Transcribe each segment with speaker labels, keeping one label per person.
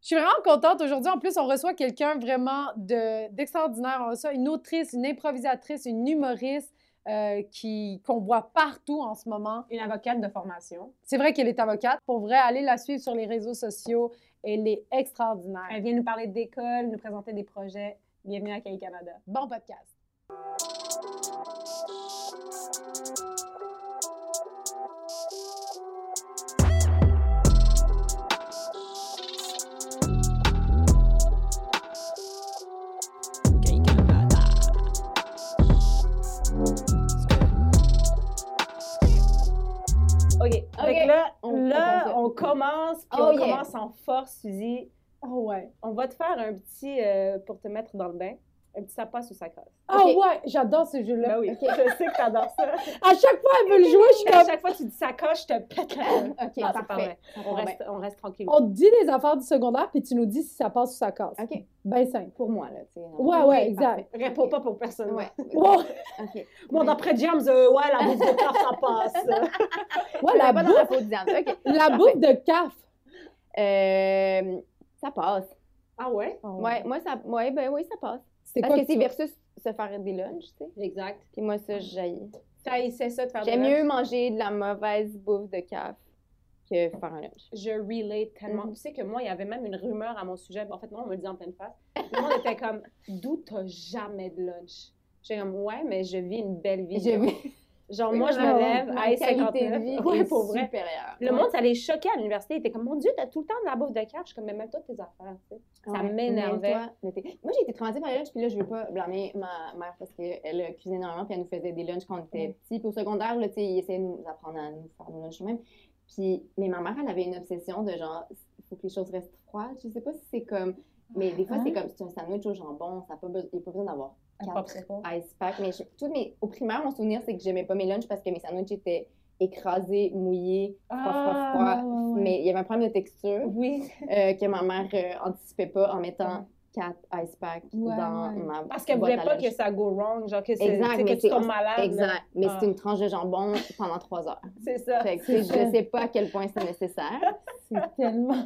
Speaker 1: Je suis vraiment contente. Aujourd'hui, en plus, on reçoit quelqu'un vraiment de- d'extraordinaire. on reçoit une autrice, une improvisatrice, une humoriste euh, qui- qu'on voit partout en ce moment.
Speaker 2: Une avocate de formation.
Speaker 1: C'est vrai qu'elle est avocate. Pour vrai, allez la suivre sur les réseaux sociaux. Elle est extraordinaire.
Speaker 2: Elle vient nous parler d'école, nous présenter des projets. Bienvenue à Cahiers Canada.
Speaker 1: Bon podcast.
Speaker 2: OK.
Speaker 1: OK.
Speaker 2: Donc là, on,
Speaker 1: On commence.
Speaker 2: là, on commence, puis
Speaker 1: Oh,
Speaker 2: on
Speaker 1: yeah.
Speaker 2: commence en force, Suzy.
Speaker 1: Oh ouais.
Speaker 2: On va te faire un petit, euh, pour te mettre dans le bain, un petit ça passe ou ça casse.
Speaker 1: Ah
Speaker 3: Ok.
Speaker 1: ouais, j'adore ce jeu-là.
Speaker 2: Ben oui, je sais que t'adores ça.
Speaker 1: À chaque fois, elle veut le jouer, je suis
Speaker 2: Mais à
Speaker 1: comme...
Speaker 2: chaque fois que tu dis ça casse, je te pète la gueule.
Speaker 3: OK,
Speaker 2: Ah, c'est pas
Speaker 3: parfait.
Speaker 2: vrai. On reste,
Speaker 1: ben.
Speaker 2: on reste tranquille.
Speaker 1: On te dit des affaires du secondaire, puis tu nous dis si ça passe ou ça casse.
Speaker 3: OK,
Speaker 1: Ben simple.
Speaker 3: pour moi, là, tu sais. non.
Speaker 1: Ouais,
Speaker 3: Ok,
Speaker 1: ouais, exact.
Speaker 2: Réponds
Speaker 3: Ok.
Speaker 2: pas pour personne.
Speaker 3: Ouais.
Speaker 1: Oh,
Speaker 3: OK.
Speaker 2: Bon, d'après James, euh, ouais, la bouffe de carte, ça passe.
Speaker 1: ouais,
Speaker 3: Je
Speaker 1: la,
Speaker 3: vais pas dans la
Speaker 1: bouffe,
Speaker 3: faute d'âme. OK.
Speaker 1: la bouffe de CAF.
Speaker 3: Euh, ça passe.
Speaker 2: ah ouais?
Speaker 3: Ouais, moi, ça, ouais, ben oui, ça passe.
Speaker 1: C'est
Speaker 3: Parce
Speaker 1: quoi
Speaker 3: que c'est
Speaker 1: tu-
Speaker 3: versus se faire des lunchs, tu sais.
Speaker 2: Exact.
Speaker 3: Puis moi, ça, j'aille.
Speaker 2: T'as essayé ça de faire de
Speaker 3: J'aime
Speaker 2: la-
Speaker 3: mieux manger de la mauvaise bouffe de caf que faire un lunch.
Speaker 2: je relate tellement.
Speaker 3: Mhm.
Speaker 2: Tu sais que moi, il y avait même une rumeur à mon sujet. En fait, moi, on me le dit en pleine face. Tout le monde était comme, d'où t'as jamais de lunch? J'étais comme, ouais, mais je vis une belle vie.
Speaker 3: J'ai vu.
Speaker 2: Genre, moi, je me lève à
Speaker 3: Ma qualité de
Speaker 2: 59.
Speaker 3: vie
Speaker 2: Ah, Ouais,
Speaker 3: est
Speaker 2: pour vrai.
Speaker 3: supérieure.
Speaker 2: Le monde, ça les choquait à l'université. Ils étaient comme, mon Dieu, t'as tout le temps de la bouffe de carte. Je suis comme, mais même toi, tes affaires. tu sais. Ça
Speaker 3: Ouais,
Speaker 2: m'énervait.
Speaker 3: mais toi, mais t'es- Moi, j'ai été traumatisée par les lunchs, puis là, je veux pas blâmer ma mère parce qu'elle euh, cuisine énormément, puis elle nous faisait des lunchs quand on était petits. Puis au secondaire, là, tu sais, ils essayaient de nous apprendre à nous faire nos lunchs nous-mêmes. Puis, mais ma mère, elle avait une obsession de genre, il faut que les choses restent froides. Je sais pas si c'est comme. Mais des fois, c'est comme c'est un sandwich au jambon, ça a pas besoin, il n'y a pas besoin d'avoir quatre ice packs. Mais je- tout, mais au primaire, mon souvenir, c'est que j'aimais pas mes lunchs parce que mes sandwichs étaient écrasés, mouillés, froid, froid, froid. Mais il y avait un problème de texture
Speaker 2: Oui.
Speaker 3: euh, que ma mère euh, anticipait pas en mettant quatre ice packs
Speaker 1: Ouais,
Speaker 3: dans
Speaker 1: ouais.
Speaker 3: ma
Speaker 2: Parce qu'elle
Speaker 3: boîte
Speaker 2: voulait
Speaker 3: à
Speaker 2: pas
Speaker 3: lunch.
Speaker 2: que ça go wrong. Genre, que, c'est-
Speaker 3: Exact,
Speaker 2: tu sais,
Speaker 3: mais
Speaker 2: que tu
Speaker 3: c'est-
Speaker 2: tombes malade.
Speaker 3: Exact, mais
Speaker 2: Ah.
Speaker 3: c'est une tranche de jambon pendant trois heures.
Speaker 2: C'est ça.
Speaker 3: Fait que, tu sais, je sais pas à quel point c'est nécessaire.
Speaker 1: C'est tellement...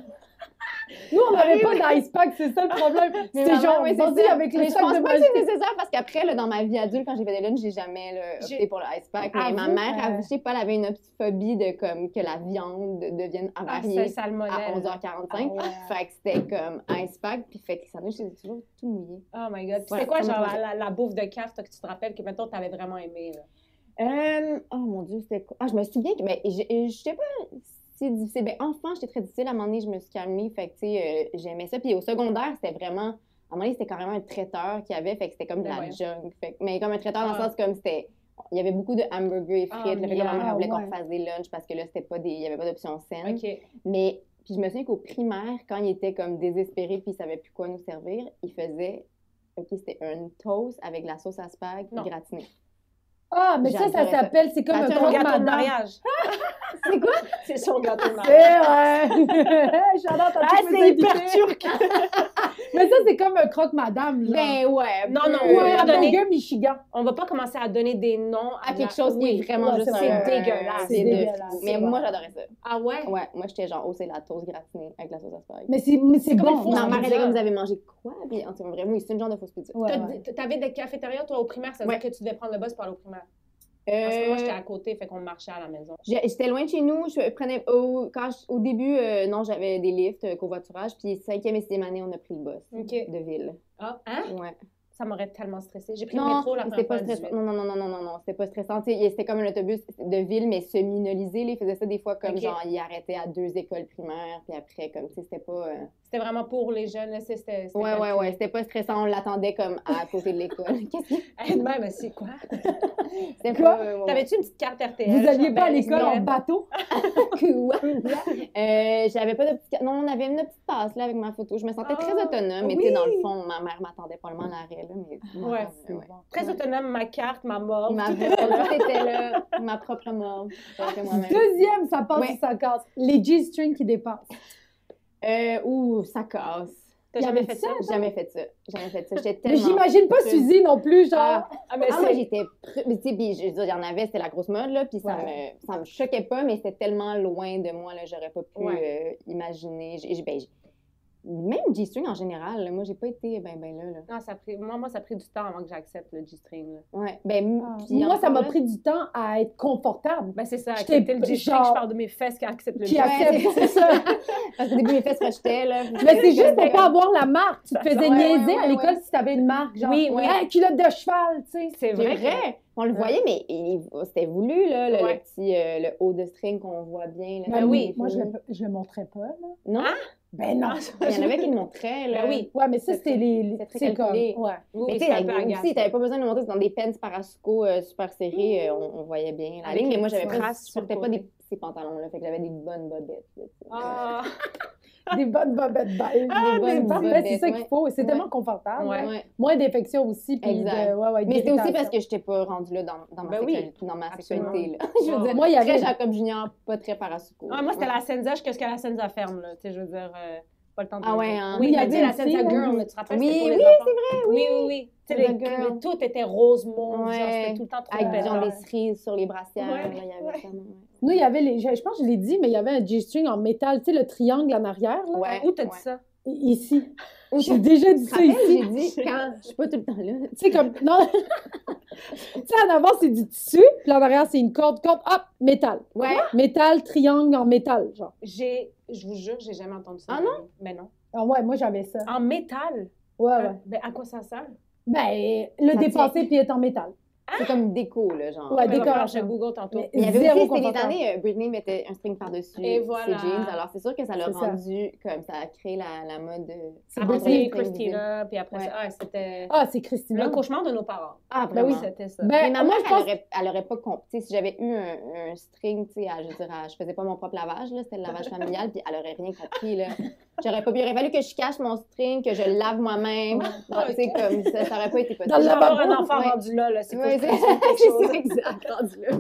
Speaker 1: Nous, on n'avait pas d'ice pack, c'est ça le problème. C'est
Speaker 3: Mais maman,
Speaker 1: genre,
Speaker 3: oui, c'est
Speaker 1: vas-y
Speaker 3: ça.
Speaker 1: avec
Speaker 3: Mais
Speaker 1: les
Speaker 3: je
Speaker 1: sacs
Speaker 3: pense
Speaker 1: de
Speaker 3: pas que
Speaker 1: magie.
Speaker 3: c'est nécessaire parce qu'après, là, dans ma vie adulte, quand j'ai fait des lunes, j'ai jamais là, opté
Speaker 2: J'ai-
Speaker 3: pour le ice pack.
Speaker 2: Avoue,
Speaker 3: Mais ma mère, elle-
Speaker 2: euh,
Speaker 3: je sais pas, elle avait une petite phobie de comme que la viande devienne
Speaker 2: Ah, c'est
Speaker 3: avariée à
Speaker 2: salmonelle.
Speaker 3: 11h45.
Speaker 2: Ah ouais.
Speaker 3: Fait que c'était comme ice pack, puis fait que les sandwichs étaient toujours tout mouillés.
Speaker 2: Oh my god. Puis
Speaker 3: Ouais,
Speaker 2: c'est quoi,
Speaker 3: ça me
Speaker 2: genre, la,
Speaker 3: faisait-
Speaker 2: la- la bouffe de CAF toi, que tu te rappelles que, maintenant t'avais vraiment aimé? Là.
Speaker 3: Euh, oh mon Dieu, c'était quoi? Ah, je me souviens que, ben, je, je sais pas si difficile. Ben, enfant, j'étais très difficile. À un moment donné, je me suis calmée. Fait que, tu sais, euh, j'aimais ça. Puis au secondaire, c'était vraiment, à un moment donné, c'était carrément un traiteur qu'il y avait. Fait que c'était comme de
Speaker 2: Ben
Speaker 3: la
Speaker 2: voyons.
Speaker 3: junk. Fait que- mais comme un traiteur dans
Speaker 2: Ah.
Speaker 3: le sens comme c'était, il y avait beaucoup de hamburgers et
Speaker 2: Ah,
Speaker 3: frites. le fait que
Speaker 2: merde.
Speaker 3: ma mère voulait
Speaker 1: Ah,
Speaker 3: qu'on
Speaker 1: ouais.
Speaker 3: fasse des lunchs parce que là, c'était pas des, il y avait pas d'option saine.
Speaker 2: OK.
Speaker 3: Mais, puis je me souviens qu'au primaire, quand il était comme désespéré puis il savait plus quoi nous servir, il faisait, OK, c'était un toast avec de la sauce à spag
Speaker 2: Non.
Speaker 3: gratinée.
Speaker 1: Ah, mais ça, ça
Speaker 3: J'adorais ça.
Speaker 1: s'appelle, c'est comme
Speaker 3: Ah,
Speaker 1: un
Speaker 3: tu as
Speaker 2: Ton
Speaker 1: conte
Speaker 2: gâteau de
Speaker 1: madame.
Speaker 2: mariage.
Speaker 3: C'est quoi?
Speaker 2: C'est son gâteau de
Speaker 1: C'est
Speaker 2: mariage.
Speaker 1: vrai! Charlotte, t'as
Speaker 2: Ah,
Speaker 1: tous mes
Speaker 2: c'est
Speaker 1: invités.
Speaker 2: hyper turc!
Speaker 1: Mais ça, c'est comme un croque-madame, là.
Speaker 3: Ben ouais.
Speaker 2: Non,
Speaker 3: peu-
Speaker 2: non,
Speaker 1: Ou
Speaker 2: on
Speaker 1: un Ben,
Speaker 2: va donner-
Speaker 1: hamburger Michigan.
Speaker 2: On va pas commencer à donner des noms à,
Speaker 3: à Ah, quelque
Speaker 2: la-
Speaker 3: chose qui
Speaker 2: Oui.
Speaker 3: est vraiment
Speaker 1: Ouais,
Speaker 3: juste
Speaker 1: c'est
Speaker 3: un-
Speaker 2: dégueulasse.
Speaker 3: c'est
Speaker 1: C'est
Speaker 3: de-
Speaker 1: dégueulasse.
Speaker 3: Mais
Speaker 1: C'est vrai.
Speaker 3: moi, j'adorais ça.
Speaker 2: Ah ouais?
Speaker 3: Ouais, moi, j'étais genre, oh, c'est la toast gratinée avec la sauce asparagus.
Speaker 1: Mais c'est mais c'est
Speaker 2: comme
Speaker 1: bon.
Speaker 2: une fausse
Speaker 3: Ma
Speaker 1: non,
Speaker 3: mère,
Speaker 1: mais-
Speaker 3: elle
Speaker 2: pizza.
Speaker 3: était comme, vous avez mangé quoi? Puis, en tout cas, vraiment, oui, c'est une genre de fausse pizza.
Speaker 1: Ouais,
Speaker 2: T'as-
Speaker 1: ouais.
Speaker 2: T'avais des cafétérias, toi, au primaire? Ça veut
Speaker 3: Ouais.
Speaker 2: dire que tu devais prendre le bus pour aller au primaire. Parce que moi, j'étais
Speaker 3: Euh,
Speaker 2: à côté, fait qu'on marchait à la maison.
Speaker 3: j'ai- J'étais loin de chez nous. Je prenais, au, quand je- au début, euh, non, j'avais des lifts, euh, covoiturage. Puis, cinquième et sixième année, on a pris le bus
Speaker 2: OK.
Speaker 3: de ville.
Speaker 2: Ah, hein?
Speaker 3: Ouais.
Speaker 2: Ça m'aurait tellement stressé. J'ai pris le
Speaker 3: Non,
Speaker 2: métro la
Speaker 3: c'était
Speaker 2: première fois
Speaker 3: pas
Speaker 2: à 18.
Speaker 3: stressant. Non, non, non, non, non, non, non, c'était pas stressant. Tu sais, C'était comme un autobus de ville, mais semi-nolisé. là. Ils faisaient ça des fois comme
Speaker 2: Ok.
Speaker 3: genre, ils arrêtaient à deux écoles primaires, puis après, comme, tu sais, c'était pas. euh,
Speaker 2: C'était vraiment pour les jeunes, là. c'est- C'était. c'était
Speaker 3: Ouais, ouais,
Speaker 2: calculé.
Speaker 3: ouais. C'était pas stressant. On l'attendait comme à côté de l'école. Qu'est-ce que
Speaker 2: Elle-même, c'est quoi?
Speaker 3: c'était?
Speaker 1: Quoi?
Speaker 3: pas- ouais, ouais, ouais.
Speaker 2: T'avais-tu une petite carte RTL?
Speaker 1: Vous alliez
Speaker 2: genre,
Speaker 1: pas à
Speaker 2: ben,
Speaker 1: l'école en
Speaker 2: non.
Speaker 1: bateau?
Speaker 3: Quoi? Euh, J'avais pas de petite. Non, on avait une petite passe là avec ma photo. Je me sentais très
Speaker 2: Ah,
Speaker 3: autonome. Mais
Speaker 2: oui.
Speaker 3: tu sais, dans le fond, ma mère m'attendait probablement à l'arrêt. là, Mais...
Speaker 2: Ouais,
Speaker 3: ouais, ouais.
Speaker 2: Très autonome, ma carte, ma mort.
Speaker 3: Ma
Speaker 2: tout
Speaker 3: vie,
Speaker 2: était là.
Speaker 3: tout était là. Ma propre mort. je pensais moi-même.
Speaker 1: Deuxième, ça passe
Speaker 3: Ouais.
Speaker 1: ou ça casse. Les G-strings qui dépassent.
Speaker 3: Euh, ouh, ça casse.
Speaker 2: T'as
Speaker 1: Il y
Speaker 2: jamais
Speaker 1: avait
Speaker 2: fait
Speaker 1: ça?
Speaker 2: ça?
Speaker 3: Jamais fait ça. Jamais fait ça. J'étais
Speaker 1: Mais
Speaker 3: tellement.
Speaker 1: j'imagine pas
Speaker 3: C'est-
Speaker 1: Suzy non plus, genre.
Speaker 3: Ah,
Speaker 2: Ah, mais
Speaker 3: Ah, moi, j'étais. pr- mais Tu sais, puis je veux dire, il y en avait, c'était la grosse mode, là, puis ça, me, ça me choquait pas, mais c'était tellement loin de moi, là, j'aurais pas pu
Speaker 2: Ouais.
Speaker 3: euh, imaginer. J'ai- j'ai- ben, j'ai- Même G-string en général, là, moi, j'ai pas été ben, ben là. là.
Speaker 2: Non, ça a pris, moi, moi, ça a pris du temps avant que j'accepte le G-string. là.
Speaker 3: Ouais. Ben, m-
Speaker 1: Ah.
Speaker 3: puis
Speaker 1: Moi, ça
Speaker 3: encore
Speaker 1: m'a
Speaker 3: là,
Speaker 1: pris du temps à être confortable.
Speaker 2: Ben, c'est ça,
Speaker 1: J'étais
Speaker 2: accepter le
Speaker 1: p-
Speaker 2: G-string,
Speaker 1: genre-
Speaker 2: je parle de mes fesses qui acceptent le
Speaker 1: Qui
Speaker 2: G-string.
Speaker 1: accepte, c'est ça.
Speaker 3: Parce que au début, mes fesses rejetaient, là. puis-
Speaker 1: Mais c'est juste pour pas avoir la marque. Tu te
Speaker 2: Ça
Speaker 1: faisais
Speaker 2: sent-
Speaker 3: Ouais, ouais,
Speaker 1: niaiser à
Speaker 3: ouais,
Speaker 1: l'école
Speaker 3: ouais.
Speaker 1: si t'avais une marque. Genre,
Speaker 2: Oui, oui.
Speaker 1: Hey, culotte de cheval, tu sais.
Speaker 2: C'est
Speaker 3: C'est
Speaker 2: vrai.
Speaker 3: vrai. On le voyait, mais il- oh, c'était voulu, là, le, le
Speaker 2: Ouais.
Speaker 3: petit euh, le haut de string qu'on voit bien. Là,
Speaker 1: Ben
Speaker 3: Ça,
Speaker 2: oui,
Speaker 3: les
Speaker 1: Moi, je
Speaker 3: filles.
Speaker 1: le, je le montrais pas, là.
Speaker 3: Non,
Speaker 1: Ben
Speaker 2: Ah,
Speaker 1: non.
Speaker 3: il y en avait qui le montraient, là.
Speaker 2: Ben oui.
Speaker 1: Ouais, mais ça,
Speaker 3: Ah C'est
Speaker 1: c'était les. les-
Speaker 3: c'est très
Speaker 1: C'est comme.
Speaker 3: calculé.
Speaker 1: Ouais.
Speaker 2: Oui, oui,
Speaker 3: Mais tu
Speaker 2: c'est
Speaker 3: sais,
Speaker 2: un peu
Speaker 3: avec-
Speaker 2: agaçant.
Speaker 3: aussi, t'avais pas besoin de monter dans des pants parasco euh, super serrés, euh, on, on voyait bien la
Speaker 2: Avec
Speaker 3: ligne. Mais
Speaker 2: les
Speaker 3: moi, j'avais
Speaker 2: petites
Speaker 3: pas,
Speaker 2: traces
Speaker 3: je
Speaker 2: sur le
Speaker 3: portais pas
Speaker 2: côté.
Speaker 3: des, ces pantalons-là, fait que j'avais des bonnes bobettes. là, tu sais.
Speaker 2: Ah,
Speaker 1: Des bonnes bobettes belles.
Speaker 3: Ah,
Speaker 1: des
Speaker 3: des
Speaker 1: bonnes
Speaker 3: bonnes
Speaker 1: bobettes. Ben, C'est ça
Speaker 3: bobettes,
Speaker 1: qu'il faut. Et c'est
Speaker 3: ouais.
Speaker 1: tellement confortable.
Speaker 2: Ouais.
Speaker 3: Ouais.
Speaker 1: Moins d'infections aussi. Puis
Speaker 3: Exact.
Speaker 1: de- ouais, ouais,
Speaker 3: Mais c'était aussi
Speaker 1: d'irritation.
Speaker 3: parce que je n'étais pas rendue là dans, dans ma,
Speaker 2: Ben oui,
Speaker 3: sexualité, dans ma
Speaker 2: absolument.
Speaker 3: sexualité. Là. je veux dire,
Speaker 1: Moi, il y
Speaker 3: très
Speaker 1: avait-
Speaker 3: Jacob Junior, pas très parasuco.
Speaker 2: Ah, moi, c'était
Speaker 3: Ouais.
Speaker 2: la Senza jusqu'à ce que la Senza ferme, là. Tu sais, je veux dire, euh, pas le temps de...
Speaker 3: Ah ouais, hein.
Speaker 1: Oui,
Speaker 2: Oui, il y a
Speaker 1: il y
Speaker 2: dit
Speaker 1: avait
Speaker 2: la
Speaker 1: une fille,
Speaker 2: Senza
Speaker 1: là.
Speaker 2: Girl, là, tu te rappelles?
Speaker 3: Oui,
Speaker 2: c'était pour les
Speaker 3: oui,
Speaker 2: enfants. Oui, oui, oui. Tu sais, les-
Speaker 3: Senza Girl.
Speaker 2: mais tout était rose mauve, genre,
Speaker 3: Ouais.
Speaker 2: c'était tout le temps trop
Speaker 3: Avec genre,
Speaker 2: belle.
Speaker 3: des cerises sur les brassières.
Speaker 2: Ouais,
Speaker 3: là, il y avait
Speaker 2: ouais.
Speaker 3: vraiment,
Speaker 1: Nous, il y avait les. Je, je pense que je l'ai dit, mais il y avait un G-string en métal, tu sais, le triangle en arrière, là.
Speaker 3: Ouais,
Speaker 2: Où t'as dit
Speaker 3: ouais.
Speaker 2: ça?
Speaker 1: Ici.
Speaker 3: Ou
Speaker 1: J'ai déjà dit
Speaker 3: Tu te
Speaker 1: ça
Speaker 3: rappelles,
Speaker 1: ici.
Speaker 3: j'ai dit quand je suis pas tout le temps là.
Speaker 1: Tu sais, comme. Non! tu sais, en avant, c'est du tissu, puis en arrière, c'est une corde, corde, hop, métal.
Speaker 3: Ouais.
Speaker 1: Métal, triangle en métal, genre.
Speaker 2: J'ai, je vous jure, j'ai jamais entendu ça.
Speaker 3: Ah
Speaker 2: non? Mais non.
Speaker 1: Ah ouais, moi, j'avais ça.
Speaker 2: En métal?
Speaker 1: Ouais, Ah ouais.
Speaker 2: Ben, à quoi ça sert?
Speaker 1: Ben, le
Speaker 3: Ça
Speaker 1: dépasser, puis être en métal.
Speaker 3: C'est comme déco, là, genre.
Speaker 1: Ouais,
Speaker 2: Mais
Speaker 1: décoration.
Speaker 2: regarde, Je Google tantôt.
Speaker 1: Mais
Speaker 3: Ah, Mais Il y avait
Speaker 1: zéro
Speaker 3: aussi, c'était les
Speaker 1: confortable.
Speaker 3: années, euh, Britney mettait un string par-dessus
Speaker 2: Et voilà.
Speaker 3: ses jeans. Alors, c'est sûr que ça l'a
Speaker 1: C'est ça. Ah, ben,
Speaker 3: rendu, comme ça a créé la, la mode. euh,
Speaker 1: C'est
Speaker 2: Après,
Speaker 3: rendu
Speaker 1: Britney,
Speaker 2: c'est
Speaker 3: le string visible.
Speaker 2: Christina, puis après,
Speaker 3: Ouais.
Speaker 2: ça, ah, c'était
Speaker 1: Ah, c'est
Speaker 2: le
Speaker 1: Christina.
Speaker 2: cauchemar de nos parents.
Speaker 3: Ah,
Speaker 1: Ben
Speaker 3: vraiment.
Speaker 1: oui,
Speaker 2: C'était ça.
Speaker 3: Mais
Speaker 1: Ben,
Speaker 3: ma
Speaker 1: moi,
Speaker 3: mère,
Speaker 1: je pense.
Speaker 3: elle, aurait, elle aurait pas compris. Tu sais, Si j'avais eu un, un string, tu sais, à- je veux dire, à- je faisais pas mon propre lavage, là, c'était le lavage familial, puis elle aurait rien compris, là. J'aurais pas pu. Il aurait fallu que je cache mon string, que je le lave moi-même. Bon, tu sais, comme ça, ça aurait pas été possible.
Speaker 1: Dans le
Speaker 2: Genre,
Speaker 1: lavabo.
Speaker 2: un enfant
Speaker 3: Ouais.
Speaker 2: rendu là, là, c'est
Speaker 3: Ouais,
Speaker 2: faut
Speaker 3: c'est
Speaker 2: que je fasse quelque
Speaker 3: c'est
Speaker 2: chose.
Speaker 3: ça, exact. rendu là.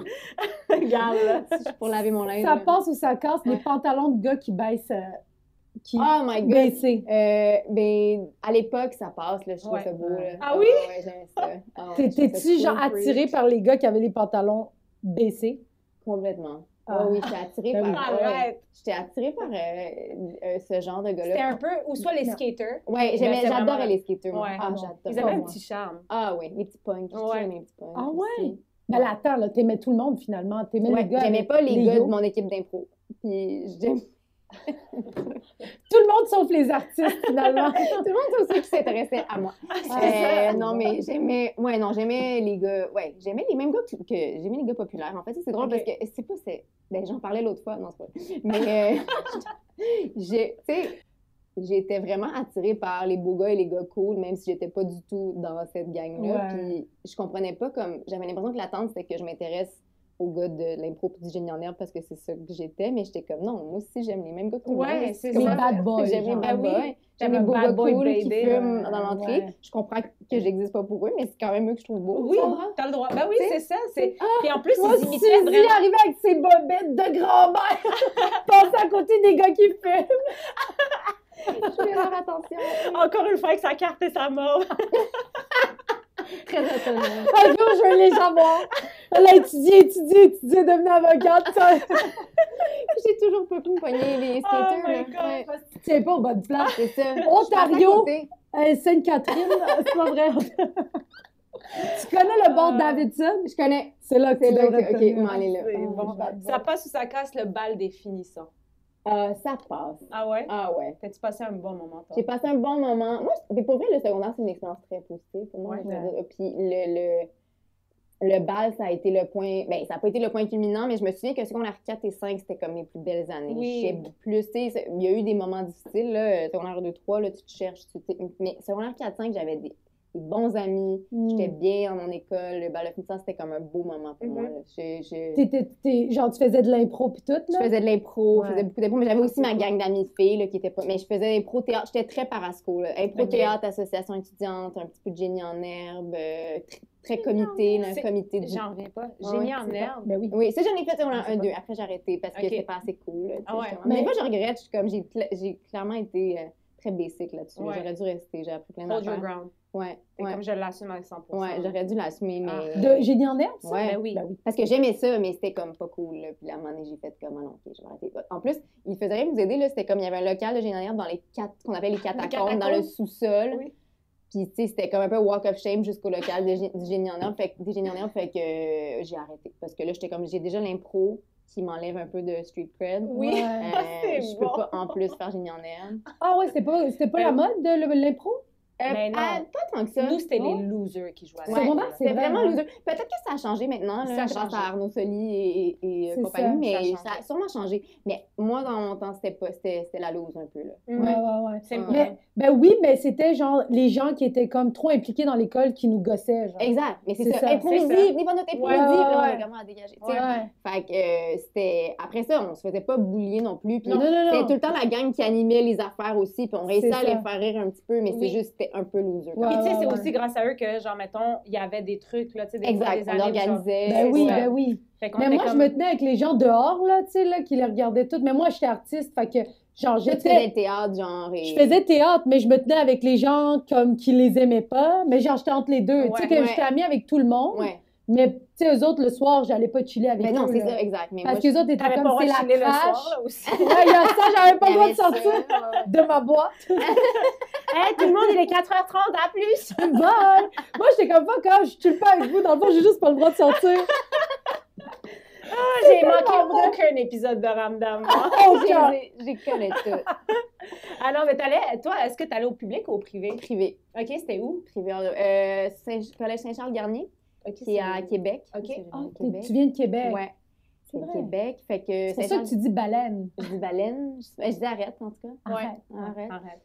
Speaker 2: Regarde, là.
Speaker 3: Si je- Pour laver mon linge.
Speaker 1: Ça
Speaker 3: là.
Speaker 1: passe ou ça casse, les pantalons de gars qui baissent. euh, qui
Speaker 3: Oh my god.
Speaker 1: baissés.
Speaker 3: Euh, ben, à l'époque, ça passe, là, je trouve
Speaker 2: Ouais.
Speaker 3: ça beau. Là.
Speaker 2: Ah oui?
Speaker 3: ouais, j'aime ça. Ah ouais, je trouve ça
Speaker 1: T'étais-tu, genre,
Speaker 3: cool, freak.
Speaker 1: attiré par les gars qui avaient les pantalons baissés?
Speaker 3: Complètement. Ah
Speaker 1: Ah.
Speaker 3: oui, j'étais attirée
Speaker 1: Ben
Speaker 3: par.
Speaker 1: oui.
Speaker 2: Ah,
Speaker 3: ouais.
Speaker 2: Arrête.
Speaker 3: J'étais attirée par euh, euh, ce genre de
Speaker 2: C'était
Speaker 3: gars-là.
Speaker 2: un peu, ou soit les
Speaker 1: Non.
Speaker 2: skaters.
Speaker 3: Ouais,
Speaker 2: Ben,
Speaker 3: j'aimais,
Speaker 2: c'est
Speaker 3: j'adorais
Speaker 2: vraiment-
Speaker 3: les skateurs.
Speaker 2: Ouais.
Speaker 3: Ah,
Speaker 1: Ah,
Speaker 3: j'adore.
Speaker 2: Ils avaient un
Speaker 1: moi.
Speaker 2: petit charme.
Speaker 3: Ah oui, les petits punks.
Speaker 2: Ouais.
Speaker 3: J'aimais les petits punks.
Speaker 1: Ah
Speaker 3: aussi.
Speaker 1: ouais? Ben là, attends, là, t'aimais tout le monde, finalement. T'aimais
Speaker 3: Ouais,
Speaker 1: les gars.
Speaker 3: j'aimais
Speaker 1: avec
Speaker 3: pas les, gars de
Speaker 1: yo.
Speaker 3: mon équipe d'impro. Puis j'aimais
Speaker 1: Tout le monde sauf les artistes, finalement.
Speaker 3: tout le monde, tous ceux qui s'intéressaient à moi.
Speaker 1: c'est
Speaker 3: Euh, non, mais j'aimais, ouais, non, j'aimais les gars, ouais, j'aimais les mêmes gars que, que- j'aimais les gars populaires. En fait, ça, c'est drôle
Speaker 2: Ok.
Speaker 3: parce que c'est pas, c'est, ben, j'en parlais l'autre fois, non, c'est pas, mais, euh, j'ai, tu sais, j'étais vraiment attirée par les beaux gars et les gars cool, même si j'étais pas du tout dans cette
Speaker 1: Ouais.
Speaker 3: gang-là. Puis je comprenais pas comme, j'avais l'impression que l'attente, c'était que je m'intéresse aux gars de l'impro puis du génie en herbe parce que c'est ça que j'étais, mais j'étais comme, non, moi aussi, j'aime les mêmes gars que tout le
Speaker 2: Ouais,
Speaker 3: monde.
Speaker 2: c'est
Speaker 1: les
Speaker 3: comme-
Speaker 2: ça.
Speaker 1: bad boys.
Speaker 3: J'aime les
Speaker 1: genre.
Speaker 3: bad
Speaker 2: Ben oui.
Speaker 3: boys. J'aime
Speaker 2: J'aime
Speaker 3: les
Speaker 2: le
Speaker 3: beaux
Speaker 2: bad
Speaker 3: gars
Speaker 2: boy
Speaker 3: cool qui
Speaker 2: baby,
Speaker 3: fument
Speaker 1: là.
Speaker 3: dans l'entrée.
Speaker 1: Ouais.
Speaker 3: Je comprends que j'existe pas pour eux, mais c'est quand même eux que je trouve beaux. Ah,
Speaker 2: Oui,
Speaker 3: tu comprends?
Speaker 2: t'as le droit. Ben oui,
Speaker 3: Tu sais,
Speaker 2: c'est ça. c'est- Puis en plus,
Speaker 1: Moi,
Speaker 2: ils
Speaker 1: Suzy
Speaker 2: imitaient vraiment.
Speaker 1: arrivait avec ses bobettes de grand-mère. Passait à côté des gars qui fument.
Speaker 3: Je fais leur attention.
Speaker 2: Encore une fois, avec sa carte et sa mort.
Speaker 3: Très attention.
Speaker 1: Un jour, je veux les avoir. Elle a étudié, étudié, étudié, devenue avocate. Tu
Speaker 3: J'ai toujours pas pu me pogner les skaters.
Speaker 2: Oh my
Speaker 3: là.
Speaker 2: God.
Speaker 3: Ouais,
Speaker 1: T'es pas aux bonnes places.
Speaker 3: c'est ça.
Speaker 1: Ontario,
Speaker 3: Je suis
Speaker 1: euh, Sainte-Catherine, c'est pas vrai. tu connais le bord
Speaker 2: Ah.
Speaker 1: Davidson?
Speaker 3: à côté. Je connais.
Speaker 1: C'est là que
Speaker 3: Euh, C'est
Speaker 1: tu
Speaker 3: là
Speaker 1: devrais
Speaker 3: que- ok,
Speaker 1: tenir.
Speaker 3: m'en aller là.
Speaker 2: C'est
Speaker 1: Ah,
Speaker 2: bon.
Speaker 1: je vais te
Speaker 2: Ça
Speaker 1: voir.
Speaker 2: passe ou ça casse le bal des finissants.
Speaker 3: Euh, ça passe.
Speaker 2: Ah ouais?
Speaker 3: Ah ouais.
Speaker 2: T'as-tu passé un bon moment, toi?
Speaker 3: J'ai passé un bon moment. Moi, je- mais pour vrai, le secondaire, c'est une expérience très positive pour moi.
Speaker 2: Ouais.
Speaker 3: je veux dire. Puis le, le, le bal, ça a été le point. Ben, ça n'a pas été le point culminant, mais je me souviens que secondaire 4 et 5, c'était comme mes plus belles années.
Speaker 2: Oui.
Speaker 3: J'étais plus, tu sais, c'est- il y a eu des moments difficiles. Là, euh, secondaire 2, 3, là, tu te cherches. tu sais. mais secondaire 4, 5, j'avais des, des bons amis.
Speaker 1: Hmm.
Speaker 3: J'étais
Speaker 2: Mm.
Speaker 3: bien dans mon école. Le bal de finissant, c'était comme un beau moment pour
Speaker 2: Mhm.
Speaker 3: moi. là. Je- je-
Speaker 1: T'étais- t'es- genre, tu faisais de l'impro pis tout,
Speaker 3: je
Speaker 1: là?
Speaker 3: faisais de l'impro,
Speaker 1: Ouais.
Speaker 3: je faisais beaucoup d'impro, mais j'avais aussi ma gang d'amis de filles là, qui étaient pas. Mais je faisais impro théâtre, j'étais très parasco. là. Impro
Speaker 2: Ok.
Speaker 3: théâtre, association étudiante, un petit peu de génie en herbe, euh, tr- très comité, là, un
Speaker 2: C'est-
Speaker 3: comité de.
Speaker 2: J'en reviens pas.
Speaker 3: Ouais,
Speaker 2: J'ai mis
Speaker 3: ouais,
Speaker 2: en
Speaker 3: c'est
Speaker 2: herbe.
Speaker 1: Ben oui.
Speaker 3: Oui, ça j'en ai fait
Speaker 2: Ah,
Speaker 3: un,
Speaker 2: c'est
Speaker 3: un
Speaker 2: bon.
Speaker 3: deux. Après j'ai arrêté parce que
Speaker 2: Ok.
Speaker 3: c'était pas assez cool. là, tu sais,
Speaker 2: Ah ouais.
Speaker 3: justement. Mais
Speaker 1: Mais-
Speaker 3: moi je regrette, je suis comme j'ai cla- j'ai clairement été euh, très basic là-dessus.
Speaker 2: Ouais.
Speaker 3: J'aurais dû rester, j'ai appris plein
Speaker 2: Hold your
Speaker 3: d'affaires.
Speaker 2: ground.
Speaker 3: Ouais,
Speaker 2: Et
Speaker 3: ouais,
Speaker 2: Comme je l'assume à 100
Speaker 3: ouais, j'aurais dû l'assumer, mais...
Speaker 2: Ah.
Speaker 1: De génie en herbe, ça?
Speaker 3: Ouais.
Speaker 2: Ben oui.
Speaker 1: Ben oui.
Speaker 3: Parce que j'aimais ça, mais c'était comme pas cool. là. Puis là, à un moment donné, j'ai fait comme, ah non, ok, je vais arrêter. En plus, il faisait rien vous aider, là. C'était comme, il y avait un local de générale dans les quatre, qu'on appelle les catacombes, dans le
Speaker 2: catacombes.
Speaker 3: sous-sol.
Speaker 2: Oui.
Speaker 3: Puis, tu sais, c'était comme un peu walk of shame jusqu'au local de gé- du génie en herbe. Fait que, des génies en herbe, fait que euh, j'ai arrêté. Parce que là, j'étais comme, j'ai déjà l'impro qui m'enlève un peu de street cred.
Speaker 2: Oui.
Speaker 3: Euh,
Speaker 1: Ouais.
Speaker 2: c'est
Speaker 3: je peux
Speaker 2: bon.
Speaker 3: pas en plus faire génie en herbe.
Speaker 1: Ah ouais, c'était pas, c'était pas
Speaker 2: Ben
Speaker 1: la mode de le- l'impro?
Speaker 3: Euh,
Speaker 2: Mais Ben non.
Speaker 3: euh, pas tant que ça.
Speaker 2: Nous, c'était
Speaker 1: Non?
Speaker 2: les losers qui jouaient à
Speaker 3: Ouais.
Speaker 1: Secondaire, c'est
Speaker 3: C'était
Speaker 1: vrai,
Speaker 3: vraiment
Speaker 1: hein.
Speaker 3: loser. Peut-être que ça a changé maintenant,
Speaker 2: Ça
Speaker 3: là,
Speaker 2: a
Speaker 3: je pense
Speaker 2: changé.
Speaker 3: à Arnaud Soli et, et- et
Speaker 1: C'est
Speaker 3: compagnie,
Speaker 1: ça,
Speaker 3: mais
Speaker 2: ça a
Speaker 3: ça a, sûrement changé. Mais moi, dans mon temps, c'était pas c'était c'était la lose un peu. Là.
Speaker 2: Mm.
Speaker 1: Ouais, ouais, ouais.
Speaker 2: C'est
Speaker 3: Ouais.
Speaker 2: vrai.
Speaker 1: Ben oui, mais c'était genre les gens qui étaient comme trop impliqués dans l'école qui nous gossaient, genre.
Speaker 3: Exact, mais c'est
Speaker 1: C'est
Speaker 3: ça.
Speaker 1: ça,
Speaker 3: Improvisé,
Speaker 2: c'est ça.
Speaker 3: venez voir notre improvisé,
Speaker 1: Ouais, ouais,
Speaker 3: puis là, on
Speaker 1: ouais.
Speaker 3: est comment à dégager. tu sais.
Speaker 1: Ouais.
Speaker 3: Fait que euh, c'était. Après ça, on se faisait pas boulier non plus. Puis
Speaker 1: Non, non, non,
Speaker 3: c'était
Speaker 1: non.
Speaker 3: tout le temps la gang qui animait les affaires aussi, puis on réussissait
Speaker 1: C'est
Speaker 3: à les
Speaker 1: ça.
Speaker 3: faire rire un petit peu, mais
Speaker 2: Oui.
Speaker 3: c'est juste c'était un peu loser.
Speaker 1: Ouais,
Speaker 2: Puis tu sais,
Speaker 1: ouais,
Speaker 2: c'est
Speaker 1: ouais.
Speaker 2: aussi grâce à eux que, genre, mettons, il y avait des trucs, là, tu sais, des, fois,
Speaker 3: Exact,
Speaker 2: des
Speaker 3: on
Speaker 2: années, genre.
Speaker 3: organisait.
Speaker 1: Ben oui,
Speaker 2: ça.
Speaker 1: ben oui.
Speaker 2: Fait qu'on
Speaker 1: Mais
Speaker 2: était
Speaker 1: moi, je
Speaker 2: comme-
Speaker 1: me tenais avec les gens dehors, là, tu sais, là, qui les regardaient toutes. Mais moi, j'étais artiste, fait que, genre,
Speaker 3: Toi, tu faisais
Speaker 1: j'étais...
Speaker 3: le théâtre, genre. Et...
Speaker 1: Je faisais théâtre, mais je me tenais avec les gens comme qui les aimaient pas. Mais genre, j'étais entre les deux. tu sais,
Speaker 2: Ouais,
Speaker 1: que
Speaker 3: ouais.
Speaker 1: j'étais amie avec tout le monde.
Speaker 3: Ouais.
Speaker 1: Mais, tu sais, eux autres, le soir, j'allais pas chiller avec
Speaker 3: Ben non,
Speaker 1: eux.
Speaker 3: c'est
Speaker 1: là.
Speaker 3: ça, exact. Mais
Speaker 1: Parce
Speaker 3: moi,
Speaker 1: qu'eux autres étaient
Speaker 2: T'avais pas
Speaker 1: comme,
Speaker 2: le
Speaker 1: c'est
Speaker 2: droit de chiller
Speaker 1: la
Speaker 2: le
Speaker 1: crash.
Speaker 2: soir, là, aussi.
Speaker 1: Ouais, il y a ça, j'avais pas
Speaker 3: il
Speaker 1: le
Speaker 3: y
Speaker 1: droit
Speaker 3: avait
Speaker 1: de sortir
Speaker 3: ça, ouais, ouais.
Speaker 1: de ma boîte.
Speaker 2: Hey, tout le monde, il est 4h30 à plus!
Speaker 1: Bye! Moi, j'étais comme pas comme je tue pas avec vous. Dans le fond, j'ai juste pas le droit de sortir.
Speaker 2: Ah, J'ai
Speaker 1: tellement
Speaker 2: manqué aucun épisode de Ramdam. moi.
Speaker 1: Oh,
Speaker 3: J'ai-
Speaker 1: cœur.
Speaker 3: j'ai- J'ai euh, collé tout.
Speaker 2: Alors, Ah mais t'allais, toi, est-ce que t'allais au public ou au privé?
Speaker 3: Privé.
Speaker 2: OK, c'était où?
Speaker 3: Privé. Euh, Saint Collège Saint-Charles-Garnier,
Speaker 2: OK,
Speaker 3: qui est à Québec.
Speaker 2: Ok.
Speaker 3: C'est
Speaker 1: Ah,
Speaker 3: vraiment
Speaker 1: t'es- tu viens de Québec.
Speaker 3: Ouais. C'est
Speaker 1: vrai.
Speaker 3: Québec. Fait que
Speaker 1: C'est pour ça que tu dis baleine.
Speaker 3: Je dis baleine. Je ben, je dis arrête, en tout cas.
Speaker 2: Ouais.
Speaker 1: Arrête.
Speaker 3: Arrête.
Speaker 2: Arrête.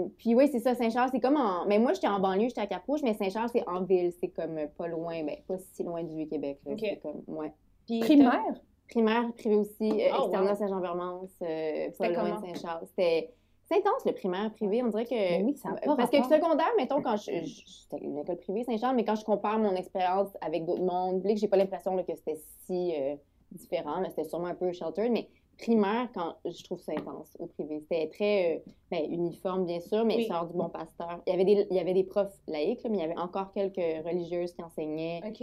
Speaker 3: Euh, puis oui, c'est ça, Saint-Charles, c'est comme en... Mais moi, j'étais en banlieue, j'étais à Cap-Rouge, mais Saint-Charles, c'est en ville. C'est comme euh, pas loin, mais pas si loin du Québec. là.
Speaker 2: Ok.
Speaker 3: C'est comme, ouais.
Speaker 2: Puis,
Speaker 1: Primaire?
Speaker 3: Primaire, privé aussi, euh,
Speaker 2: Oh,
Speaker 3: externat
Speaker 2: wow.
Speaker 3: Saint-Jean-Vermance, euh, pas
Speaker 2: C'était
Speaker 3: loin de
Speaker 2: comment?
Speaker 3: Saint-Charles. C'était c'est intense, le primaire privé. On dirait que.
Speaker 1: Ben oui, ça a pas
Speaker 3: Parce que
Speaker 1: rapport.
Speaker 3: secondaire, mettons, quand je. je- C'était une école privée, Saint-Charles, mais quand je compare mon expérience avec d'autres mondes, publics, j'ai pas l'impression là, que c'était si euh, différent. là. C'était sûrement un peu sheltered, mais primaire, quand je trouve ça intense au privé. C'était très euh, ben, uniforme, bien sûr, mais
Speaker 2: Oui.
Speaker 3: ça sort du bon pasteur. Il y avait des, il y avait des profs laïcs, là, mais il y avait encore quelques religieuses qui enseignaient.
Speaker 2: OK.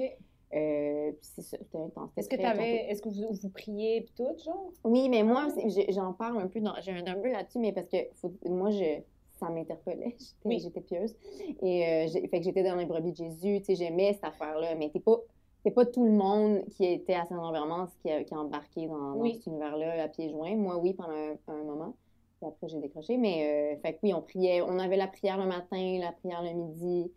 Speaker 3: Euh, puis c'est ça, c'était intense. C'était
Speaker 2: Est-ce que
Speaker 3: très
Speaker 2: t'avais... Est-ce que vous, vous priez pis tout, genre?
Speaker 3: oui, mais moi, c'est- j'ai- j'en parle un peu, dans- j'ai un un peu là-dessus, mais parce que faut- moi, je, ça m'interpellait. J'étais
Speaker 2: Oui.
Speaker 3: j'étais pieuse. Et euh, j'ai- fait que j'étais dans les brebis de Jésus, tu sais, j'aimais cette affaire-là, mais c'est pas, c'est pas tout le monde qui était à Saint-Jean-Vermance qui, a- qui a embarqué dans, dans
Speaker 2: Oui.
Speaker 3: cet univers-là à pieds joints. Moi, oui, pendant un, un moment. Puis après, j'ai décroché. Mais euh, fait que oui, on priait. On avait la prière le matin, la prière le midi.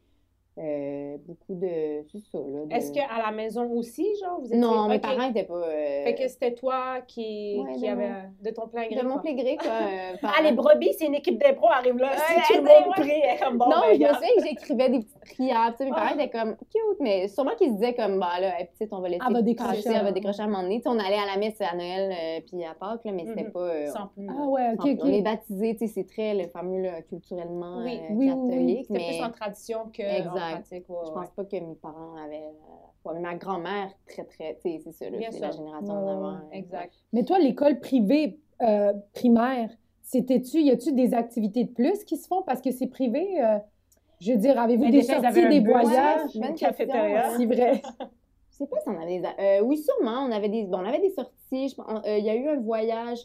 Speaker 3: euh, beaucoup de. C'est ça, là. de-
Speaker 2: Est-ce qu'à la maison aussi, genre, vous étiez...
Speaker 3: Non, mes
Speaker 2: OK.
Speaker 3: parents n'étaient pas. euh,
Speaker 2: Fait que c'était toi qui,
Speaker 3: Ouais,
Speaker 2: qui
Speaker 3: de
Speaker 2: avait de ton plein gré.
Speaker 3: de mon
Speaker 2: quoi.
Speaker 3: gré, quoi. euh,
Speaker 2: Ah, les
Speaker 3: parents.
Speaker 2: brebis, c'est une équipe d'impro arrive là.
Speaker 3: Ouais,
Speaker 2: si tout le
Speaker 3: c'est
Speaker 2: monde
Speaker 3: vrai.
Speaker 2: prie, elle est comme bon.
Speaker 3: non,
Speaker 2: ben,
Speaker 3: je me
Speaker 2: regarde.
Speaker 3: souviens que j'écrivais des petites prières. tu sais, Mes
Speaker 2: Ah.
Speaker 3: parents étaient comme cute, mais sûrement qu'ils se disaient comme bah là, elle est petite, on va laisser.
Speaker 1: Elle va
Speaker 3: passer,
Speaker 1: décrocher.
Speaker 3: Elle va décrocher à un moment donné. Tu sais, on allait à la messe à Noël euh, puis à Pâques, là, mais c'était
Speaker 2: Mhm.
Speaker 3: pas. euh,
Speaker 2: Sans plus.
Speaker 1: Ah ouais,
Speaker 3: on-
Speaker 1: ok, ok.
Speaker 3: On est baptisés, tu sais, c'est très le fameux là, culturellement
Speaker 2: Oui,
Speaker 3: euh,
Speaker 1: oui, oui, oui.
Speaker 3: catholique,
Speaker 2: C'était
Speaker 3: mais
Speaker 2: plus en tradition que en
Speaker 3: Exact.
Speaker 2: pratique. ouais,
Speaker 3: je
Speaker 2: ouais.
Speaker 3: pense pas que mes parents avaient. euh, foi. Mais ma grand-mère, très, très, tu sais, c'est ça, là,
Speaker 2: Bien
Speaker 3: c'est la
Speaker 2: sûr.
Speaker 3: génération
Speaker 1: Ouais,
Speaker 3: d'avant. euh,
Speaker 2: Exact.
Speaker 1: Mais toi, l'école privée euh, primaire, c'était-tu, y a-tu des activités de plus qui se font parce que c'est privé? euh, je veux dire, avez-vous
Speaker 2: Mais
Speaker 1: des
Speaker 2: déjà, ils
Speaker 1: sorties,
Speaker 2: avaient un
Speaker 1: des
Speaker 2: bus.
Speaker 1: voyages?
Speaker 3: Ouais, bonne
Speaker 2: une cafétéria.
Speaker 3: question, ouais.
Speaker 1: C'est vrai.
Speaker 3: Je sais pas si on avait des. euh, oui, sûrement. On avait des, bon, on avait des sorties. Je pense- on- euh, Il y a eu un voyage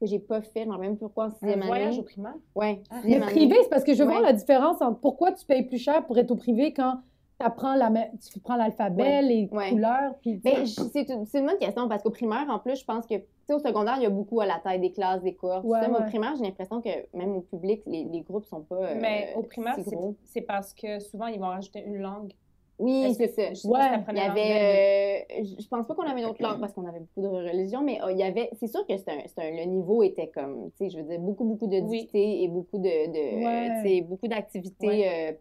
Speaker 3: que j'ai pas fait, je me rappelle même plus pourquoi en
Speaker 2: Un
Speaker 3: sixième
Speaker 2: voyage
Speaker 3: année.
Speaker 2: au primaire.
Speaker 3: Ouais,
Speaker 2: Ah.
Speaker 1: Mais
Speaker 3: sixième année.
Speaker 1: privé, c'est parce que je vois
Speaker 3: Ouais.
Speaker 1: la différence entre pourquoi tu payes plus cher pour être au privé quand t'apprends la ma- tu prends l'alphabet, les
Speaker 3: Ouais.
Speaker 1: couleurs, puis
Speaker 3: Ben, je- c'est une, c'est une bonne question parce qu'au primaire, en plus, je pense que, tu sais, au secondaire, il y a beaucoup à la taille des classes, des cohortes, tout
Speaker 1: Ouais,
Speaker 3: ça, mais
Speaker 1: ouais.
Speaker 3: au primaire, j'ai l'impression que même au public, les, les groupes sont pas. euh,
Speaker 2: Mais au primaire,
Speaker 3: si
Speaker 2: c'est-
Speaker 3: gros.
Speaker 2: c'est parce que souvent, ils vont rajouter une langue.
Speaker 3: Oui,
Speaker 2: Est-ce
Speaker 3: c'est ça.
Speaker 2: Je sais
Speaker 1: Ouais,
Speaker 2: pas si t'apprenais
Speaker 3: Il y
Speaker 2: l'anglais.
Speaker 3: avait. euh, je je pense pas qu'on avait d'autres langues parce qu'on avait beaucoup de religions, mais euh, il y avait. C'est sûr que c'était un, c'était un- le niveau était comme, tu sais, je veux dire, beaucoup, beaucoup de
Speaker 2: Oui.
Speaker 3: dictées et beaucoup de. de
Speaker 1: Ouais.
Speaker 3: euh, tu sais, beaucoup d'activités. euh,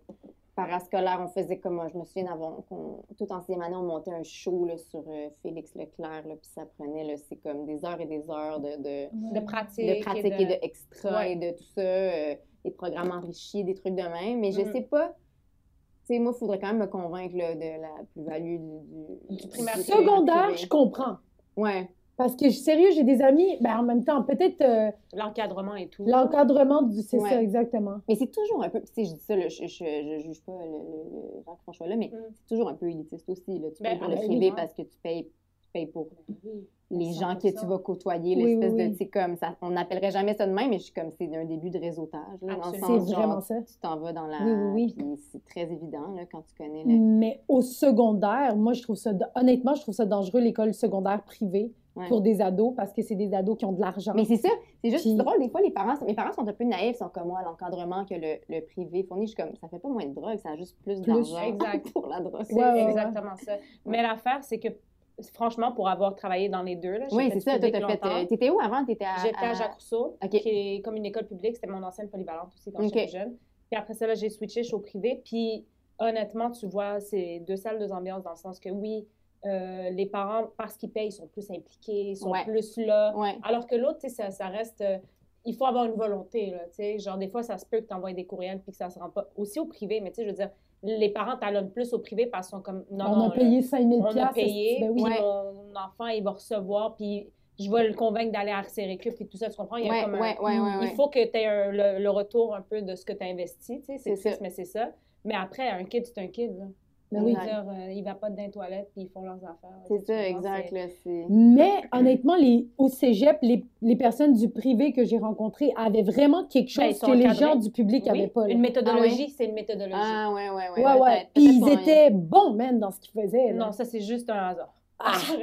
Speaker 3: parascolaires. on faisait comme euh, je me souviens d'avant, qu'on- tout en sixième année, on montait un show là, sur euh, Félix Leclerc, là, puis ça prenait, là, c'est comme des heures et des heures de, de,
Speaker 2: de pratique.
Speaker 3: euh, de pratique et de, extra
Speaker 2: Ouais.
Speaker 3: et de tout ça, euh, des programmes enrichis, des trucs de même. Mais je
Speaker 2: Mhm.
Speaker 3: sais pas. Tu sais, moi, il faudrait quand même me convaincre là, de la plus-value du,
Speaker 2: Du primaire.
Speaker 1: secondaire, je
Speaker 3: privé.
Speaker 1: comprends.
Speaker 3: Ouais.
Speaker 1: Parce que, sérieux, j'ai des amis, ben, en même temps, peut-être euh,
Speaker 2: L'encadrement et tout.
Speaker 1: l'encadrement du. C'est
Speaker 3: Ouais.
Speaker 1: ça, exactement.
Speaker 3: Mais c'est toujours un peu, tu sais, je dis ça, là, je, je, je juge pas le, le, le gens qui font ce choix-là, mais
Speaker 2: Mm.
Speaker 3: c'est toujours un peu élitiste aussi. Là. Tu
Speaker 2: Ben,
Speaker 3: payes pour le
Speaker 2: ah ben,
Speaker 3: privé
Speaker 2: oui. Ben
Speaker 3: parce que tu payes, tu payes pour
Speaker 2: Oui.
Speaker 3: les gens que
Speaker 2: 100%.
Speaker 3: tu vas côtoyer,
Speaker 1: Oui,
Speaker 3: l'espèce
Speaker 1: oui,
Speaker 3: de,
Speaker 1: oui.
Speaker 3: tu sais, comme ça, on n'appellerait jamais ça de même, mais je suis comme, c'est un début de réseautage, là, dans le
Speaker 2: Absolument.
Speaker 1: C'est
Speaker 3: sens, genre,
Speaker 1: vraiment ça.
Speaker 3: tu t'en vas dans la,
Speaker 1: Oui, oui, oui.
Speaker 3: puis c'est très évident, là, quand tu connais le...
Speaker 1: Mais au secondaire, moi, je trouve ça. Honnêtement, je trouve ça dangereux, l'école secondaire privée
Speaker 3: Ouais.
Speaker 1: pour des ados, parce que c'est des ados qui ont de l'argent.
Speaker 3: Mais c'est ça, c'est juste
Speaker 1: Mm. Puis-
Speaker 3: drôle, des fois, les parents, mes parents sont un peu naïfs, sont comme moi, l'encadrement que le, le privé fournit, je suis comme, ça fait pas moins de drogue, ça a juste plus, d'argent
Speaker 2: exact.
Speaker 3: pour la drogue.
Speaker 2: C'est
Speaker 1: Ouais, ouais, ouais.
Speaker 2: exactement ça. Mais l'affaire, c'est que, franchement, pour avoir travaillé dans les deux, là, j'ai
Speaker 3: Oui,
Speaker 2: fait
Speaker 3: c'est
Speaker 2: du
Speaker 3: ça, toi,
Speaker 2: public
Speaker 3: t'as fait,
Speaker 2: longtemps.
Speaker 3: euh, t'étais où avant, t'étais à...
Speaker 2: J'étais à Jacques Rousseau,
Speaker 3: Ok.
Speaker 2: qui est comme une école publique. C'était mon ancienne polyvalente aussi quand
Speaker 3: Ok.
Speaker 2: j'étais jeune. Puis après ça, là, j'ai switché, je suis au privé. Puis honnêtement, tu vois, c'est deux salles, deux ambiances dans le sens que oui, euh, les parents, parce qu'ils payent, ils sont plus impliqués, ils sont
Speaker 3: Ouais.
Speaker 2: plus là.
Speaker 3: Ouais.
Speaker 2: Alors que l'autre, tu sais, ça, ça reste. euh, il faut avoir une volonté, là, tu sais. Genre, des fois, ça se peut que tu envoies des courriels puis que ça se rend pas. Aussi au privé, mais tu sais, je veux dire, les parents talonnent plus au privé parce qu'ils sont comme. Non,
Speaker 1: on
Speaker 2: non,
Speaker 1: a
Speaker 2: là,
Speaker 1: payé 5 000
Speaker 2: on a payé,
Speaker 1: ben oui.
Speaker 2: puis
Speaker 3: Ouais.
Speaker 2: mon enfant, il va recevoir, puis je vais le convaincre d'aller à RCRQ, puis tout ça, tu comprends? Il y a
Speaker 3: Ouais,
Speaker 2: comme un-
Speaker 3: ouais, ouais, ouais,
Speaker 2: Il
Speaker 3: ouais.
Speaker 2: faut que tu aies un- le, le retour un peu de ce que tu as investi, tu sais, c'est
Speaker 3: C'est ça.
Speaker 2: triste, mais c'est ça. Mais après, un kid, c'est un kid, là.
Speaker 1: Ben
Speaker 2: Je veux
Speaker 1: oui.
Speaker 3: Ouais.
Speaker 2: dire, euh, il va pas dans les toilettes, puis ils font leurs affaires.
Speaker 3: C'est
Speaker 2: Tu comprends?
Speaker 3: ça, exact,
Speaker 2: C'est-
Speaker 3: là, c'est...
Speaker 1: Mais honnêtement, les, au cégep, les, les personnes du privé que j'ai rencontrées avaient vraiment quelque
Speaker 2: Ben, ils
Speaker 1: chose
Speaker 2: sont
Speaker 1: que les
Speaker 2: encadrés.
Speaker 1: gens du public
Speaker 2: Oui,
Speaker 1: n'avaient pas. là.
Speaker 2: Une méthodologie, c'est une méthodologie.
Speaker 3: Ah, ouais, ouais, ouais.
Speaker 1: ouais, ouais.
Speaker 3: peut-être,
Speaker 1: Puis ils
Speaker 3: peut-être qu'on-
Speaker 1: étaient bons, même, dans ce qu'ils faisaient. là.
Speaker 2: non, Ah! ça, c'est juste un hasard.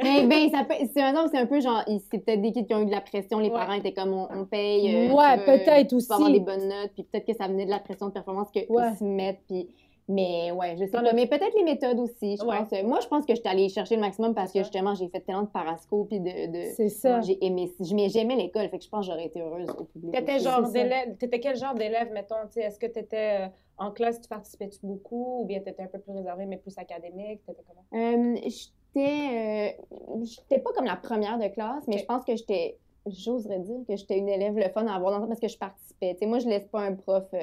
Speaker 3: Mais ben, ça peut- c'est un, non, c'est un peu genre, ils- c'est peut-être des kids qui ont eu de la pression, les
Speaker 2: Ouais.
Speaker 3: parents étaient comme on, on paye.
Speaker 1: ouais,
Speaker 3: euh, tu veux-
Speaker 1: peut-être
Speaker 3: Tu peux avoir
Speaker 1: aussi.
Speaker 3: des bonnes notes, puis peut-être que ça venait de la pression de performance qu'ils
Speaker 1: Ouais.
Speaker 3: se mettent, puis. Mais ouais, je sais
Speaker 2: Dans
Speaker 3: pas. Mais peut-être les méthodes aussi. Je
Speaker 2: Ouais.
Speaker 3: pense. Euh, Moi, je pense que je suis allée chercher le maximum parce
Speaker 2: C'est
Speaker 3: que
Speaker 2: ça.
Speaker 3: justement, j'ai fait tellement de parasco, puis de. de-
Speaker 1: C'est ça.
Speaker 3: J'ai aimé, j'aimais j'aimais l'école, fait que je pense que j'aurais été heureuse au public.
Speaker 2: T'étais
Speaker 3: aussi.
Speaker 2: genre
Speaker 1: c'est ça.
Speaker 2: d'élève, t'étais quel genre d'élève, mettons, tu sais, est-ce que t'étais euh, en classe, tu participais-tu beaucoup, ou bien t'étais un peu plus réservée, mais plus académique, t'étais comment?
Speaker 3: Euh, j'étais, euh, j'étais pas comme la première de classe, mais
Speaker 2: Ok.
Speaker 3: je pense que j'étais, j'oserais dire que j'étais une élève le fun à avoir dans le sens parce que je participais. Tu sais, moi, je laisse pas un prof, euh,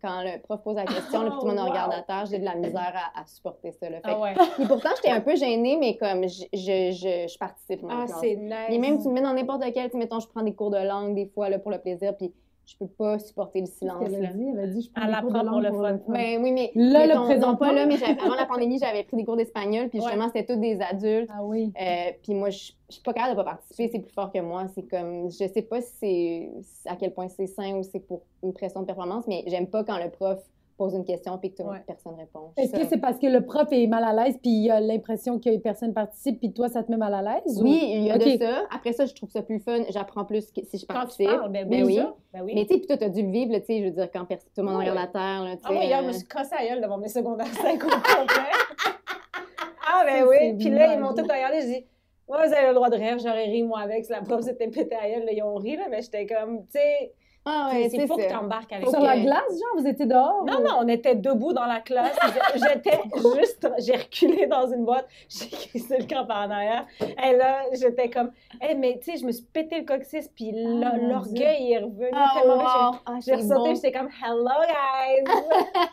Speaker 3: quand le prof pose la question, là, puis tout le monde
Speaker 2: Oh, wow.
Speaker 3: regarde à terre, j'ai de la misère à, à supporter ça. Là. Fait que-
Speaker 2: Ah ouais.
Speaker 3: Puis pourtant, j'étais un peu gênée, mais comme je, je, je, je participe. moi, en
Speaker 2: Ah,
Speaker 3: classe.
Speaker 2: c'est nice.
Speaker 3: Et même, tu me mets dans n'importe quel, tu sais, mettons, je prends des cours de langue des fois là, pour le plaisir, puis je peux pas supporter le
Speaker 1: Qu'est-ce
Speaker 3: silence.
Speaker 1: qu'elle
Speaker 3: là.
Speaker 1: a dit? Elle a dit, je prends
Speaker 2: Elle
Speaker 1: des cours de
Speaker 2: apprend pour
Speaker 1: langue
Speaker 2: le fun.
Speaker 3: Ben oui, mais
Speaker 1: Là, là,
Speaker 3: mettons, non,
Speaker 1: présentement.
Speaker 3: pas là, mais j'avais- avant la pandémie, j'avais pris des cours d'espagnol, puis
Speaker 2: Ouais.
Speaker 3: justement, c'était tous des adultes.
Speaker 1: Ah oui.
Speaker 3: Euh, puis moi, je je suis pas capable de pas participer, c'est plus fort que moi. C'est comme, je sais pas si c'est à quel point c'est sain ou c'est pour une pression de performance, mais j'aime pas quand le prof pose une question puis que tout-
Speaker 2: Ouais.
Speaker 3: personne répond.
Speaker 1: Est-ce que
Speaker 3: Ça-
Speaker 1: c'est parce que le prof est mal à l'aise, puis il a l'impression que personne participe, puis toi, ça te met mal à l'aise? ou-
Speaker 3: Oui, il y a
Speaker 1: Ok.
Speaker 3: de ça. Après ça, je trouve ça plus fun. J'apprends plus que- si je
Speaker 2: Quand tu
Speaker 3: participe.
Speaker 2: parles, ben,
Speaker 3: Ben
Speaker 2: oui.
Speaker 3: oui.
Speaker 2: ça, Ben oui.
Speaker 3: Mais tu sais, puis toi, t'as dû le vivre, là, tu sais, je veux dire, quand pers- tout le monde
Speaker 2: Ouais.
Speaker 3: regarde la terre, là, tu sais.
Speaker 2: ah, moi, hier, je
Speaker 3: euh,
Speaker 2: me suis crossée à gueule devant mes secondaires 5 au complet. ah, ben
Speaker 1: Ça,
Speaker 2: oui.
Speaker 1: c'est
Speaker 2: Puis là, ils m'ont
Speaker 1: malade.
Speaker 2: tout regardé, je dis, ouais, vous avez le droit de rire, j'aurais ri, moi, avec, si la prof s'était pété à gueule, là, ils ont ri, là, mais j'étais comme, tu sais,
Speaker 3: Ah ouais,
Speaker 2: c'est
Speaker 3: c'est
Speaker 2: il faut que
Speaker 3: ça.
Speaker 2: t'embarques avec
Speaker 1: Sur
Speaker 3: Ok.
Speaker 1: la glace, genre, vous étiez dehors?
Speaker 2: Non,
Speaker 1: ou-
Speaker 2: non, on était debout dans la classe. J'- J'étais juste, j'ai reculé dans une boîte, j'ai glissé le camp en arrière. Et là, j'étais comme, hey, mais tu sais, je me suis pété le coccyx, puis là,
Speaker 1: Ah, mon
Speaker 2: l'orgueil est revenu
Speaker 3: Ah,
Speaker 2: tellement
Speaker 3: wow.
Speaker 2: là,
Speaker 3: Ah,
Speaker 2: J'ai j'ai
Speaker 3: c'est
Speaker 2: ressauté,
Speaker 3: bon.
Speaker 2: j'étais comme, hello guys!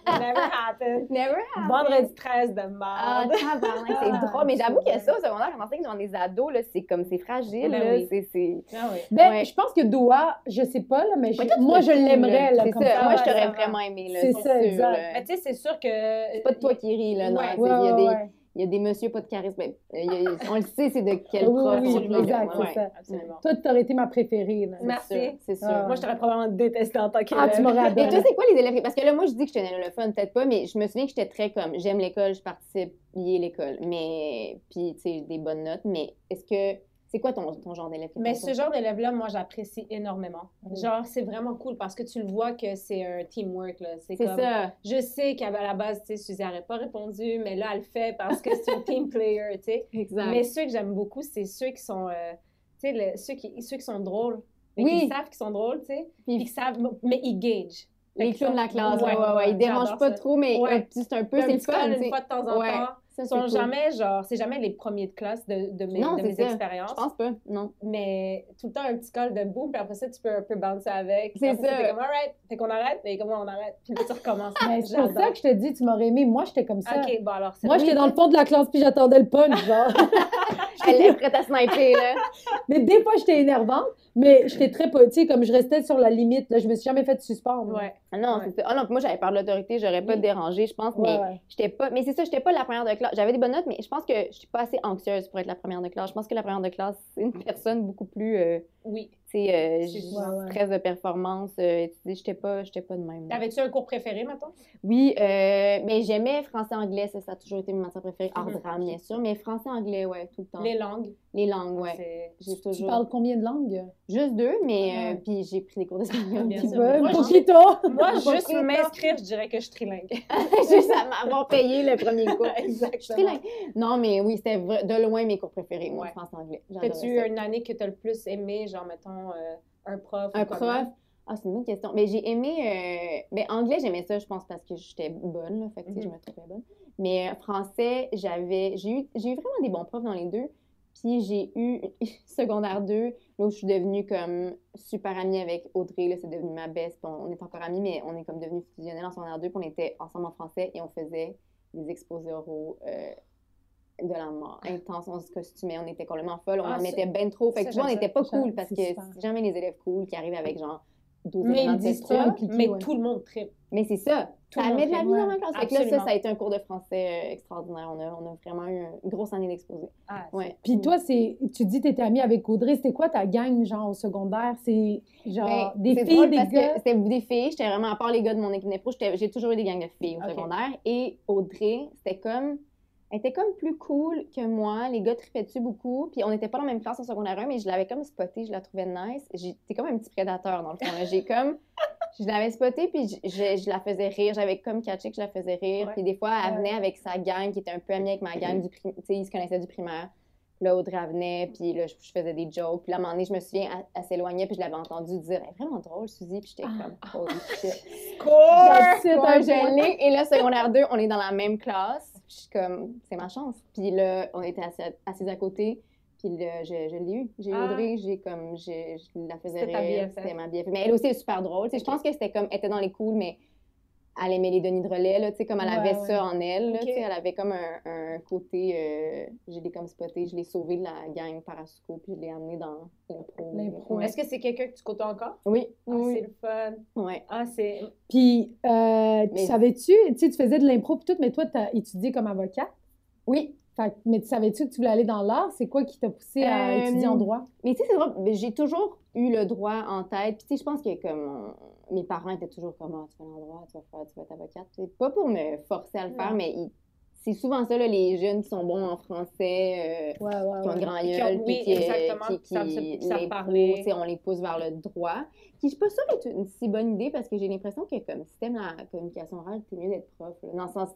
Speaker 2: Never happened.
Speaker 3: Never happened.
Speaker 2: Vendredi 13 de
Speaker 3: Ah,
Speaker 2: mars.
Speaker 3: tabarnak,
Speaker 1: Ah,
Speaker 3: c'est drôle. Mais
Speaker 1: c'est
Speaker 3: j'avoue que
Speaker 1: vrai.
Speaker 3: ça, au secondaire, quand on que dans des ados, là, c'est comme, c'est fragile,
Speaker 2: Ben
Speaker 3: là,
Speaker 2: oui.
Speaker 3: c'est- c'est...
Speaker 1: Ben,
Speaker 3: Ouais.
Speaker 1: je pense que Doha, je sais pas, là, mais je-
Speaker 3: Mais toi, tu
Speaker 1: moi,
Speaker 3: t'es
Speaker 1: je
Speaker 3: cool,
Speaker 1: l'aimerais, là,
Speaker 3: C'est
Speaker 1: comme
Speaker 3: ça,
Speaker 1: ça.
Speaker 3: moi, je
Speaker 2: ouais,
Speaker 3: t'aurais
Speaker 2: ça va.
Speaker 3: vraiment aimé, là,
Speaker 1: C'est ça,
Speaker 3: sûr,
Speaker 1: exact.
Speaker 3: là.
Speaker 2: Mais tu sais, c'est sûr que.
Speaker 3: C'est pas de toi qui ris, là, non,
Speaker 2: Ouais.
Speaker 3: c'est-
Speaker 1: Ouais,
Speaker 3: il, y
Speaker 1: ouais,
Speaker 3: a des,
Speaker 1: ouais.
Speaker 3: il y a des messieurs pas de charisme. Ben, euh, il y a- on le sait, c'est de quel
Speaker 1: Oui,
Speaker 3: prof
Speaker 1: oui,
Speaker 3: on rit, là,
Speaker 1: exact,
Speaker 3: ouais.
Speaker 1: c'est ça.
Speaker 2: Absolument.
Speaker 1: Toi, t'aurais été ma préférée, là.
Speaker 2: Mais-
Speaker 3: C'est
Speaker 2: Merci.
Speaker 3: sûr, C'est sûr.
Speaker 1: Ah.
Speaker 2: Moi, je t'aurais probablement détesté en tant
Speaker 1: Ah,
Speaker 2: qu'élève.
Speaker 1: tu m'aurais
Speaker 3: Mais toi,
Speaker 1: adoré.
Speaker 3: c'est quoi les élèves? Parce que là, moi, je dis que j'étais dans le fun, peut-être pas, mais je me souviens que j'étais très comme j'aime l'école, je participe, lié l'école. Mais, puis, tu sais, des bonnes notes. Mais est-ce que. C'est quoi ton, ton genre d'élève? que
Speaker 2: Mais
Speaker 3: t'as?
Speaker 2: ce genre d'élève-là, moi, j'apprécie énormément.
Speaker 3: Mhm.
Speaker 2: Genre, c'est vraiment cool parce que tu le vois que c'est un teamwork, là. C'est
Speaker 3: C'est
Speaker 2: comme...
Speaker 3: ça.
Speaker 2: Je sais qu'à la base, tu sais, Suzy n'aurait pas répondu, mais là, elle le fait parce que c'est une team player, tu sais.
Speaker 3: Exact.
Speaker 2: Mais ceux que j'aime beaucoup, c'est ceux qui sont... euh, tu sais, le- ceux qui, ceux qui sont drôles. Mais
Speaker 3: Oui.
Speaker 2: qui savent qu'ils sont drôles, tu sais.
Speaker 3: Puis-
Speaker 2: Puis qui savent... Mais ils gagent. Fait
Speaker 3: Les
Speaker 2: que
Speaker 3: clowns de la
Speaker 2: ça-
Speaker 3: classe, ouais, ouais, ouais. Ils
Speaker 2: j'adore
Speaker 3: dérangent pas
Speaker 2: ça.
Speaker 3: trop, mais
Speaker 2: Ouais.
Speaker 3: euh, c'est un peu,
Speaker 2: Un
Speaker 3: c'est le
Speaker 2: petit col
Speaker 3: fun, tu
Speaker 2: une
Speaker 3: sais.
Speaker 2: fois de temps en
Speaker 3: Ouais.
Speaker 2: temps.
Speaker 3: Ça, c'est
Speaker 2: sont
Speaker 3: cool.
Speaker 2: jamais, genre, c'est jamais les premiers de classe de, de mes,
Speaker 3: Non,
Speaker 2: de
Speaker 3: c'est
Speaker 2: mes
Speaker 3: ça.
Speaker 2: expériences.
Speaker 3: Je pense pas, non.
Speaker 2: Mais tout le temps, un petit col de boum, puis après ça, tu peux un peu bouncer avec. Puis
Speaker 3: C'est
Speaker 2: après
Speaker 3: ça.
Speaker 2: T'es comme, alright. Fait qu'on arrête, mais comment on arrête? Puis là, tu recommences.
Speaker 1: Mais c'est pour ça que je te dis, tu m'aurais aimé. Moi, j'étais comme ça.
Speaker 2: Ok, bon, alors c'est
Speaker 1: Moi,
Speaker 2: vrai.
Speaker 1: j'étais dans le fond de la classe puis j'attendais le punch, genre.
Speaker 3: Elle est prête à sniper, là.
Speaker 1: mais des fois, j'étais énervante, mais j'étais très po- tu sais, comme je restais sur la limite. Là, je me suis jamais fait de suspendre.
Speaker 2: Ouais.
Speaker 3: Ah non,
Speaker 2: Ouais.
Speaker 3: c'est ça. Ah non, puis moi, j'avais peur de l'autorité, j'aurais pas
Speaker 2: Oui.
Speaker 3: dérangé, je pense, mais
Speaker 1: Ouais, ouais.
Speaker 3: j'étais pas. Mais c'est ça, j'étais pas la première de classe. J'avais des bonnes notes, mais je pense que je suis pas assez anxieuse pour être la première de classe. Je pense que la première de classe, c'est une personne beaucoup plus. euh,
Speaker 2: Oui.
Speaker 3: tu sais, euh,
Speaker 2: C'est
Speaker 3: j-
Speaker 1: ça, ouais.
Speaker 3: stress de performance. euh, tu sais, j'étais pas, j'étais pas de même. là.
Speaker 2: Avais-tu un cours préféré, maintenant?
Speaker 3: Oui, euh, mais j'aimais français-anglais, ça, ça a toujours été ma matière préférée. Hors
Speaker 2: Mhm.
Speaker 3: drame, bien sûr, mais français-anglais, ouais, tout le temps.
Speaker 2: Les
Speaker 3: Les,
Speaker 2: langues.
Speaker 3: langues, ouais.
Speaker 2: C'est-
Speaker 3: J'ai
Speaker 1: Tu
Speaker 3: toujours.
Speaker 1: parles combien de langues?
Speaker 3: Juste deux, mais
Speaker 1: Ah.
Speaker 3: euh, puis j'ai pris des cours d'espagnol.
Speaker 2: Bien
Speaker 3: puis
Speaker 2: sûr.
Speaker 3: voilà.
Speaker 1: Ouais,
Speaker 2: moi, je-
Speaker 1: Poquito!
Speaker 2: Moi,
Speaker 1: Poquito.
Speaker 2: juste m'inscrire, je dirais que je suis trilingue.
Speaker 3: Juste à m'avoir payé le premier cours. Je suis
Speaker 2: Exactement.
Speaker 3: trilingue. Non, mais oui, c'était vra- de loin mes cours préférés, moi,
Speaker 2: Ouais.
Speaker 3: français-anglais.
Speaker 2: T'as-tu eu une année que t'as le plus aimé, genre, mettons, euh, un prof?
Speaker 3: Un
Speaker 2: ou comment?
Speaker 3: prof? Ah, c'est une bonne question. Mais j'ai aimé. euh, Ben, anglais, j'aimais ça, je pense, parce que j'étais bonne, là. Fait que, tu sais, je me trouvais bonne. Mais euh, français, j'avais. J'ai eu... j'ai eu vraiment des bons profs dans les deux. Puis j'ai eu secondaire 2, là où je suis devenue comme super amie avec Audrey, là, c'est devenu ma best. Puis on, on est encore amies, mais on est comme devenus fusionnels en secondaire 2, puis on était ensemble en français et on faisait des exposés oraux euh, de la mort intense. On se costumait, on était complètement folles, on
Speaker 2: Ah,
Speaker 3: en
Speaker 2: ça-
Speaker 3: mettait ben trop. Fait
Speaker 2: ça,
Speaker 3: que tu vois, on
Speaker 2: j'aime
Speaker 3: n'était pas
Speaker 1: ça.
Speaker 3: cool parce
Speaker 1: C'est
Speaker 3: que
Speaker 1: super.
Speaker 3: c'est jamais les élèves cool qui arrivent avec genre 12
Speaker 2: Mais
Speaker 3: éléments
Speaker 2: ils
Speaker 3: de
Speaker 2: disent
Speaker 3: trop.
Speaker 2: ça,
Speaker 1: compliqué,
Speaker 2: mais
Speaker 1: ouais.
Speaker 2: tout le monde tripe.
Speaker 3: Mais c'est ça.
Speaker 2: Tout
Speaker 3: ça
Speaker 2: le
Speaker 3: amène
Speaker 2: monde
Speaker 3: de la vie hein.
Speaker 2: tripe.
Speaker 3: dans ma classe. Fait que là, ça,
Speaker 2: Absolument.
Speaker 3: ça a été un cours de français euh, extraordinaire. On a, on a vraiment eu une grosse année d'exposé.
Speaker 2: Ah, c'est-
Speaker 3: Ouais.
Speaker 1: Puis toi, c'est, tu dis que tu étais amie avec Audrey. C'était quoi ta gang, genre, au secondaire? C'est genre
Speaker 3: Ben,
Speaker 1: des
Speaker 3: c'est
Speaker 1: filles,
Speaker 3: drôle
Speaker 1: des
Speaker 3: parce que
Speaker 1: gars?
Speaker 3: C'était des filles. J'étais vraiment, à part les gars de mon équipe d'impro, j'étais- j'ai toujours eu des gangs de filles au
Speaker 2: Ok.
Speaker 3: secondaire. Et Audrey, c'était comme. Elle était comme plus cool que moi. Les gars tripaient dessus beaucoup. Puis on n'était pas dans la même classe au secondaire 1, mais je l'avais comme spotée. Je la trouvais nice. J'étais comme un petit prédateur, dans le fond. là. J'ai comme. Je l'avais spotée, puis je, je- je la faisais rire. J'avais comme catché que je la faisais rire.
Speaker 2: Ouais.
Speaker 3: Puis des fois, elle
Speaker 1: Ouais.
Speaker 3: venait avec sa gang qui était un peu amie avec ma gang du primaire. Tu sais, ils se connaissaient du primaire. Puis Là, Audrey elle venait, puis là, je, je faisais des jokes. Puis là, à un moment donné, je me souviens, elle, elle s'éloignait, puis je l'avais entendu dire Elle est vraiment drôle, Suzy. Puis j'étais comme Holy shit.
Speaker 1: That's it,
Speaker 3: C'est
Speaker 1: un
Speaker 3: un
Speaker 1: point.
Speaker 3: gelé. Et là, secondaire 2, on est dans la même classe. Puis Je suis comme C'est ma chance. Puis là, on était assis- assises à côté. Puis là, je, je l'ai eu. J'ai eu
Speaker 2: Ah.
Speaker 3: Audrey, j'ai comme, j'ai- je la faisais
Speaker 2: C'était ta
Speaker 3: rire.
Speaker 2: BFF.
Speaker 3: C'était ma BFF. Mais elle aussi est super drôle. Tu sais, Je pense que c'était comme, elle était dans les cools, mais elle aimait les Denis de relais, là, tu sais, comme elle
Speaker 1: Ouais,
Speaker 3: avait
Speaker 1: ouais.
Speaker 3: ça en elle, là,
Speaker 2: Ok.
Speaker 3: tu sais, elle avait comme un, un côté, euh, je l'ai comme spoté, je l'ai sauvée de la gang Parasuco, puis je l'ai amenée dans l'impro.
Speaker 1: L'impro.
Speaker 3: Ouais.
Speaker 2: Est-ce que c'est quelqu'un que tu côtoies encore?
Speaker 3: Oui,
Speaker 2: Ah, c'est
Speaker 3: oui,
Speaker 2: le fun.
Speaker 3: ouais.
Speaker 2: Ah, c'est.
Speaker 1: Puis, euh, tu
Speaker 3: Mais-
Speaker 1: savais-tu, tu sais, tu faisais de l'impro pis tout, mais toi, tu as étudié comme avocat.
Speaker 3: oui.
Speaker 1: Fait que- mais tu savais-tu que tu voulais aller dans l'art? C'est quoi qui t'a poussé à
Speaker 3: Euh,
Speaker 1: étudier en droit?
Speaker 3: Mais tu sais, c'est drôle, mais j'ai toujours eu le droit en tête. Puis tu sais, je pense que comme on- mes parents étaient toujours comme, Ah, tu vas aller en droit, tu vas faire, tu vas être avocate. Tu sais, pas pour me forcer à le faire,
Speaker 2: Non.
Speaker 3: mais ils- c'est souvent ça, là, les jeunes qui sont bons en français, euh,
Speaker 1: Ouais, ouais,
Speaker 3: qui ont
Speaker 1: ouais.
Speaker 3: une grande
Speaker 2: Qui ont-
Speaker 3: gueule, puis
Speaker 2: oui,
Speaker 3: qui, euh,
Speaker 2: exactement,
Speaker 3: qui,
Speaker 2: qui savent se-
Speaker 3: qui-
Speaker 2: qui savent
Speaker 3: les
Speaker 2: parler.
Speaker 3: pros, tu sais, on les pousse vers le droit. Qui, je suis pas sûre est une si bonne idée parce que j'ai l'impression que comme si t'aimes la communication orale, c'est mieux d'être prof. là. Dans le sens,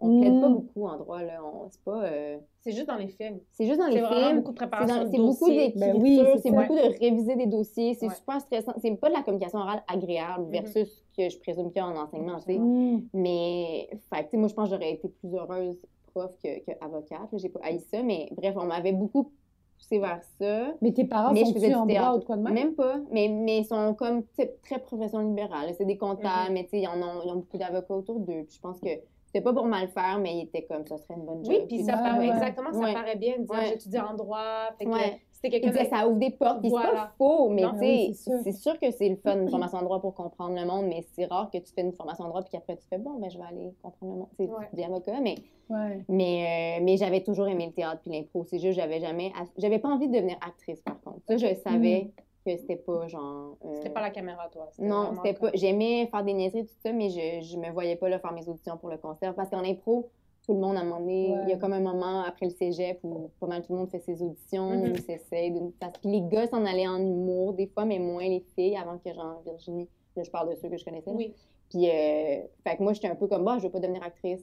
Speaker 3: on ne plaide pas
Speaker 1: Mm.
Speaker 3: beaucoup en droit, là. On- C'est pas... euh,
Speaker 2: C'est juste dans les films.
Speaker 3: C'est juste dans les
Speaker 2: C'est vraiment
Speaker 3: films.
Speaker 2: beaucoup de
Speaker 3: C'est
Speaker 2: préparation.
Speaker 3: dans-
Speaker 2: de
Speaker 3: c'est beaucoup
Speaker 2: dossiers.
Speaker 3: d'écriture,
Speaker 1: Ben oui, c'est
Speaker 3: c'est
Speaker 1: ça.
Speaker 3: beaucoup de réviser des dossiers, c'est
Speaker 2: Ouais.
Speaker 3: super stressant. C'est pas de la communication orale agréable
Speaker 2: Mhm.
Speaker 3: versus ce que je présume qu'il y a en enseignement, tu sais.
Speaker 1: Mm.
Speaker 3: Mais, fait que, tu sais, moi, je pense que j'aurais été plus heureuse prof que, que avocate. là. J'ai pas haï ça, mais bref, on m'avait beaucoup poussé vers ça.
Speaker 1: Mais tes parents
Speaker 3: Mais je
Speaker 1: sont-tu
Speaker 3: faisais du
Speaker 1: en droit
Speaker 3: théâtre.
Speaker 1: ou de quoi de même?
Speaker 3: Même pas, mais, mais ils sont comme tu sais, très profession libérale. là. C'est des
Speaker 2: Mm-hmm.
Speaker 3: comptables, mais tu sais, ils, en ont, ils ont beaucoup d'avocats autour d'eux. Puis je pense que c'était pas pour mal faire, mais ils étaient comme ça serait une bonne job.
Speaker 2: Oui, puis ça
Speaker 1: Ouais,
Speaker 2: paraît,
Speaker 1: ouais.
Speaker 2: exactement, ça
Speaker 3: Ouais.
Speaker 2: paraît bien de dire
Speaker 3: Ouais.
Speaker 2: j'étudie en droit. Fait que
Speaker 3: Ouais.
Speaker 2: c'était
Speaker 3: Il
Speaker 2: quelqu'un
Speaker 3: disait,
Speaker 2: de...
Speaker 3: ça ouvre des portes. Puis c'est
Speaker 2: Voilà.
Speaker 3: pas faux, mais
Speaker 2: Non.
Speaker 3: tu
Speaker 1: Ah oui,
Speaker 3: sais,
Speaker 1: c'est sûr.
Speaker 3: c'est sûr. que c'est le fun, une formation en droit pour comprendre le monde, mais c'est rare que tu fais une formation en droit puis qu'après tu fais bon, ben je vais aller comprendre le monde. Tu sais,
Speaker 2: Ouais.
Speaker 3: tu dis avocat, mais,
Speaker 1: Ouais.
Speaker 3: mais, euh, mais j'avais toujours aimé le théâtre puis l'impro. C'est juste, j'avais jamais. J'avais pas envie de devenir actrice par contre. Ça, je savais que c'était pas genre. euh,
Speaker 2: Mm. C'était pas la caméra, toi.
Speaker 3: Non,
Speaker 2: vraiment
Speaker 3: c'était
Speaker 2: comme-
Speaker 3: pas. J'aimais faire des niaiseries, tout ça, mais je, je me voyais pas là, faire mes auditions pour le concert. Parce qu'en impro, tout le monde, à un moment donné,
Speaker 1: Ouais.
Speaker 3: il y a comme un moment après le cégep où pas mal tout le monde fait ses auditions,
Speaker 2: Mhm.
Speaker 3: ou s'essaye d'une place. Puis les gars s'en allaient en humour, des fois, mais moins les filles, avant que genre Virginie. Là, je parle de ceux que je connaissais. là.
Speaker 2: Oui.
Speaker 3: Puis, euh, fait que moi, j'étais un peu comme, bah, je veux pas devenir actrice.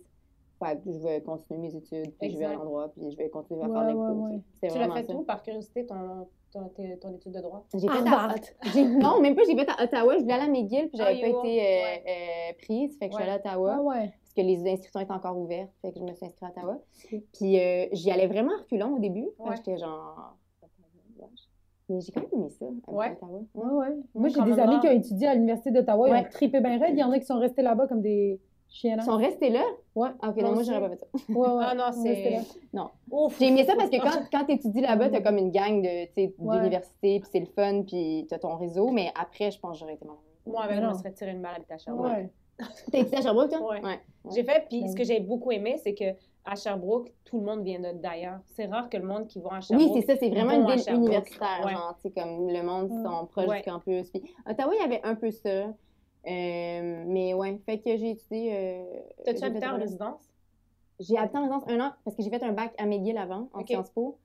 Speaker 3: Fait que je vais continuer mes études, puis je vais à
Speaker 2: Exact.
Speaker 3: l'endroit, puis je vais continuer à
Speaker 1: Ouais,
Speaker 3: faire de l'impro.
Speaker 1: ouais,
Speaker 3: tu
Speaker 1: ouais.
Speaker 3: sais. C'était
Speaker 2: Tu l'as
Speaker 3: vraiment
Speaker 2: fait
Speaker 3: ça.
Speaker 2: tout par curiosité, ton, ton, tes- ton étude de droit?
Speaker 3: J'ai
Speaker 1: Ah,
Speaker 3: fait à-
Speaker 1: Harvard!
Speaker 3: j'ai- Non, même pas, j'ai fait à Ottawa. Je voulais aller à McGill, puis j'avais
Speaker 2: Ah,
Speaker 3: pas
Speaker 2: you-
Speaker 3: été euh,
Speaker 2: ouais.
Speaker 3: euh, prise. Fait que je suis allée à Ottawa.
Speaker 1: Ah ouais.
Speaker 3: Parce que les inscriptions étaient encore ouvertes. Fait que je me suis inscrite à Ottawa. Puis euh, j'y allais vraiment en reculant au début. Fait que
Speaker 1: Ouais.
Speaker 3: J'étais genre. Mais j'ai quand même aimé ça, habiter
Speaker 2: Ouais.
Speaker 3: à Ottawa.
Speaker 1: Ouais, ouais. Moi, j'ai
Speaker 2: quand
Speaker 1: des
Speaker 2: même
Speaker 1: amis
Speaker 2: là.
Speaker 1: qui ont étudié à l'Université d'Ottawa. Ils
Speaker 3: Ouais.
Speaker 1: ont trippé bien raide. Il y en a qui sont restés là-bas comme des chiens.
Speaker 3: Ils sont restés là?
Speaker 1: Ouais.
Speaker 3: Ah, ok,
Speaker 1: Moi
Speaker 3: non, moi,
Speaker 1: aussi.
Speaker 3: j'aurais pas fait ça.
Speaker 1: Ouais, ouais.
Speaker 2: Ah non,
Speaker 1: Ils sont
Speaker 2: c'est-
Speaker 1: restés là.
Speaker 2: Ouf.
Speaker 3: J'ai aimé ça parce que quand, quand t'étudies là-bas, t'as comme une gang de, tu sais,
Speaker 1: Ouais.
Speaker 3: d'université, puis c'est le fun, puis t'as ton réseau, mais après, je pense que j'aurais été malade.
Speaker 2: Moi,
Speaker 1: Mais
Speaker 2: avec, je me
Speaker 1: non.
Speaker 2: serais tiré une balle à Sherbrooke.
Speaker 1: Ouais.
Speaker 3: T'as étudié à Sherbrooke, toi?
Speaker 2: Ouais.
Speaker 3: ouais.
Speaker 2: J'ai fait, puis
Speaker 1: Ben
Speaker 2: ce que j'ai beaucoup aimé, c'est que à Sherbrooke, tout le monde vient de- d'ailleurs. C'est rare que le monde qui va à
Speaker 3: Oui,
Speaker 2: Sherbrooke.
Speaker 3: c'est ça, c'est vraiment
Speaker 2: Bon
Speaker 3: une
Speaker 2: à
Speaker 3: ville
Speaker 2: Sherbrooke.
Speaker 3: universitaire,
Speaker 2: Ouais.
Speaker 3: genre, tu sais, comme le monde,
Speaker 1: Mm.
Speaker 3: ils sont proches
Speaker 2: Ouais.
Speaker 3: du campus. Puis Ottawa, il y avait un peu ça. Euh, mais ouais, fait que j'ai étudié. euh, j'ai
Speaker 2: T'as-tu
Speaker 3: fait
Speaker 2: habité en
Speaker 3: un-
Speaker 2: résidence?
Speaker 3: J'ai habité en résidence un an parce que j'ai fait un bac à McGill avant, en
Speaker 2: Ok.
Speaker 3: Sciences Po.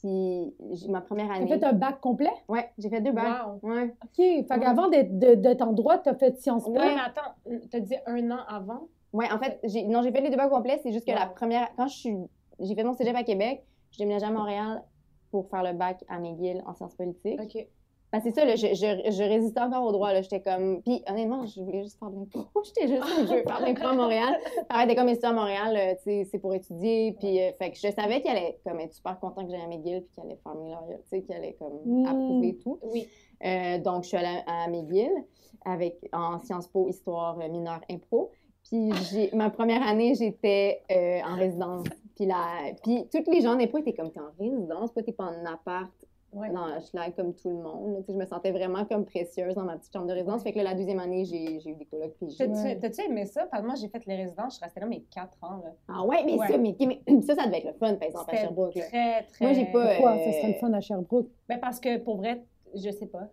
Speaker 3: Puis j'ai- ma première
Speaker 1: T'as
Speaker 3: année.
Speaker 1: fait un bac complet?
Speaker 3: Ouais, j'ai fait deux bacs.
Speaker 2: Wow.
Speaker 3: Ouais.
Speaker 1: OK. Fait qu'avant d'être de- d'être en droit, t'as fait Sciences Po.
Speaker 2: Ouais, mais attends, t'as dit un an avant?
Speaker 3: Ouais, en fait, j'ai non, j'ai fait les deux bacs complets, c'est juste que la
Speaker 2: Wow.
Speaker 3: première quand je suis j'ai fait mon cégep à Québec, je déménageais à Montréal pour faire le bac à McGill en sciences politiques.
Speaker 2: OK.
Speaker 3: Ben, c'est ça, là, je, je, je résistais encore au droit. là. J'étais comme. Puis honnêtement, je voulais juste faire de l'impro. J'étais juste comme, je veux faire de l'impro à Montréal. Pareil, t'es comme étudiant à Montréal, euh, tu sais, c'est pour étudier. Puis euh, fait que je savais qu'il allait comme, être super content que j'aille à McGill, puis qu'il allait faire mes lauréats, tu sais, qu'il allait comme
Speaker 1: Mm.
Speaker 3: approuver tout.
Speaker 2: Oui.
Speaker 3: Euh, donc, je suis allée à McGill avec, en Sciences Po, Histoire euh, mineure impro. Puis j'ai- ma première année, j'étais euh, en résidence. Puis, la, puis toutes les gens en impro étaient comme, t'es en résidence, pourquoi t'es pas en appart?
Speaker 2: Ouais.
Speaker 3: dans la schlag comme tout le monde. là. Tu sais, je me sentais vraiment comme précieuse dans ma petite chambre de résidence. Fait que là, la deuxième année, j'ai j'ai eu des colocs. Puis j'ai-
Speaker 2: T'as-tu
Speaker 1: Ouais.
Speaker 2: t'as-tu aimé ça? Parce que moi, j'ai fait les résidences, je suis restée là mes quatre ans. là.
Speaker 3: Ah ouais, mais,
Speaker 2: Ouais.
Speaker 3: Ça, mais, mais ça, ça devait être le fun, par exemple, à
Speaker 2: C'était
Speaker 3: Sherbrooke. là.
Speaker 2: Très, très.
Speaker 3: Moi, j'ai pas-
Speaker 1: Pourquoi?
Speaker 3: Euh,
Speaker 1: Ça serait le fun à Sherbrooke.
Speaker 2: Ben, parce que pour vrai, je sais pas.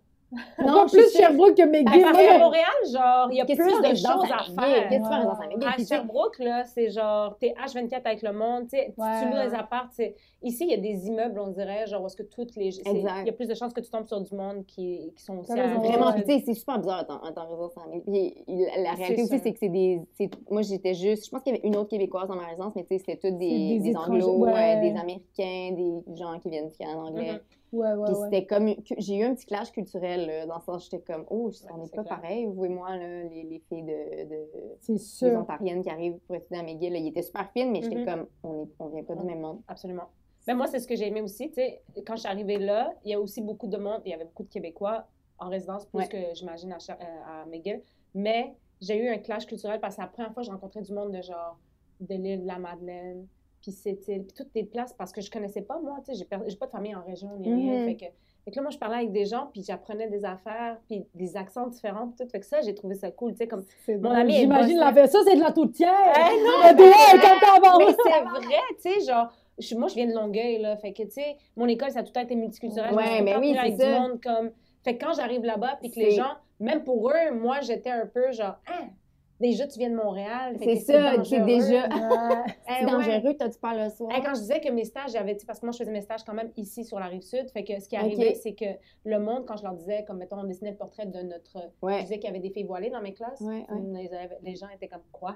Speaker 1: Encore
Speaker 3: je suis
Speaker 1: plus
Speaker 3: sûre-
Speaker 1: Sherbrooke que
Speaker 2: Parce
Speaker 1: McGill.
Speaker 2: qu'à
Speaker 1: Moi, j'aurais-
Speaker 2: Montréal, genre, il y a plus
Speaker 3: Qu'est-ce que tu fais en
Speaker 2: de
Speaker 3: résidence
Speaker 2: choses à
Speaker 3: McGill?
Speaker 2: faire.
Speaker 3: Qu'est-ce que tu fais en résidence à McGill?
Speaker 2: À
Speaker 3: Puis tu sais,
Speaker 2: Sherbrooke, là, c'est genre, t'es H24 avec le monde, tu sais,
Speaker 1: Ouais.
Speaker 2: tu loues les apparts. c'est- Ici, il y a des immeubles, on dirait, genre, où est-ce que toutes les. c'est-
Speaker 3: Exact.
Speaker 2: Il y a plus de chances que tu tombes sur du monde qui, qui sont aussi
Speaker 1: T'as
Speaker 2: à-
Speaker 1: raison.
Speaker 3: Vraiment,
Speaker 1: Ouais.
Speaker 3: puis tu sais, c'est super bizarre en tant que résidence en Puis il- la, la
Speaker 2: C'est
Speaker 3: réalité aussi,
Speaker 2: sûr.
Speaker 3: c'est que c'est des. c'est- Moi, j'étais juste. Je pense qu'il y avait une autre Québécoise dans ma résidence, mais tu sais, c'était toutes
Speaker 1: C'est des
Speaker 3: des, des
Speaker 1: étrangers,
Speaker 3: Anglos, euh,
Speaker 1: ouais.
Speaker 3: des Américains, des gens qui viennent du Canada anglais.
Speaker 2: Mhm.
Speaker 1: Ouais, ouais,
Speaker 3: Puis
Speaker 1: ouais.
Speaker 3: c'était comme. que- J'ai eu un petit clash culturel, là, dans le sens, j'étais comme, oh, on n'est
Speaker 2: c'est
Speaker 3: pas
Speaker 2: clair.
Speaker 3: pareil, vous et moi, là, les, les filles de- de,
Speaker 1: C'est
Speaker 3: les
Speaker 1: sûr.
Speaker 3: Ontariennes qui arrivent pour étudier à McGill. là, Ils étaient super fines, mais j'étais
Speaker 2: Mhm.
Speaker 3: comme, on, est, on vient pas du
Speaker 2: Ouais.
Speaker 3: même monde.
Speaker 2: Absolument. Mais moi, c'est ce que j'ai aimé aussi. Tu sais, quand je suis arrivée là, il y a aussi beaucoup de monde. Il y avait beaucoup de Québécois en résidence, plus
Speaker 3: Ouais.
Speaker 2: que j'imagine à, Cha- euh, à McGill. Mais j'ai eu un clash culturel parce que la première fois, je rencontrais du monde de genre de l'île de la Madeleine, puis cette île, puis toutes des places parce que je connaissais pas moi. Tu sais, j'ai per- j'ai pas de famille en région ni rien.
Speaker 3: Mhm.
Speaker 2: Fait que, fait que là, moi, je parlais avec des gens, puis j'apprenais des affaires, puis des accents différents, puis tout. Fait que ça, j'ai trouvé ça cool. Tu sais, comme.
Speaker 1: C'est
Speaker 2: Mon
Speaker 1: drôle.
Speaker 2: ami est
Speaker 1: J'imagine
Speaker 2: boss.
Speaker 1: la ça, c'est de la tourtière.
Speaker 2: Hey,
Speaker 1: Le doigt est comme ça avant.
Speaker 2: Mais c'est vrai, tu sais, genre, je suis- moi, je viens de Longueuil, là. Fait que, tu sais, mon école, ça a tout le temps été multiculturel.
Speaker 3: Ouais, mais oui,
Speaker 2: avec
Speaker 3: c'est
Speaker 2: du
Speaker 3: ça.
Speaker 2: monde comme. Fait que quand j'arrive là-bas, puis que les
Speaker 3: C'est-
Speaker 2: gens, même pour eux, moi, j'étais un peu genre, ah, déjà, tu viens de Montréal. Fait que
Speaker 3: C'est ça, c'est
Speaker 2: dangereux.
Speaker 3: déjà
Speaker 2: Eh
Speaker 3: c'est
Speaker 2: ouais.
Speaker 3: dangereux, t'as du peur le soir.
Speaker 2: Eh, quand je disais que mes stages, j'avais, tu sais, parce que moi, je faisais mes stages quand même ici sur la rive sud. Fait que ce qui
Speaker 3: Ok.
Speaker 2: arrivait, c'est que le monde, quand je leur disais, comme mettons, on dessinait le portrait de notre. Je
Speaker 3: Ouais.
Speaker 2: disais qu'il y avait des filles voilées dans mes classes.
Speaker 3: Ouais, ouais.
Speaker 2: Les, les gens étaient comme, quoi?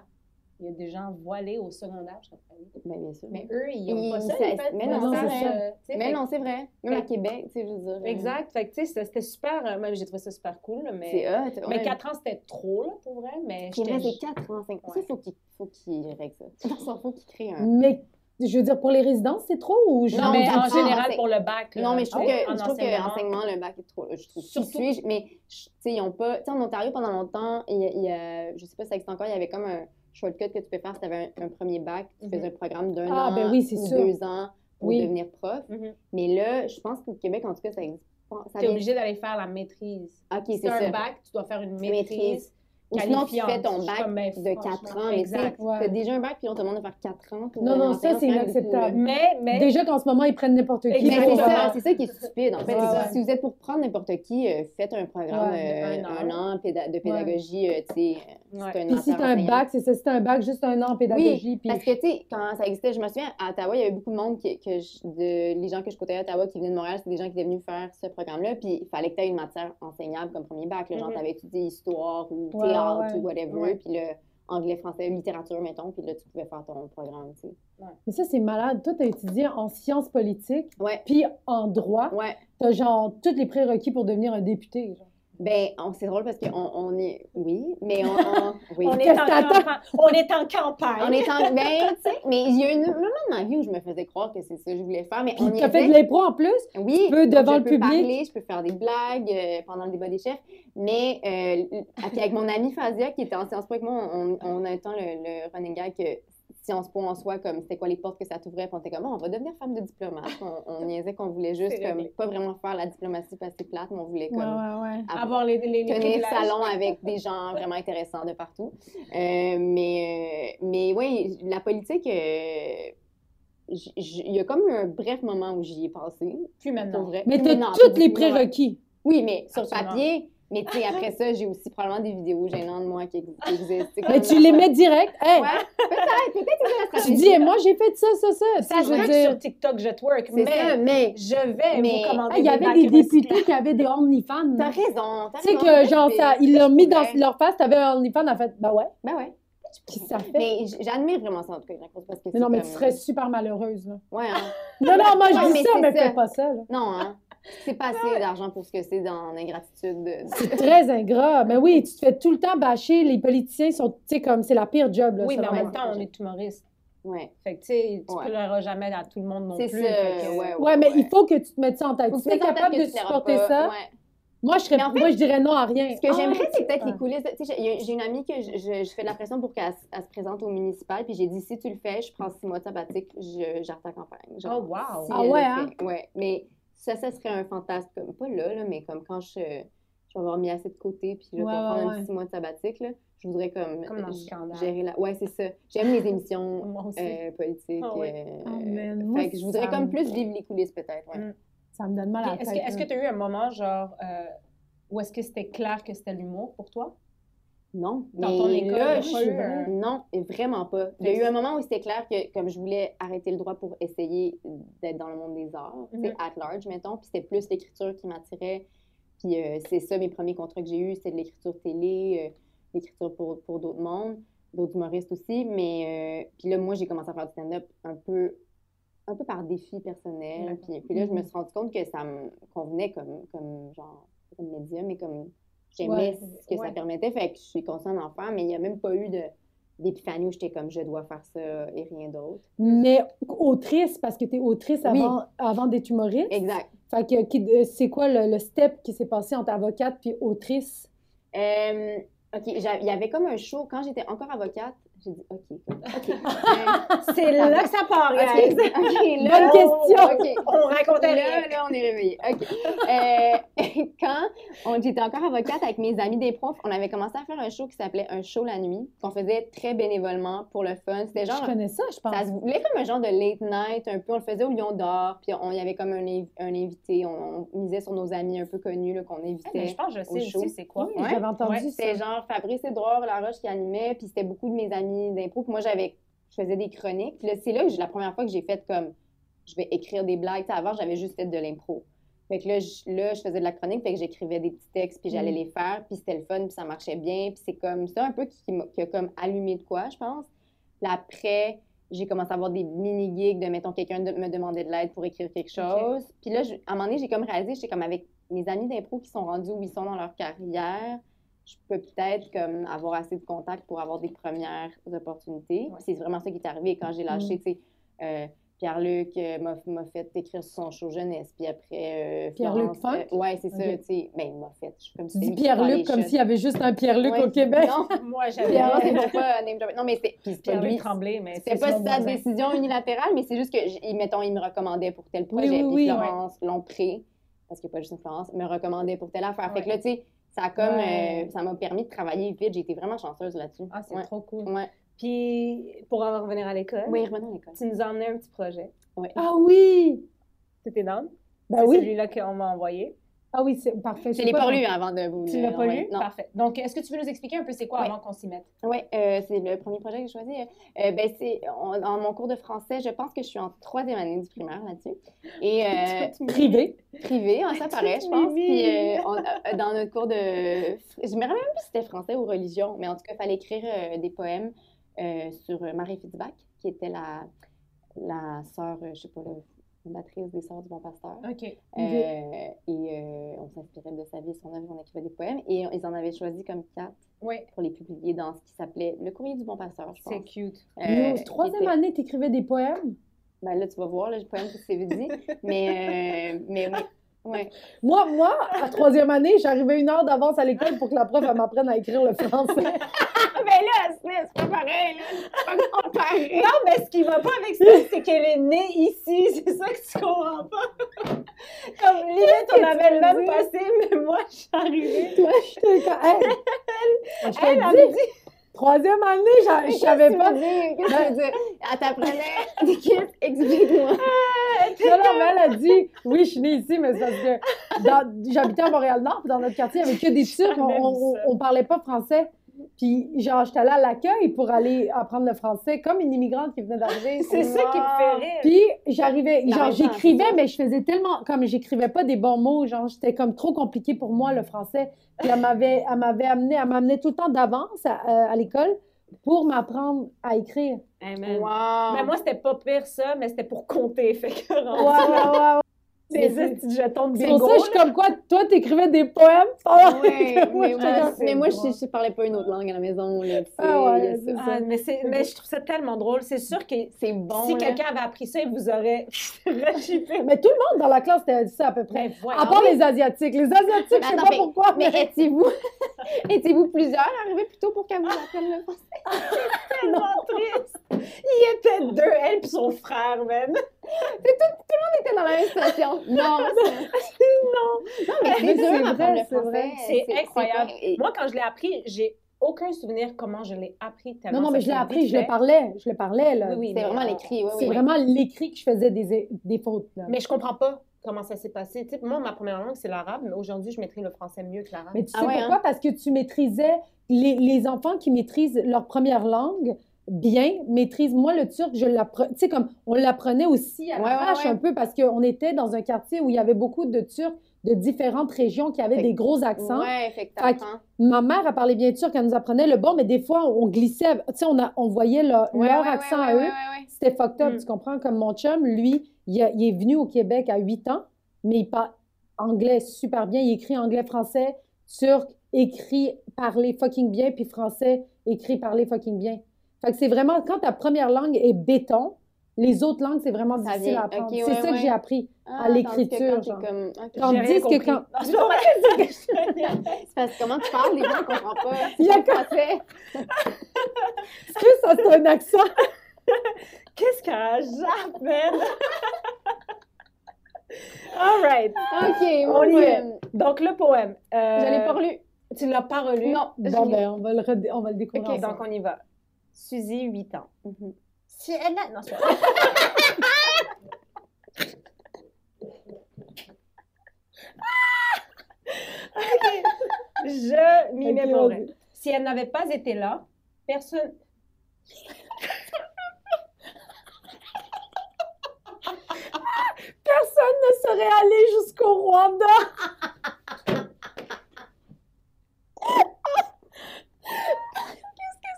Speaker 2: Il y a des gens voilés au secondaire. Je suis comme, Ah oui.
Speaker 3: Ben, bien sûr. Mais,
Speaker 2: Mais eux, ils n'ont pas
Speaker 3: Ils-
Speaker 2: ça,
Speaker 3: ça-
Speaker 2: ils font-
Speaker 3: mais
Speaker 2: ils
Speaker 1: non,
Speaker 2: font
Speaker 1: c'est
Speaker 2: ça,
Speaker 3: ça.
Speaker 2: euh, tu sais, fait-
Speaker 3: non, c'est vrai. Même à Québec, tu sais, je veux dire. euh,
Speaker 2: Exact. Fait que, tu sais, ça- c'était super. euh, Même, j'ai trouvé ça super cool. là, Mais,
Speaker 3: C'est hot. ouais.
Speaker 2: mais 4 ans, c'était trop, là, pour vrai. Mais
Speaker 3: C'est vrai,
Speaker 2: j'étais-
Speaker 3: c'est 4 ans, 5 ans. Ça,
Speaker 2: Ouais.
Speaker 3: il faut qu'il faut qu'il règle ça. De toute façon, faut qu'il crée un.
Speaker 1: Mais je veux dire, pour les résidences, c'est trop ou Ah. je
Speaker 3: Non,
Speaker 2: mais
Speaker 1: mais-
Speaker 3: quatre
Speaker 2: en
Speaker 3: ans,
Speaker 2: général,
Speaker 3: c'est-
Speaker 2: pour le bac. là,
Speaker 3: Non, mais je trouve que,
Speaker 2: en
Speaker 3: je trouve que
Speaker 2: enseignement,
Speaker 3: l'enseignement, le bac est trop. euh, Je trouve qui
Speaker 2: Surtout-
Speaker 3: suis-je, mais je- tu sais, ils ont pas. Tu sais, en Ontario, pendant longtemps, il, y a- il y a- je sais pas si ça existe encore, il y avait comme un shortcut que tu peux faire si tu avais un, un premier bac, tu
Speaker 2: Mhm.
Speaker 3: faisais un programme d'un
Speaker 1: Ah,
Speaker 3: an
Speaker 1: ben oui, c'est
Speaker 3: ou
Speaker 1: sûr.
Speaker 3: deux ans pour
Speaker 1: Oui.
Speaker 3: devenir prof.
Speaker 2: mhm,
Speaker 3: Mais là, je pense qu'au Québec, en tout cas, ça existe pas. Ça
Speaker 2: T'es
Speaker 3: vient-
Speaker 2: obligé d'aller faire la maîtrise.
Speaker 3: Ok,
Speaker 2: Si
Speaker 3: c'est
Speaker 2: t'as
Speaker 3: ça.
Speaker 2: un bac, tu dois faire une
Speaker 3: Maîtrise.
Speaker 2: maîtrise.
Speaker 3: Ou sinon, tu
Speaker 2: qualifiante.
Speaker 3: fais ton
Speaker 2: Je suis
Speaker 3: bac
Speaker 2: comme, mais
Speaker 3: de 4
Speaker 2: franchement,
Speaker 3: ans. Mais tu
Speaker 2: exact.
Speaker 3: sais,
Speaker 1: Ouais.
Speaker 3: t'as déjà un bac, puis on te demande de faire 4 ans. pour
Speaker 1: Non,
Speaker 3: devenir
Speaker 1: non, ça,
Speaker 3: enseignant,
Speaker 1: c'est
Speaker 3: quand même beaucoup,
Speaker 1: inacceptable.
Speaker 3: là.
Speaker 2: Mais, mais.
Speaker 1: Déjà qu'en ce moment, ils prennent n'importe qui.
Speaker 3: Mais
Speaker 2: Exactement.
Speaker 3: c'est
Speaker 1: pour-
Speaker 3: ça, c'est ça qui est stupide, en fait.
Speaker 1: Ouais,
Speaker 3: C'est que
Speaker 1: ouais.
Speaker 3: Si vous êtes pour prendre n'importe qui, euh, faites un programme
Speaker 2: Ouais,
Speaker 3: euh,
Speaker 2: un
Speaker 3: un an péda- de pédagogie, euh, tu sais, euh,
Speaker 2: Ouais.
Speaker 3: c'est un
Speaker 1: Puis
Speaker 3: an
Speaker 1: si
Speaker 3: par
Speaker 1: t'as un
Speaker 3: enseignant.
Speaker 1: bac, c'est ça. Si t'as un bac, juste un an en pédagogie. puis...
Speaker 3: Parce que, tu sais, quand ça existait, je me souviens, à Ottawa, il y avait beaucoup de monde, qui, que je- de, les gens que je côtoyais à Ottawa qui venaient de Montréal, c'était des gens qui étaient venus faire ce programme-là, puis il fallait que tu aies une matière enseignable comme premier bac. Là, genre,
Speaker 2: Mhm.
Speaker 3: t'avais étudié histoire ou
Speaker 1: Mm-hmm. Ouais,
Speaker 3: théâtre
Speaker 1: ouais.
Speaker 3: ou whatever,
Speaker 2: Ouais.
Speaker 3: puis le anglais, français, littérature, mettons, puis là, tu pouvais faire ton programme, tu sais.
Speaker 1: Mais ça, c'est malade. Toi, t'as étudié en sciences politiques,
Speaker 3: Ouais.
Speaker 1: puis en droit.
Speaker 3: Ouais.
Speaker 1: T'as genre tous les prérequis pour devenir un député. genre.
Speaker 3: Ben, on- c'est drôle parce qu'on on est. Oui, mais on. on- oui.
Speaker 2: On, est
Speaker 1: Qu'est-ce
Speaker 2: en
Speaker 1: que t'attends?
Speaker 2: campa- on est en campagne.
Speaker 3: On est en. Ben, tu sais, mais il y a eu un moment de ma vie où je me faisais croire que c'est ça que je voulais faire, mais on y
Speaker 1: Tu as fait de
Speaker 3: était.
Speaker 1: l'impro en plus?
Speaker 3: Oui,
Speaker 1: tu peux
Speaker 3: donc
Speaker 1: devant
Speaker 3: je
Speaker 1: le
Speaker 3: peux
Speaker 1: public.
Speaker 3: parler, je peux faire des blagues euh, pendant le débat des chefs, mais euh, ah, puis avec mon ami Fazia qui était en Sciences Po avec moi, on, on a tant le, le running gag que Sciences Po en soi, comme c'était quoi les portes que ça t'ouvrait, puis on était comme, Ah, on va devenir femme de diplomate. On, on niaisait qu'on voulait juste
Speaker 2: C'est
Speaker 3: comme,
Speaker 2: réglé.
Speaker 3: pas vraiment faire la diplomatie parce que c'est plate, mais on voulait comme
Speaker 1: ouais.
Speaker 3: avoir-
Speaker 2: Avoir les, les, les
Speaker 3: connaît le
Speaker 2: privilèges.
Speaker 3: salon avec des gens vraiment intéressants de partout. Euh, mais euh, mais oui, la politique, euh, j- j- il y a comme eu un bref moment où j'y ai passé.
Speaker 2: Plus
Speaker 3: Pour
Speaker 2: maintenant.
Speaker 3: vrai.
Speaker 1: Mais
Speaker 3: Puis
Speaker 1: t'as
Speaker 3: non,
Speaker 1: tous
Speaker 3: puis
Speaker 1: les
Speaker 3: non,
Speaker 1: prérequis.
Speaker 3: Oui, mais sur
Speaker 2: Absolument.
Speaker 3: papier. Mais tu sais, après ça, j'ai aussi probablement des vidéos gênantes de moi qui ex- qui existent. C'est
Speaker 1: Mais
Speaker 3: comme-
Speaker 1: tu les mets direct. Hey,
Speaker 3: Ouais, peut-être, peut-être que c'est la
Speaker 1: tu
Speaker 3: stratégie.
Speaker 1: dis, et moi, j'ai fait ça, ça, ça.
Speaker 2: Ça,
Speaker 1: Ça,
Speaker 2: je
Speaker 1: je veux
Speaker 2: que sur
Speaker 1: dire.
Speaker 2: TikTok, je twerk,
Speaker 3: C'est
Speaker 2: mais
Speaker 3: ça, mais
Speaker 2: je vais
Speaker 3: Mais-
Speaker 2: vous commander
Speaker 1: hey, Il y avait
Speaker 2: bacs
Speaker 1: des
Speaker 2: recyclables.
Speaker 1: députés qui avaient des OnlyFans.
Speaker 3: t'as
Speaker 1: là.
Speaker 3: raison. t'as
Speaker 1: Tu sais
Speaker 3: raison,
Speaker 1: que,
Speaker 3: peut-être
Speaker 1: genre,
Speaker 3: que-
Speaker 1: ça, ils
Speaker 3: peut-être
Speaker 1: l'ont
Speaker 3: que
Speaker 1: mis
Speaker 3: je
Speaker 1: dans
Speaker 3: pourrais.
Speaker 1: leur face, t'avais un OnlyFans, en fait. Ben ouais.
Speaker 3: Ben ouais.
Speaker 1: Puis ça fait. Mais,
Speaker 3: Mais j- j'admire vraiment ça, en tout cas, Grain Rose, parce que c'est
Speaker 1: non, mais tu
Speaker 3: comme-
Speaker 1: serais super malheureuse, là.
Speaker 3: Ouais, hein.
Speaker 1: Non, non, moi,
Speaker 3: Non,
Speaker 1: je dis
Speaker 3: mais
Speaker 1: ça,
Speaker 3: c'est
Speaker 1: mais
Speaker 3: ça.
Speaker 1: fais pas ça, là.
Speaker 3: Non, hein. C'est pas assez d'argent pour ce que c'est dans l'ingratitude. de-
Speaker 1: C'est très ingrat. Mais oui, tu te fais tout le temps bâcher. Les politiciens sont, tu sais, comme, c'est la pire job, là.
Speaker 2: Oui,
Speaker 1: selon
Speaker 2: mais
Speaker 1: moi.
Speaker 2: en même temps, on est humoriste.
Speaker 3: Ouais.
Speaker 2: Fait que, tu sais, tu
Speaker 3: Ouais.
Speaker 2: ne pleureras jamais à tout le monde non
Speaker 3: C'est
Speaker 2: plus.
Speaker 3: ça,
Speaker 2: fait que-
Speaker 3: ouais,
Speaker 1: Ouais, mais il faut que tu te mettes ça en tête.
Speaker 3: Faut
Speaker 1: Si
Speaker 3: que
Speaker 1: t'es
Speaker 3: tu sois
Speaker 1: capable
Speaker 3: que
Speaker 1: de
Speaker 3: tu te feras
Speaker 1: supporter
Speaker 3: pas.
Speaker 1: ça,
Speaker 3: Ouais.
Speaker 1: moi, je serais,
Speaker 3: Mais en fait-
Speaker 1: moi, je dirais non à rien.
Speaker 3: Ce que
Speaker 1: Ah,
Speaker 3: j'aimerais, c'est peut-être
Speaker 1: ouais.
Speaker 3: les coulisses. de- Tu sais, j'ai- j'ai une amie que je, je- je fais de la pression pour qu'elle s- elle se présente au municipal, puis j'ai dit si tu le fais, je prends six mois de sabbatique, je- j'arrête la campagne.
Speaker 2: Oh,
Speaker 3: Genre,
Speaker 2: wow!
Speaker 3: si
Speaker 1: Ah
Speaker 3: elle le
Speaker 1: ouais,
Speaker 3: fait.
Speaker 1: hein?
Speaker 3: Ouais. Mais ça, ça serait un fantasme, comme pas là, là, mais comme quand je, je vais avoir mis assez de côté, puis je vais
Speaker 1: Ouais,
Speaker 3: pouvoir
Speaker 1: ouais,
Speaker 3: prendre
Speaker 1: ouais.
Speaker 3: un six mois de sabbatique, là, je voudrais comme,
Speaker 2: Comme dans
Speaker 3: euh,
Speaker 2: Scandale.
Speaker 3: gérer la. Ouais, c'est ça. J'aime les émissions
Speaker 2: Moi aussi.
Speaker 3: euh, politiques.
Speaker 2: Ah ouais.
Speaker 3: euh,
Speaker 1: Ah, man,
Speaker 3: fait
Speaker 1: moi,
Speaker 3: que je
Speaker 1: ça
Speaker 3: voudrais
Speaker 1: me-
Speaker 3: comme plus vivre les coulisses, peut-être. ouais.
Speaker 2: Mm.
Speaker 1: Ça me donne mal à la
Speaker 2: Puis, Est-ce
Speaker 1: tête,
Speaker 2: que- est-ce
Speaker 1: là.
Speaker 2: que tu as eu un moment, genre, euh, où est-ce que c'était clair que c'était l'humour pour toi?
Speaker 3: Non,
Speaker 2: Dans
Speaker 3: mais
Speaker 2: ton école,
Speaker 3: là,
Speaker 2: t'as
Speaker 3: je
Speaker 2: pas
Speaker 3: suis
Speaker 2: eu un-
Speaker 3: vraiment- Non, et vraiment pas. Il y a eu un moment où c'était clair que, comme je voulais arrêter le droit pour essayer d'être dans le monde des arts, tu sais,
Speaker 2: Mhm.
Speaker 3: at large, mettons, puis c'était plus l'écriture qui m'attirait. Puis euh, c'est ça, mes premiers contrats que j'ai eus, c'était de l'écriture télé, euh, l'écriture pour, pour d'autres mondes, d'autres humoristes aussi. Mais euh, puis là, moi, j'ai commencé à faire du stand-up un peu, un peu par défi personnel.
Speaker 2: D'accord.
Speaker 3: Puis, puis là, je me
Speaker 1: Mhm.
Speaker 3: suis rendu compte que ça me convenait comme, comme genre, pas comme médium, mais comme j'aimais
Speaker 1: Ouais,
Speaker 3: ce que
Speaker 2: ouais.
Speaker 3: ça permettait. Fait que je suis consciente d'en faire, mais il n'y a même pas eu de d'épiphanie où j'étais comme je dois faire ça et rien d'autre.
Speaker 1: Mais autrice, parce que tu es autrice
Speaker 3: Oui.
Speaker 1: avant, avant d'être humoriste.
Speaker 3: Exact.
Speaker 1: Fait que qui- euh, c'est quoi le, le step qui s'est passé entre avocate puis autrice?
Speaker 3: Euh, OK, j'a- il y avait comme un show. Quand j'étais encore avocate, j'ai dit OK. OK. euh,
Speaker 2: C'est là que ça part, guys!
Speaker 3: OK. OK, là,
Speaker 1: Bonne question!
Speaker 3: OK.
Speaker 2: On racontait rien.
Speaker 3: Là, là, on est réveillés. OK. Euh, quand on- j'étais encore avocate avec mes amis des profs, on avait commencé à faire un show qui s'appelait Un show la nuit, qu'on faisait très bénévolement pour le fun. C'était genre
Speaker 1: Je connais ça, je pense.
Speaker 3: Ça se voulait comme un genre de late night, un peu. On le faisait au Lion d'Or, puis on y avait comme un, inv- un invité. On, on misait sur nos amis un peu connus là,
Speaker 1: ben,
Speaker 3: qu'on
Speaker 2: Eh, mais je
Speaker 3: évitait.
Speaker 2: pense que je
Speaker 3: au
Speaker 2: sais
Speaker 3: show.
Speaker 2: aussi c'est quoi.
Speaker 1: Oui,
Speaker 3: Ouais.
Speaker 1: J'avais entendu
Speaker 2: Ouais,
Speaker 1: ça.
Speaker 3: C'était genre Fabrice Edouard Laroche qui animait, puis c'était beaucoup de mes amis d'impro. Puis moi, j'avais, je faisais des chroniques. Puis là, c'est là que j'ai- la première fois que j'ai fait comme je vais écrire des blagues. Tu sais, avant, j'avais juste fait de l'impro. Fait que là je, là, je faisais de la chronique, fait que j'écrivais des petits textes, puis j'allais
Speaker 1: Mm.
Speaker 3: les faire, puis c'était le fun, puis ça marchait bien. Puis c'est comme ça un peu qui, m'a- qui a comme allumé de quoi, je pense. Puis après, j'ai commencé à avoir des mini-gigs de, mettons, quelqu'un de- me demandait de l'aide pour écrire quelque chose. Puis là, je- à un moment donné, j'ai comme réalisé, j'étais comme avec mes amis d'impro qui sont rendus où ils sont dans leur carrière, je peux peut-être comme avoir assez de contacts pour avoir des premières opportunités.
Speaker 2: Ouais.
Speaker 3: C'est vraiment ça qui est arrivé quand j'ai lâché,
Speaker 1: Mm.
Speaker 3: tu sais, euh, Pierre-Luc euh, m'a- m'a fait écrire sur son show jeunesse, puis après euh,
Speaker 1: Pierre-Luc
Speaker 3: Florence, euh, ouais, c'est ça,
Speaker 1: Ok.
Speaker 3: tu sais, ben, il m'a fait, je suis comme
Speaker 1: Tu
Speaker 3: c'est
Speaker 1: dis
Speaker 3: lui qui
Speaker 1: Pierre-Luc
Speaker 3: prend
Speaker 1: comme
Speaker 3: les
Speaker 1: s'il y avait juste un Pierre-Luc
Speaker 3: shots.
Speaker 1: au Québec.
Speaker 3: Non,
Speaker 2: Moi, j'avais
Speaker 1: Pierre-
Speaker 3: Pierre-Luc, c'est pas euh, name dropping. Non, mais c'est puis c'est pas
Speaker 2: Pierre-Luc
Speaker 3: lui,
Speaker 2: Tremblay, mais
Speaker 3: c'était pas
Speaker 2: son
Speaker 3: sa
Speaker 2: voisin.
Speaker 3: décision unilatérale, mais c'est juste que, j- mettons, il me recommandait pour tel projet.
Speaker 1: oui,
Speaker 3: puis
Speaker 1: oui.
Speaker 3: Florence Lompré, parce qu'il n'y a pas juste une Florence, me recommandait pour telle affaire. Fait que
Speaker 2: Ouais.
Speaker 3: là, tu sais, ça a comme,
Speaker 2: Ouais.
Speaker 3: euh, ça m'a permis de travailler vite. J'ai été vraiment chanceuse là-dessus.
Speaker 2: Ah, c'est
Speaker 3: Ouais.
Speaker 2: trop cool.
Speaker 3: Ouais.
Speaker 2: Puis, pour en revenir à l'école,
Speaker 3: Oui, revenons à l'école.
Speaker 2: tu nous as emmené un petit projet.
Speaker 1: Ah oui!
Speaker 2: T'étais down?
Speaker 1: Ben
Speaker 2: C'est
Speaker 1: oui.
Speaker 2: celui-là qu'on m'a envoyé. Euh,
Speaker 1: Ah oui, c'est parfait.
Speaker 3: Je
Speaker 1: J'ai
Speaker 3: l'ai pas
Speaker 1: ton-
Speaker 3: lu avant de vous
Speaker 2: Tu
Speaker 3: le-
Speaker 2: l'as pas Ah.
Speaker 3: ouais,
Speaker 2: lu?
Speaker 3: Non.
Speaker 2: Parfait. Donc, est-ce que tu peux nous expliquer un peu c'est quoi
Speaker 3: Ouais.
Speaker 2: avant qu'on s'y mette?
Speaker 3: Oui, euh, c'est le premier projet que j'ai choisi. Euh, ben, c'est en, en mon cours de français, je pense que je suis en troisième année du primaire là-dessus. Et euh,
Speaker 1: Privé.
Speaker 3: privé, hein, ça paraît, je pense.
Speaker 2: Oui.
Speaker 3: Puis euh, on- euh, dans notre cours de. Je me rappelle même plus si c'était français ou religion, mais en tout cas, il fallait écrire euh, des poèmes euh, sur euh, Marie Fitzbach, qui était la, la sœur, euh, je sais pas, là, fondatrice des Sœurs du Bon Pasteur.
Speaker 1: Ah,
Speaker 2: OK.
Speaker 3: Euh, et euh, on s'inspirait de sa vie, son œuvre, on écrivait des poèmes. Et on- ils en avaient choisi comme quatre
Speaker 2: Oui,
Speaker 3: pour les publier dans ce qui s'appelait Le Courrier du Bon Pasteur, je
Speaker 2: c'est
Speaker 3: pense.
Speaker 2: cute.
Speaker 3: Euh,
Speaker 1: Yo, troisième
Speaker 3: qui était-
Speaker 1: année, t'écrivais des poèmes.
Speaker 3: Ben là, tu vas voir, là, le poème qui s'est dit. Mais, euh, mais oui. Ouais.
Speaker 1: Moi, moi, à troisième année, j'arrivais une heure d'avance à l'école pour que la prof elle m'apprenne à écrire le français.
Speaker 3: Ah, ben là, c'est pas pareil, là. C'est pas comparé.
Speaker 2: Non, mais Ah, ben, ce qui va pas avec ça, c'est qu'elle est née ici. C'est ça que tu comprends pas. Comme limite, on
Speaker 1: que tu
Speaker 2: avait le
Speaker 1: veux
Speaker 2: même
Speaker 1: dire?
Speaker 2: passé, mais moi, je suis arrivée.
Speaker 1: Toi, j'étais quand- Hey! Je te
Speaker 2: Elle, elle
Speaker 1: dis, troisième année, j'a- je savais pas. Non,
Speaker 3: Qu'est-ce que tu veux dire? Elle t'apprenait des kits, explique-moi.
Speaker 1: non, mais elle a dit, oui, je suis née ici, mais c'est parce que dans- j'habitais à Montréal-Nord, puis dans notre quartier, il n'y avait que des Turcs, on,
Speaker 2: jamais vu
Speaker 1: on,
Speaker 2: ça.
Speaker 1: on parlait pas français. Puis, genre, j'étais allée à l'accueil pour aller apprendre le français, comme une immigrante qui venait d'arriver.
Speaker 2: C'est ça qui me fait rire.
Speaker 1: Puis j'arrivais,
Speaker 3: La
Speaker 1: genre
Speaker 3: raison,
Speaker 1: j'écrivais,
Speaker 3: c'est-
Speaker 1: mais je faisais tellement, comme j'écrivais pas des bons mots, genre c'était comme trop compliqué pour moi le français. Puis elle m'avait, elle m'avait amené, elle m'amenait tout le temps d'avance à, euh, à l'école pour m'apprendre à écrire.
Speaker 2: Amen.
Speaker 3: Wow.
Speaker 2: Mais Ben, moi, c'était pas pire ça, mais c'était pour compter. Fait que
Speaker 1: Ouais, ouais, ouais. ouais. c'est-
Speaker 2: c'est des petits jetons de
Speaker 1: C'est pour
Speaker 2: bingo.
Speaker 1: ça que je suis comme quoi, toi t'écrivais des poèmes. pendant
Speaker 3: Ouais,
Speaker 1: que moi,
Speaker 3: mais,
Speaker 1: je-
Speaker 3: moi,
Speaker 2: c'est
Speaker 3: mais moi,
Speaker 2: drôle.
Speaker 3: je, je parlais pas une autre langue à la maison. Là, tu sais,
Speaker 1: Ah ouais,
Speaker 3: il y a ça.
Speaker 1: c'est
Speaker 2: Ah, hein.
Speaker 1: ça.
Speaker 2: mais, c'est- mais je trouve ça tellement drôle. C'est sûr que
Speaker 3: c'est bon.
Speaker 2: si
Speaker 3: là.
Speaker 2: quelqu'un avait appris ça, il vous aurait rechippé.
Speaker 1: Mais tout le monde dans la classe était dit ça à peu près.
Speaker 2: Ben voilà.
Speaker 1: À part les Asiatiques. Les Asiatiques, je sais
Speaker 3: Attends,
Speaker 1: pas
Speaker 3: Ah mais-
Speaker 1: pourquoi,
Speaker 3: Mais
Speaker 1: mais,
Speaker 3: étiez-vous étiez-vous plusieurs arrivés plutôt pour qu'elle vous apprenne le français?
Speaker 2: tellement triste. Il était deux, elle puis son frère, man.
Speaker 3: On était dans la même station. Non,
Speaker 2: Non.
Speaker 3: non mais
Speaker 1: Mais
Speaker 3: c'est
Speaker 1: c'est
Speaker 3: dur
Speaker 1: vrai,
Speaker 3: d'apprendre le
Speaker 1: c'est vrai.
Speaker 3: français.
Speaker 2: C'est incroyable.
Speaker 3: pas- et-
Speaker 2: Moi, quand je l'ai appris, j'ai aucun souvenir comment je l'ai appris. tellement
Speaker 1: non, non, mais
Speaker 2: ça
Speaker 1: je l'ai
Speaker 2: s'est
Speaker 1: appris,
Speaker 2: vite
Speaker 1: je le
Speaker 2: fait.
Speaker 1: parlais, je le parlais là.
Speaker 2: Oui, oui,
Speaker 3: C'est
Speaker 2: mais euh,
Speaker 3: vraiment
Speaker 2: on-
Speaker 3: l'écrit, oui,
Speaker 1: C'est
Speaker 3: oui. Ah.
Speaker 1: vraiment l'écrit que je faisais des, des fautes. Là.
Speaker 2: Mais je comprends pas comment ça s'est passé. Tu sais, moi, ma première langue, c'est l'arabe, mais aujourd'hui, je maîtrise le français mieux que l'arabe.
Speaker 1: Mais tu sais
Speaker 3: Ah ouais,
Speaker 1: pourquoi? Parce que tu maîtrisais, les, les enfants qui maîtrisent leur première langue bien maîtrisent. Moi, le turc, je l'apprenais, tu sais, comme on l'apprenait aussi à
Speaker 3: Ouais,
Speaker 1: la
Speaker 3: ouais,
Speaker 1: vache
Speaker 3: ouais.
Speaker 1: un peu parce qu'on était dans un quartier où il y avait beaucoup de Turcs de différentes régions qui avaient
Speaker 3: Fait-
Speaker 1: des gros accents.
Speaker 3: Ouais, fait que
Speaker 1: Fait que-
Speaker 3: t'apprends.
Speaker 1: Ma mère, elle parlait bien turc, elle nous apprenait le bon, mais des fois, on glissait, tu sais, on, a- on voyait leur,
Speaker 3: Ouais,
Speaker 1: leur
Speaker 3: ouais,
Speaker 1: accent
Speaker 3: ouais,
Speaker 1: à eux.
Speaker 3: ouais, ouais, ouais.
Speaker 1: C'était fucked up,
Speaker 2: Mm.
Speaker 1: tu comprends? Comme mon chum, lui, il, a- il est venu au Québec à 8 ans, mais il parle anglais super bien. Il écrit anglais, français, turc, écrit, parlé fucking bien, puis français, écrit, parlé fucking bien. Fait que c'est vraiment, quand ta première langue est béton, les autres langues, c'est vraiment
Speaker 3: Ça
Speaker 1: difficile
Speaker 3: vient,
Speaker 1: à apprendre.
Speaker 3: ok,
Speaker 1: c'est
Speaker 3: ouais,
Speaker 1: ça que
Speaker 3: ouais.
Speaker 1: j'ai appris.
Speaker 3: Ah,
Speaker 1: à l'écriture,
Speaker 3: tandis que quand
Speaker 1: genre.
Speaker 3: t'es comme- ok.
Speaker 1: Quand-
Speaker 2: J'ai rien
Speaker 1: tandis que
Speaker 2: compris.
Speaker 1: quand-
Speaker 2: Non, c'est pas vrai, c'est que je-
Speaker 3: C'est parce que comment tu parles, les gens ne comprennent pas.
Speaker 1: Il y a
Speaker 3: Le français.
Speaker 1: que ça, c'est un accent.
Speaker 3: Euh,
Speaker 2: Qu'est-ce qu'un jappe, man? All right.
Speaker 3: OK,
Speaker 2: On
Speaker 3: on
Speaker 2: y
Speaker 3: y
Speaker 2: est. Donc, le poème. Euh,
Speaker 3: Je l'ai pas relu.
Speaker 2: Tu l'as pas relu?
Speaker 3: Non. je
Speaker 1: Bon,
Speaker 3: l'ai-
Speaker 1: ben, on va le, redé- on va le découvrir.
Speaker 2: OK,
Speaker 1: ensemble.
Speaker 2: donc on y va. Suzy, 8 ans.
Speaker 3: Mhm.
Speaker 2: Si elle a... Non, c'est pas vrai. Ok, Je m'y
Speaker 1: Ok,
Speaker 2: mets pour
Speaker 1: vas-y.
Speaker 2: vrai. Si elle n'avait pas été là, personne...
Speaker 1: Personne ne serait allé jusqu'au Rwanda.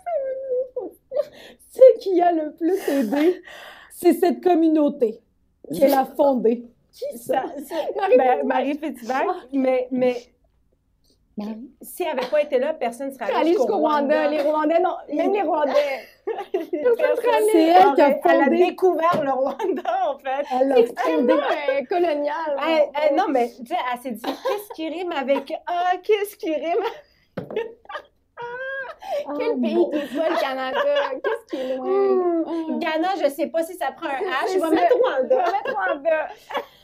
Speaker 1: Qu'est-ce que ça veut dire? Ce qui a le plus aidé, c'est cette communauté qu'elle a fondée. Qui
Speaker 2: Ça, c'est- Ben, Marie Pétivac, mais, mais si elle n'avait pas été là, personne ne serait allé
Speaker 3: Aller
Speaker 2: jusqu'au Rwanda.
Speaker 3: Les Rwandais, non. Même les Rwandais.
Speaker 2: Personne-
Speaker 1: C'est elle qui a
Speaker 2: Elle- Elle a
Speaker 1: fondé.
Speaker 2: découvert le Rwanda, en fait.
Speaker 1: Elle a fondé. Ah
Speaker 3: Extrêmement euh, colonial.
Speaker 2: Elle-
Speaker 3: On-
Speaker 2: elle- Eh, non, mais tu sais, elle s'est dit qu'est-ce qui rime avec Ah, qu'est-ce qui rime avec
Speaker 3: Quel pays qui soit le Canada? Qu'est-ce qui est loin?
Speaker 2: Hmm, Ghana, je sais pas si ça prend un H, je vais
Speaker 3: Mm, ça.
Speaker 2: mettre
Speaker 3: Je vais
Speaker 2: Rwanda.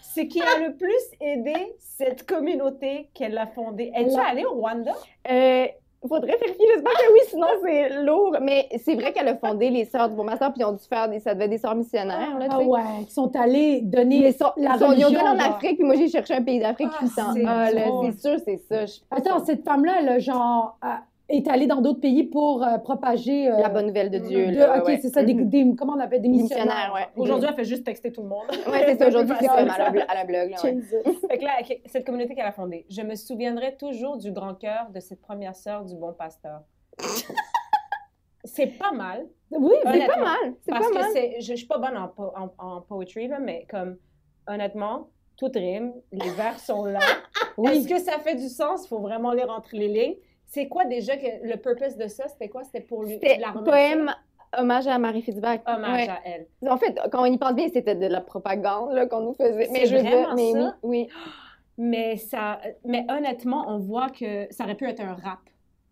Speaker 2: Ce qui a le plus aidé cette communauté qu'elle a fondée. Es-tu
Speaker 1: La-
Speaker 2: allée au Rwanda?
Speaker 3: Euh, faudrait vérifier, j'espère que oui, sinon c'est lourd. Mais c'est vrai qu'elle a fondé les Sœurs du Bon Master, puis ils ont dû faire des, ça devait être des Sœurs missionnaires, là, tu
Speaker 1: Ah
Speaker 3: sais.
Speaker 1: ouais, qui sont allés donner
Speaker 3: Mais sont-
Speaker 1: la
Speaker 3: ils sont- ils ont
Speaker 1: religion,
Speaker 3: été en
Speaker 1: genre.
Speaker 3: Afrique, puis moi j'ai cherché un pays d'Afrique
Speaker 2: Ah,
Speaker 3: puissant.
Speaker 2: c'est
Speaker 3: Ah, là,
Speaker 2: drôle.
Speaker 3: c'est sûr, c'est ça. Je-
Speaker 1: Attends, cette femme-là, elle a genre, euh, est allée dans d'autres pays pour euh, propager. euh,
Speaker 3: La bonne nouvelle Mm, de Dieu.
Speaker 1: de-
Speaker 3: là,
Speaker 1: ok,
Speaker 3: ouais,
Speaker 1: c'est ça, des,
Speaker 3: Mhm.
Speaker 1: des- comment on appelle, des missionnaires.
Speaker 3: Missionnaires, ouais.
Speaker 2: Aujourd'hui, elle fait juste texter tout le monde.
Speaker 3: Ouais, c'est ça, aujourd'hui,
Speaker 2: C'est
Speaker 3: c'est
Speaker 2: plus
Speaker 3: comme
Speaker 2: facile.
Speaker 3: à la, bl- à la blog, là, ouais.
Speaker 2: Fait que là, ok, cette communauté qu'elle a fondée. Je me souviendrai toujours du grand cœur de cette première sœur du bon pasteur. C'est pas mal.
Speaker 1: Oui,
Speaker 3: C'est pas
Speaker 2: Honnêtement,
Speaker 3: mal, c'est
Speaker 2: Parce
Speaker 3: pas
Speaker 2: que
Speaker 3: mal.
Speaker 2: c'est, je, je suis pas bonne en, po- en, en poetry, là, mais comme honnêtement, tout rime, les vers sont là. Est-ce
Speaker 1: Oui,
Speaker 2: que ça fait du sens? Il faut vraiment les rentrer les lignes. C'est quoi déjà que le purpose de ça? C'était quoi? C'était pour lui,
Speaker 3: C'était
Speaker 2: la
Speaker 3: un
Speaker 2: remettre
Speaker 3: poème hommage à Marie Fitzbach.
Speaker 2: ça? Hommage
Speaker 3: Ouais.
Speaker 2: à elle.
Speaker 3: En fait, quand on y pense bien, c'était de la propagande là, qu'on nous faisait. Mais
Speaker 2: C'est
Speaker 3: je veux
Speaker 2: vraiment
Speaker 3: dire, mais oui,
Speaker 2: ça?
Speaker 3: oui.
Speaker 2: Mais, ça, mais honnêtement, on voit que ça aurait pu être un rap.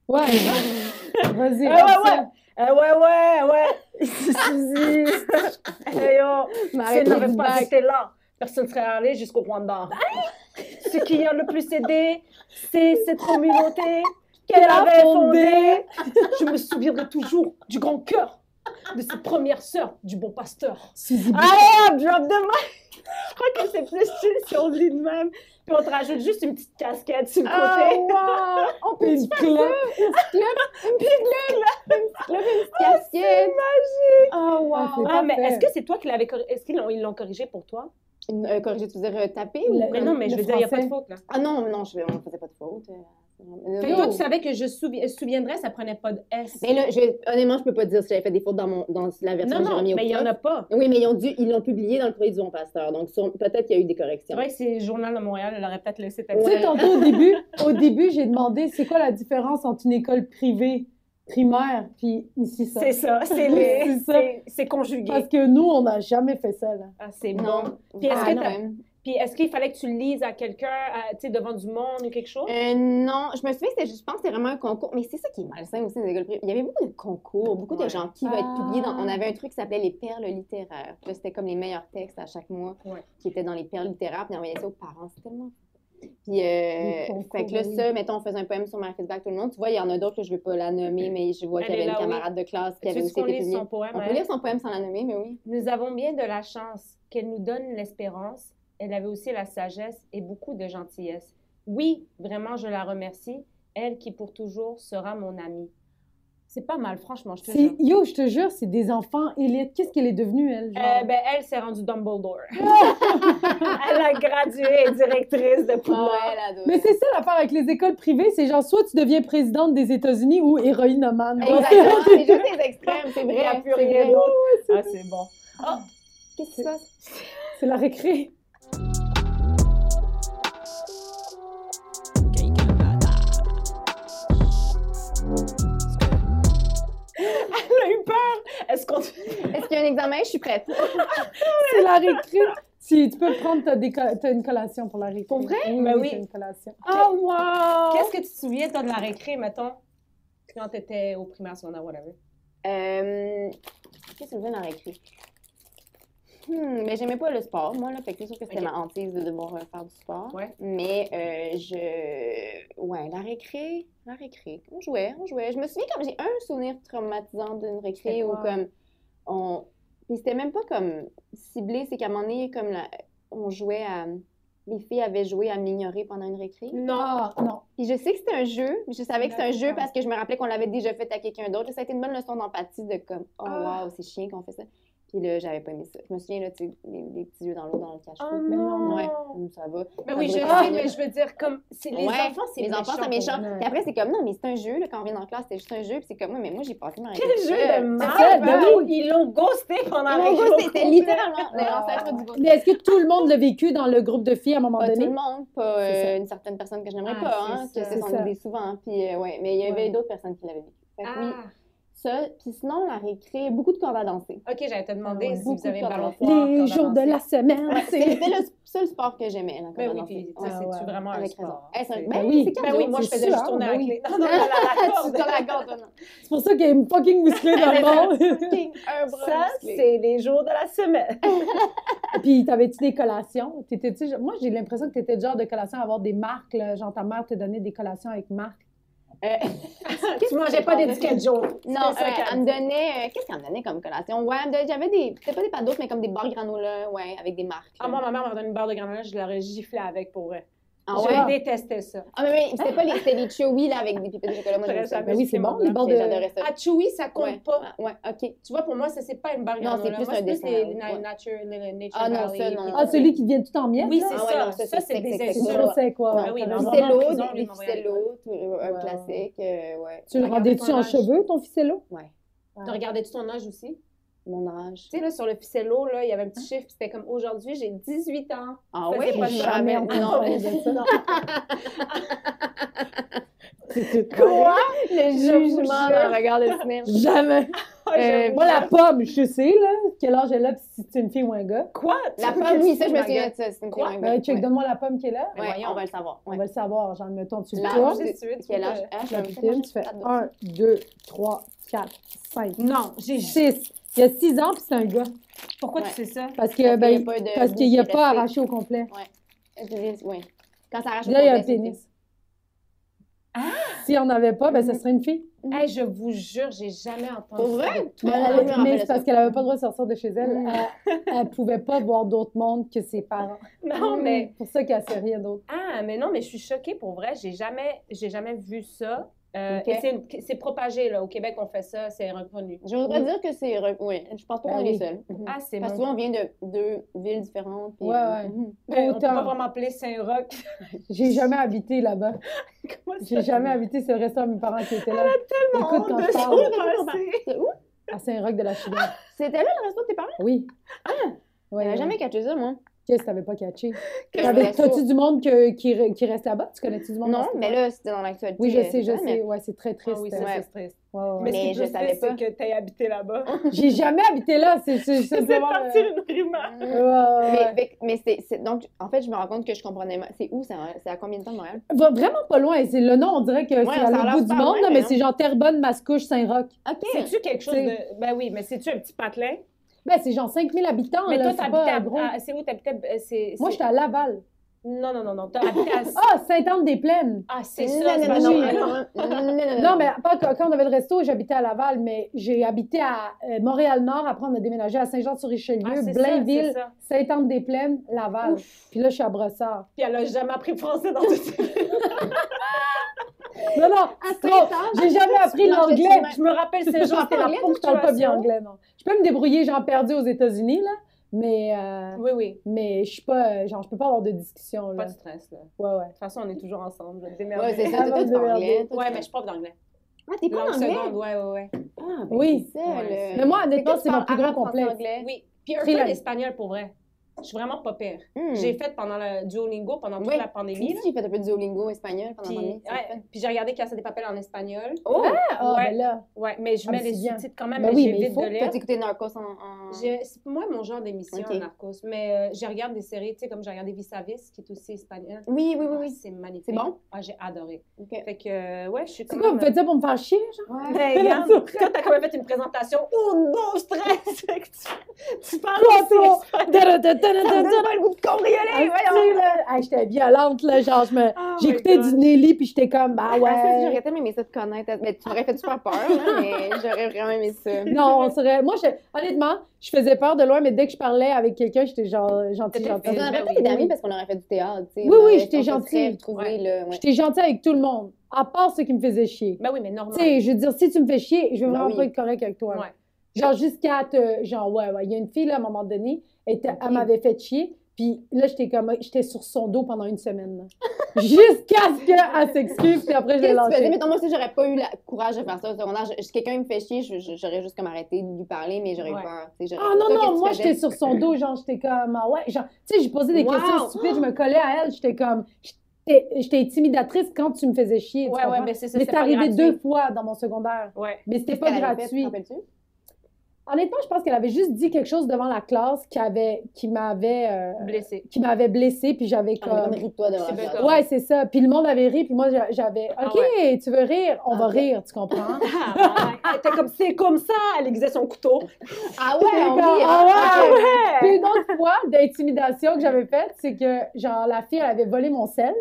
Speaker 1: ouais. Vas-y,
Speaker 2: Eh
Speaker 3: Ah,
Speaker 1: rappe
Speaker 2: ouais,
Speaker 1: ça.
Speaker 2: Eh ouais, ouais, ouais! Suzy! Hey yo! Si
Speaker 3: Marie
Speaker 2: elle n'avait pas
Speaker 3: Fitzbach.
Speaker 2: été là, personne ne serait allé jusqu'au Rwanda. Ce qui a le plus aidé, c'est cette communauté qu'elle avait fondée. Je me souviendrai toujours du grand cœur de cette première sœur du bon pasteur.
Speaker 1: Suzy B.
Speaker 2: Allez, hop, Oh, drop de main! Je crois que c'est plus chill si on le dit de même. Puis on te rajoute juste une petite casquette sur le côté.
Speaker 3: Ah, wow! On peut
Speaker 1: Une clope.
Speaker 3: casquette. Oh,
Speaker 1: Ah,
Speaker 3: wow!
Speaker 1: c'est
Speaker 2: Ah, mais
Speaker 1: parfait.
Speaker 2: est-ce que c'est toi qui l'avais corrigé? Est-ce qu'ils l'ont- ils l'ont corrigé pour toi?
Speaker 3: Euh, corriger, tu veux dire euh, taper
Speaker 1: Le-
Speaker 3: ou...
Speaker 2: Mais non, mais je
Speaker 1: Le
Speaker 2: veux dire, il n'y a pas de
Speaker 1: français.
Speaker 2: faute là.
Speaker 3: Ah non, non, je ne faisais pas de faute. euh,
Speaker 2: Fait que toi, tu savais que je souvi- souviendrais, ça prenait pas de S.
Speaker 3: Mais là, je- honnêtement, je peux pas dire si j'avais fait des fautes dans, mon, dans la version
Speaker 2: non,
Speaker 3: que j'ai
Speaker 2: non,
Speaker 3: remis au
Speaker 2: mais il n'y en
Speaker 3: prof.
Speaker 2: a pas.
Speaker 3: Oui, mais ils ont dû, ils l'ont publié dans le courrier du bon pasteur, donc sur- peut-être qu'il y a eu des
Speaker 2: C'est
Speaker 3: corrections.
Speaker 2: vrai que c'est Journal de Montréal, elle aurait peut-être laissé ta
Speaker 1: Tu sais,
Speaker 3: Ouais.
Speaker 1: tantôt au début, au début, j'ai demandé c'est quoi la différence entre une école privée primaire puis ici ça.
Speaker 2: C'est ça, c'est
Speaker 1: C'est
Speaker 2: les-
Speaker 1: ça.
Speaker 2: c'est- c'est conjugué.
Speaker 1: Parce que nous, on n'a jamais fait ça là.
Speaker 2: Ah, c'est bon.
Speaker 3: Non.
Speaker 2: Puis est-ce
Speaker 3: Ah,
Speaker 2: que
Speaker 3: non,
Speaker 2: t'as-
Speaker 3: même.
Speaker 2: Puis est-ce qu'il fallait que tu le lises à quelqu'un, à- tu sais, devant du monde ou quelque chose?
Speaker 3: Euh, non, je me souviens, c'était- je pense que c'était vraiment un concours, mais c'est ça qui est malsain aussi dans les écoles privées. Il y avait beaucoup de concours, beaucoup de
Speaker 2: Ouais.
Speaker 3: gens qui va être publiés. Dans, on
Speaker 1: Ah.
Speaker 3: avait un truc qui s'appelait les perles littéraires. Là, c'était comme les meilleurs textes à chaque mois
Speaker 2: Ouais.
Speaker 3: qui étaient dans les perles littéraires, puis on envoyait ça aux parents. C'est tellement. Puis, euh,
Speaker 1: Les concours,
Speaker 3: fait que là,
Speaker 1: oui.
Speaker 3: ça, mettons, on faisait un poème sur Marie Fitzbach, tout le monde. Tu vois, il y en a d'autres, là, je ne vais pas la nommer, mais je vois
Speaker 2: Elle
Speaker 3: qu'il y
Speaker 2: est
Speaker 3: avait une
Speaker 2: là, oui.
Speaker 3: camarade de classe qui
Speaker 2: Tu
Speaker 3: avait
Speaker 2: veux
Speaker 3: aussi
Speaker 2: qu'on
Speaker 3: été
Speaker 2: lise
Speaker 3: publiée.
Speaker 2: son poème? hein?
Speaker 3: On
Speaker 2: à
Speaker 3: peut
Speaker 2: elle?
Speaker 3: lire son poème sans la nommer, mais oui.
Speaker 2: Nous avons bien de la chance qu'elle nous donne l'espérance. Elle avait aussi la sagesse et beaucoup de gentillesse. Oui, vraiment, je la remercie. Elle qui pour toujours sera mon amie. C'est pas mal, franchement, je te
Speaker 1: C'est
Speaker 2: jure.
Speaker 1: yo, je te jure, c'est des enfants élites. Qu'est-ce qu'elle est devenue elle genre?
Speaker 2: Euh, ben, elle s'est rendue Dumbledore. elle a gradué directrice de
Speaker 3: Ah
Speaker 2: Poudlard.
Speaker 3: ouais, elle adore.
Speaker 1: Mais c'est ça l'affaire avec les écoles privées, c'est genre soit tu deviens présidente des États-Unis ou héroïnomane.
Speaker 3: Exactement, c'est juste des extrêmes, c'est
Speaker 2: Il n'y a
Speaker 3: vrai.
Speaker 2: plus
Speaker 3: c'est
Speaker 2: rien
Speaker 3: vrai.
Speaker 2: d'autre. Ah, c'est bon.
Speaker 3: Qu'est-ce qui se passe?
Speaker 1: C'est la récré.
Speaker 2: Elle a eu peur. Est-ce qu'on.
Speaker 3: Est-ce qu'il y a un examen? Je suis prête.
Speaker 1: C'est la récré. Tu, tu peux prendre, t'as, des, co- t'as une collation pour la récré.
Speaker 2: Pour vrai?
Speaker 1: Oui,
Speaker 2: Ben
Speaker 1: oui,
Speaker 2: oui.
Speaker 1: t'as une collation.
Speaker 3: Oh, wow!
Speaker 2: Qu'est-ce que tu te souviens, toi, de la récré, mettons, quand t'étais au primaire, secondaire, whatever?
Speaker 3: Euh, Qu'est-ce que vous avez dans la récré? Hmm, mais j'aimais pas le sport, moi, là. Fait que c'est sûr que c'était
Speaker 2: Ok.
Speaker 3: ma hantise de devoir euh, faire du sport.
Speaker 2: Ouais.
Speaker 3: Mais euh, je. Ouais, la récré. La récré. On jouait, on jouait. Je me souviens comme j'ai un souvenir traumatisant d'une
Speaker 2: C'était
Speaker 3: récré où,
Speaker 2: quoi?
Speaker 3: comme. On. Puis c'était même pas comme ciblé, c'est qu'à un moment donné, comme la... on jouait à. Les filles avaient joué à m'ignorer pendant une récré.
Speaker 2: Non.
Speaker 1: Ah, non.
Speaker 3: Puis je sais que c'était un jeu, mais je savais que c'était un jeu
Speaker 2: D'accord.
Speaker 3: parce que je me rappelais qu'on l'avait déjà fait à quelqu'un d'autre. Ça a été une bonne leçon d'empathie de comme, oh
Speaker 2: Ah.
Speaker 3: wow, c'est chiant qu'on fait ça. Puis là, j'avais pas aimé ça. Je me souviens, là, tu sais, les, les petits yeux dans l'eau, dans le cachot.
Speaker 2: Oh
Speaker 3: Mais
Speaker 2: non!
Speaker 3: Ouais, hum, ça va.
Speaker 2: Mais Ben oui, je
Speaker 3: Ça
Speaker 2: sais,
Speaker 3: doit être
Speaker 2: mais
Speaker 3: génial.
Speaker 2: je veux dire, comme. c'est- Les
Speaker 3: Ouais,
Speaker 2: enfants, c'est
Speaker 3: les enfants, c'est méchant.
Speaker 2: pour nous.
Speaker 3: Puis après, c'est comme, non, mais c'est un jeu, là, quand on vient en classe, c'est juste un jeu. Puis c'est comme, ouais, mais moi, j'ai passé ma
Speaker 2: Quel jeu
Speaker 3: Euh,
Speaker 2: de
Speaker 1: ça,
Speaker 2: mal!
Speaker 1: de
Speaker 2: Ben oui, Ils l'ont ghosté pendant la
Speaker 3: Mon
Speaker 2: récré au
Speaker 3: goût, c'était
Speaker 2: complet.
Speaker 3: littéralement le
Speaker 2: Ah.
Speaker 3: l'ancêtre du goût.
Speaker 1: Mais est-ce que tout le monde l'a vécu dans le groupe de filles à un moment
Speaker 3: Pas tout
Speaker 1: donné?
Speaker 3: le monde, pas
Speaker 1: C'est ça.
Speaker 3: euh, une certaine personne que je n'aimerais
Speaker 2: Ah,
Speaker 3: pas, hein,
Speaker 2: c'est
Speaker 3: que
Speaker 2: ça.
Speaker 3: c'est
Speaker 1: C'est
Speaker 3: son
Speaker 1: ça.
Speaker 3: idée souvent. Puis euh, ouais, mais il y avait
Speaker 2: Ouais.
Speaker 3: d'autres personnes qui l'avaient vécu. Fait que oui,
Speaker 2: Ah!
Speaker 3: ça. Puis sinon, la récré, beaucoup de cordes à danser.
Speaker 2: Ok, j'allais te demander
Speaker 1: Ah ouais.
Speaker 2: si
Speaker 3: Beaucoup
Speaker 2: vous avez
Speaker 3: de
Speaker 2: ballon
Speaker 3: cordes.
Speaker 2: foire,
Speaker 1: Les
Speaker 2: cordes à
Speaker 1: jours de
Speaker 2: danser.
Speaker 1: la semaine. c'est...
Speaker 3: C'était le seul sport que j'aimais, la
Speaker 2: Ben
Speaker 3: corde à
Speaker 2: oui,
Speaker 3: danser.
Speaker 2: puis ça,
Speaker 3: Ah Ouais,
Speaker 1: ouais,
Speaker 2: c'est-tu
Speaker 1: ouais.
Speaker 2: vraiment un
Speaker 3: avec
Speaker 2: sport?
Speaker 3: raison. Eh, c'est-
Speaker 2: C'est-
Speaker 1: Ben
Speaker 3: Ben
Speaker 1: oui.
Speaker 3: oui, c'est
Speaker 2: Ben oui, moi, je faisais juste tourner avec les... Non, non, la, la, la
Speaker 3: Tu
Speaker 2: corde.
Speaker 3: tournes la corde, non.
Speaker 1: c'est pour ça qu'il y a une fucking musclée dans le monde.
Speaker 3: King, un bras
Speaker 2: Ça,
Speaker 3: musclé.
Speaker 2: c'est les jours de la semaine.
Speaker 1: Puis, t'avais-tu des collations? T'étais-tu... Moi, j'ai l'impression que t'étais le genre de collation à avoir des marques. là. Genre, ta mère te donnait des collations avec marques.
Speaker 2: tu mangeais pas d'étiquette jaune.
Speaker 3: Non,
Speaker 2: C'est ça
Speaker 3: euh,
Speaker 2: qu'elle
Speaker 3: elle me donnait. euh, Qu'est-ce qu'elle me donnait comme collation? Ouais, elle me donnait- j'avais des. C'était pas des pâtes d'autres, mais comme des barres granola, ouais, avec des marques.
Speaker 2: Ah,
Speaker 3: là.
Speaker 2: moi, ma mère m'avait donné une barre de granola, je l'aurais giflée avec pour vrai.
Speaker 3: Ah,
Speaker 2: je
Speaker 3: ouais.
Speaker 2: détestais ça.
Speaker 3: Ah, mais, mais c'était pas les, c'était les chewy, là, avec des pépites de chocolat. Moi,
Speaker 2: J'aurais
Speaker 3: j'aimais ça.
Speaker 2: jamais
Speaker 1: Ben oui, c'est
Speaker 2: Musclé,
Speaker 1: bon,
Speaker 2: mon
Speaker 1: les
Speaker 2: gars.
Speaker 1: bords de...
Speaker 3: J'adorais ça.
Speaker 2: À Ah, Chewy, ça compte
Speaker 3: Ouais, Ah.
Speaker 2: pas.
Speaker 3: ouais, ouais, ok.
Speaker 2: Tu vois, pour moi, ça, c'est pas une barre
Speaker 3: Non,
Speaker 2: granola.
Speaker 3: c'est plus
Speaker 2: Moi,
Speaker 3: un
Speaker 2: plus
Speaker 3: dessin, hein,
Speaker 2: les
Speaker 3: ouais.
Speaker 2: na- nature, le- le Nature
Speaker 3: Ah, non,
Speaker 2: Valley,
Speaker 3: ça,
Speaker 2: puis
Speaker 3: non,
Speaker 2: tout
Speaker 3: non.
Speaker 1: Ah, celui qui devient tout en miettes?
Speaker 2: Oui,
Speaker 1: là?
Speaker 2: c'est
Speaker 3: Ah ouais,
Speaker 2: ça.
Speaker 3: non,
Speaker 2: ça,
Speaker 3: ça, Ben
Speaker 2: c'est
Speaker 3: c'est
Speaker 2: des
Speaker 3: sec, sec,
Speaker 1: Je
Speaker 3: sec,
Speaker 2: insultes.
Speaker 3: sec.
Speaker 1: sais quoi.
Speaker 2: Ah oui,
Speaker 1: t'as
Speaker 2: non,
Speaker 1: raison.
Speaker 2: non, non. en
Speaker 3: Ficello,
Speaker 2: prison,
Speaker 3: des-
Speaker 2: les
Speaker 3: des
Speaker 2: Montréalais.
Speaker 3: ficellos, tout- un
Speaker 1: Ouais.
Speaker 3: classique, euh, ouais.
Speaker 1: Tu le
Speaker 2: Regardez
Speaker 1: rendais-tu
Speaker 2: ton
Speaker 1: en
Speaker 2: âge. Ah.
Speaker 1: cheveux, ton ficello?
Speaker 3: Ouais.
Speaker 2: T'as regardé ton âge aussi? Hein?
Speaker 3: Mon âge.
Speaker 2: Tu sais, là, sur le ficello, là, il y avait un petit chiffre, puis c'était comme aujourd'hui, j'ai 18 ans.
Speaker 3: Ah
Speaker 2: Ça,
Speaker 3: ouais,
Speaker 2: c'est pas
Speaker 3: je
Speaker 2: de
Speaker 1: jamais
Speaker 3: savais-
Speaker 1: entendu
Speaker 3: non.
Speaker 1: parler de ça. C'est tout.
Speaker 3: Quoi? Le
Speaker 2: Je vous
Speaker 3: jugement
Speaker 2: jure.
Speaker 3: dans le regard de cinéma.
Speaker 1: Jamais.
Speaker 2: Euh,
Speaker 1: Moi, la pomme, je sais, là, quel âge elle a, puis si c'est une fille ou un gars.
Speaker 2: Quoi?
Speaker 3: La pomme, oui, ça, je me
Speaker 2: Oh my
Speaker 3: souviens
Speaker 2: God.
Speaker 3: de ça. C'est une
Speaker 2: Quoi?
Speaker 3: connerie.
Speaker 1: Ben, check,
Speaker 3: Ouais.
Speaker 1: donne-moi la pomme qui est là.
Speaker 2: Ben,
Speaker 3: Ouais,
Speaker 2: voyons.
Speaker 3: on va le savoir.
Speaker 1: On
Speaker 3: ouais.
Speaker 1: va le savoir. Genre, mettons, tu le
Speaker 3: L'âge,
Speaker 1: tournes.
Speaker 3: c'est-
Speaker 2: Tout de suite,
Speaker 3: Quel
Speaker 2: faut
Speaker 3: âge?
Speaker 2: que-
Speaker 3: Ah, je
Speaker 1: La
Speaker 3: vais me faire
Speaker 1: capitaine, tu
Speaker 3: manger
Speaker 1: fais
Speaker 3: par d'autres.
Speaker 1: 1, 2, 3, 4, 5,
Speaker 2: Non, j'ai
Speaker 1: 6. Il y a 6 ans, puis c'est un gars.
Speaker 2: Pourquoi
Speaker 3: Ouais.
Speaker 2: tu sais ça?
Speaker 1: Parce que,
Speaker 3: Parce qu'il y a
Speaker 1: ben,
Speaker 3: pas de
Speaker 1: parce
Speaker 3: bout
Speaker 1: qu'il n'y a
Speaker 3: qui
Speaker 1: pas
Speaker 3: reste.
Speaker 1: arraché au complet.
Speaker 3: Je dis, Oui. Quand ça Ah! arrache
Speaker 1: Là, il y a un
Speaker 3: complet, c'est une
Speaker 1: pénis.
Speaker 3: fille.
Speaker 1: S'il n'y en avait pas, ben, ça
Speaker 3: Mhm.
Speaker 1: serait une fille.
Speaker 2: Hey, je vous jure, j'ai jamais entendu
Speaker 3: Pour
Speaker 2: ça.
Speaker 3: vrai?
Speaker 1: Mais,
Speaker 3: Ouais,
Speaker 1: elle-
Speaker 3: je me
Speaker 1: mais
Speaker 3: rappelle
Speaker 1: c'est
Speaker 3: ça.
Speaker 1: parce qu'elle n'avait pas le droit de sortir de chez elle.
Speaker 3: Mhm.
Speaker 1: Elle ne pouvait pas voir d'autres mondes que ses parents.
Speaker 3: Mm.
Speaker 2: Non, mais...
Speaker 1: Pour ça qu'elle ne sait rien d'autre.
Speaker 2: Ah, mais non, mais je suis choquée, pour vrai. J'ai jamais, j'ai jamais vu ça. Euh,
Speaker 3: Ok. Mm.
Speaker 2: et c'est une- C'est propagé, là. Au Québec, on fait ça, c'est reconnu.
Speaker 3: Je voudrais dire que c'est. re- Oui, je pense pas
Speaker 1: Ben
Speaker 3: qu'on
Speaker 1: oui.
Speaker 3: est seul. Mhm.
Speaker 2: Ah, c'est
Speaker 3: Parce que
Speaker 2: bon.
Speaker 3: souvent, on vient de deux villes différentes. puis-
Speaker 1: Ouais, ouais.
Speaker 3: Mhm.
Speaker 2: Ben, on peut
Speaker 1: autant.
Speaker 2: pas vraiment appeler Saint-Roch.
Speaker 1: J'ai jamais habité là-bas.
Speaker 2: Comment ça?
Speaker 1: J'ai jamais habité ce restaurant. Mes parents qui étaient là. Écoute,
Speaker 2: Honte
Speaker 1: t'en parles.
Speaker 2: de son passé.
Speaker 3: C'est où?
Speaker 1: À Saint-Roch de la Chine.
Speaker 3: C'était là le resto de tes parents?
Speaker 1: Oui. Ah!
Speaker 3: J'avais jamais catché ça, moi.
Speaker 1: Qu'est-ce que t'avais pas catché?
Speaker 3: Que
Speaker 1: T'avais-
Speaker 3: le resto-
Speaker 1: T'as-tu du monde que- qui, re- qui reste là-bas? Tu connais-tu du monde? dans
Speaker 3: Non,
Speaker 1: ce
Speaker 3: mais
Speaker 1: coin?
Speaker 3: là, c'était dans l'actualité.
Speaker 1: Oui, je sais,
Speaker 3: euh,
Speaker 1: je
Speaker 3: ça,
Speaker 1: sais.
Speaker 3: mais-
Speaker 1: Ouais, c'est très
Speaker 2: Ah
Speaker 1: triste.
Speaker 2: oui, ça,
Speaker 1: Ouais,
Speaker 2: c'est
Speaker 3: Ouais.
Speaker 2: stress.
Speaker 1: ouais,
Speaker 2: Mais,
Speaker 1: ouais.
Speaker 3: Mais
Speaker 2: ce que je,
Speaker 3: je
Speaker 2: sais,
Speaker 3: savais
Speaker 2: c'est
Speaker 3: pas.
Speaker 2: que t'aies habité là-bas.
Speaker 1: J'ai jamais habité là. C'est c'est- c'est
Speaker 2: C'est
Speaker 1: simplement,
Speaker 2: parti
Speaker 1: euh,
Speaker 2: une rumeur.
Speaker 3: Mhm.
Speaker 1: ouais, ouais,
Speaker 3: Mais,
Speaker 1: ouais.
Speaker 3: fait- mais c'est, c'est- donc, en fait, je me rends compte que je comprenais. ma- C'est où? C'est à, c'est à combien de temps de Montréal?
Speaker 1: Va vraiment pas loin. C'est le nom, on dirait que
Speaker 3: Ouais,
Speaker 1: c'est à
Speaker 3: ça a
Speaker 1: l'autre
Speaker 3: l'air
Speaker 1: bout du
Speaker 3: pas
Speaker 1: monde,
Speaker 3: loin,
Speaker 1: là, mais
Speaker 3: hein.
Speaker 1: c'est genre Terrebonne, Mascouche, Saint-Roch.
Speaker 3: OK.
Speaker 2: C'est-tu quelque chose
Speaker 1: C'est-
Speaker 2: de. Ben oui, mais c'est-tu un petit patelin?
Speaker 1: Ben, c'est genre 5000 habitants.
Speaker 2: mais
Speaker 1: là,
Speaker 2: toi,
Speaker 1: c'est pas,
Speaker 2: t'habitais à.
Speaker 1: euh, gros.
Speaker 2: à- C'est où t'habitais? euh, c'est-
Speaker 1: Moi,
Speaker 2: c'est-
Speaker 1: j'étais à Laval.
Speaker 2: Non, non, non, non. T'as habité à.
Speaker 1: Ah, Sainte-Anne-des-Plaines.
Speaker 2: Ah, c'est
Speaker 3: Non,
Speaker 2: ça,
Speaker 3: non,
Speaker 2: c'est pas
Speaker 3: non,
Speaker 1: pas
Speaker 3: non,
Speaker 1: chez
Speaker 3: non,
Speaker 2: génial.
Speaker 3: non, non, non, non, non,
Speaker 2: Euh,
Speaker 1: Non,
Speaker 3: non.
Speaker 1: mais pas que- quand on avait le resto, j'habitais à Laval, mais j'ai habité à euh, Montréal-Nord. Après, on a déménagé à Saint-Jean-sur-Richelieu,
Speaker 2: Ah, c'est ça, c'est
Speaker 1: Blainville,
Speaker 2: ça.
Speaker 1: Sainte-Anne-des-Plaines, Laval. Puis là, je suis à Brossard.
Speaker 2: Puis elle a jamais appris français dans toute sa vie.
Speaker 1: Non, non,
Speaker 2: Ah,
Speaker 3: À
Speaker 1: c'est trop.
Speaker 3: Saint-Anne?
Speaker 1: J'ai jamais appris
Speaker 3: Non, je
Speaker 1: l'anglais.
Speaker 3: sais même.
Speaker 2: Je me rappelle
Speaker 1: C'est
Speaker 2: ces
Speaker 1: genre,
Speaker 2: jours,
Speaker 1: c'est
Speaker 2: c'était
Speaker 1: la
Speaker 2: la
Speaker 1: peau que je parle pas bien
Speaker 2: ponctuation.
Speaker 1: anglais, non. Je peux me débrouiller, genre perdu aux États-Unis, là, mais, euh,
Speaker 2: Oui, oui.
Speaker 1: mais je suis pas, euh, genre, je peux pas avoir de discussion, là.
Speaker 2: Pas de stress, là. De
Speaker 1: Ouais, ouais.
Speaker 2: toute façon, on est toujours ensemble. Je vais te
Speaker 3: Ouais,
Speaker 2: démerder.
Speaker 3: c'est ça. Toi, toi, tu parles anglais. toi,
Speaker 2: Ouais,
Speaker 3: tu-
Speaker 2: mais je suis prof d'anglais.
Speaker 3: Ah, t'es pas
Speaker 2: Langue
Speaker 3: anglais?
Speaker 2: seconde, ouais, ouais, ouais.
Speaker 3: Ah, ben,
Speaker 1: Oui.
Speaker 3: c'est ça,
Speaker 2: Ouais.
Speaker 3: le-
Speaker 1: Mais moi,
Speaker 3: Fait que
Speaker 1: honnêtement,
Speaker 3: tu
Speaker 1: c'est mon
Speaker 3: parles
Speaker 1: plus grand
Speaker 3: arabe, français,
Speaker 1: complexe.
Speaker 3: anglais.
Speaker 2: Oui. Puis un peu
Speaker 1: Trilingue.
Speaker 2: d'espagnol, pour vrai. Je suis vraiment pas pire.
Speaker 3: Hmm.
Speaker 2: J'ai fait pendant le Duolingo, pendant toute
Speaker 3: Ouais.
Speaker 2: la pandémie,
Speaker 3: J'ai fait un peu de Duolingo espagnol pendant
Speaker 2: Puis,
Speaker 3: la pandémie. c'est
Speaker 2: ouais,
Speaker 3: le fun.
Speaker 2: Puis j'ai regardé Casa des Papel en espagnol.
Speaker 3: Oh!
Speaker 1: Ah,
Speaker 2: Ouais.
Speaker 1: ben là.
Speaker 2: Ouais, mais je
Speaker 1: Ah,
Speaker 2: mets
Speaker 1: mais
Speaker 2: les
Speaker 1: c'est bien.
Speaker 2: sous-titres quand même,
Speaker 1: Ben
Speaker 2: mais
Speaker 1: oui, mais il
Speaker 2: j'évite
Speaker 1: faut.
Speaker 2: de
Speaker 3: T'as
Speaker 2: lire.
Speaker 3: écouté Narcos en. en-
Speaker 2: Je- C'est moi mon genre d'émission,
Speaker 3: Ok.
Speaker 2: Narcos. Mais euh, je regarde des séries, tu sais, comme j'ai regardé Vis à Vis, qui est aussi espagnol.
Speaker 3: Oui, oui, oui,
Speaker 2: Ah,
Speaker 3: oui.
Speaker 2: C'est magnifique.
Speaker 3: C'est bon?
Speaker 2: Ah, j'ai adoré.
Speaker 3: Ok.
Speaker 2: Fait que, euh, ouais, je suis
Speaker 1: C'est
Speaker 2: comme.
Speaker 1: quoi, vous faites ça pour me faire chier?
Speaker 2: Ben, regarde, toi, t'as quand même fait une présentation. Oh, beau stress! Fait que tu, tu parles
Speaker 1: Quoi,
Speaker 2: aussi
Speaker 1: toi?
Speaker 2: espagnol.
Speaker 1: Da, da, da, da, da,
Speaker 3: Ça me
Speaker 1: da,
Speaker 3: donne
Speaker 1: da.
Speaker 3: pas le goût de cambrioler,
Speaker 1: Ah,
Speaker 3: voyons!
Speaker 1: tu sais, là, ah, j'étais violente, là, genre, je me...
Speaker 2: Oh my
Speaker 1: J'écoutais
Speaker 2: God.
Speaker 1: du Nelly, puis j'étais comme, bah
Speaker 3: Ah, ça,
Speaker 1: ouais.
Speaker 3: J'aurais tellement aimé ça te connaître. Mais tu m'aurais fait super peur, hein, mais j'aurais vraiment aimé ça.
Speaker 1: Non, on serait. Moi, je- honnêtement, je faisais peur de loin, mais dès que je parlais avec quelqu'un, j'étais genre euh, gentil,
Speaker 2: T'étais
Speaker 1: gentil.
Speaker 3: On en
Speaker 2: Ben
Speaker 3: aurait
Speaker 2: oui.
Speaker 3: pas été d'amis parce qu'on aurait fait du théâtre, tu
Speaker 1: Oui,
Speaker 3: sais. on
Speaker 1: oui,
Speaker 3: aurait-
Speaker 1: j'étais
Speaker 3: on se serait
Speaker 1: gentille.
Speaker 3: retrouvés,
Speaker 2: Ouais.
Speaker 3: là, ouais.
Speaker 1: J'étais gentil avec tout le monde, à part ceux qui me faisaient chier.
Speaker 2: Ben oui, mais
Speaker 1: Tu
Speaker 2: normal.
Speaker 1: sais, je veux dire, si tu me fais chier, je vais
Speaker 3: Ben
Speaker 1: vraiment
Speaker 3: oui.
Speaker 1: pas être correct avec toi.
Speaker 2: Ouais.
Speaker 1: Genre, jusqu'à te. Genre, ouais, ouais. Il y a une fille, là, à un moment donné, elle, était-
Speaker 3: Ok.
Speaker 1: elle m'avait fait chier, puis là, j'étais comme. J'étais sur son dos pendant une semaine. là. jusqu'à ce qu'elle s'excuse, puis après, je l'ai
Speaker 3: Qu'est-ce que tu faisais?
Speaker 1: lâchée.
Speaker 3: Mettons, moi aussi, j'aurais pas eu le courage de faire ça au secondaire. Je- je- quelqu'un me fait chier, je- je- j'aurais juste comme arrêté de lui parler, mais j'aurais eu
Speaker 2: Ouais.
Speaker 3: peur. tu sais, j'aurais-
Speaker 1: Ah non,
Speaker 3: Toi, qu'est-ce
Speaker 1: non,
Speaker 3: que
Speaker 1: moi
Speaker 3: tu
Speaker 1: j'étais
Speaker 3: faisais?
Speaker 1: sur son dos, genre j'étais comme, ah ouais, genre, tu sais, j'ai posé des
Speaker 3: Wow!
Speaker 1: questions stupides, je me collais à elle, j'étais comme, j'étais j'étais intimidatrice quand tu me faisais chier. tu
Speaker 2: Ouais, ouais,
Speaker 1: comprends?
Speaker 2: mais c'est ça.
Speaker 1: mais
Speaker 2: c'est
Speaker 1: c'est
Speaker 2: pas
Speaker 1: arrivé
Speaker 2: gratuit.
Speaker 1: deux fois dans mon secondaire,
Speaker 2: Ouais.
Speaker 1: mais c'était
Speaker 3: Qu'est-ce
Speaker 1: pas
Speaker 3: qu'elle avait fait,
Speaker 1: gratuit.
Speaker 3: t'en rappelles-tu?
Speaker 1: Honnêtement, je pense qu'elle avait juste dit quelque chose devant la classe qui avait, qui m'avait, euh,
Speaker 2: Blessé.
Speaker 1: qui m'avait blessée, puis j'avais
Speaker 3: On avait
Speaker 1: comme,
Speaker 3: comme ri de toi devant
Speaker 2: C'est
Speaker 3: la
Speaker 2: bien
Speaker 3: classe.
Speaker 2: correct.
Speaker 1: ouais, c'est ça. Puis le monde avait ri, puis moi j'a- j'avais, ok,
Speaker 2: Ah
Speaker 1: tu veux rire, on va
Speaker 3: Ok.
Speaker 1: rire, tu comprends?
Speaker 2: Elle était comme, c'est comme ça, elle aiguisait son couteau.
Speaker 3: Ah ouais, on
Speaker 1: Puis comme,
Speaker 3: rit.
Speaker 1: ah ouais!
Speaker 2: Ouais!
Speaker 1: Puis une autre fois d'intimidation que j'avais faite, c'est que, genre, la fille, elle avait volé mon sel.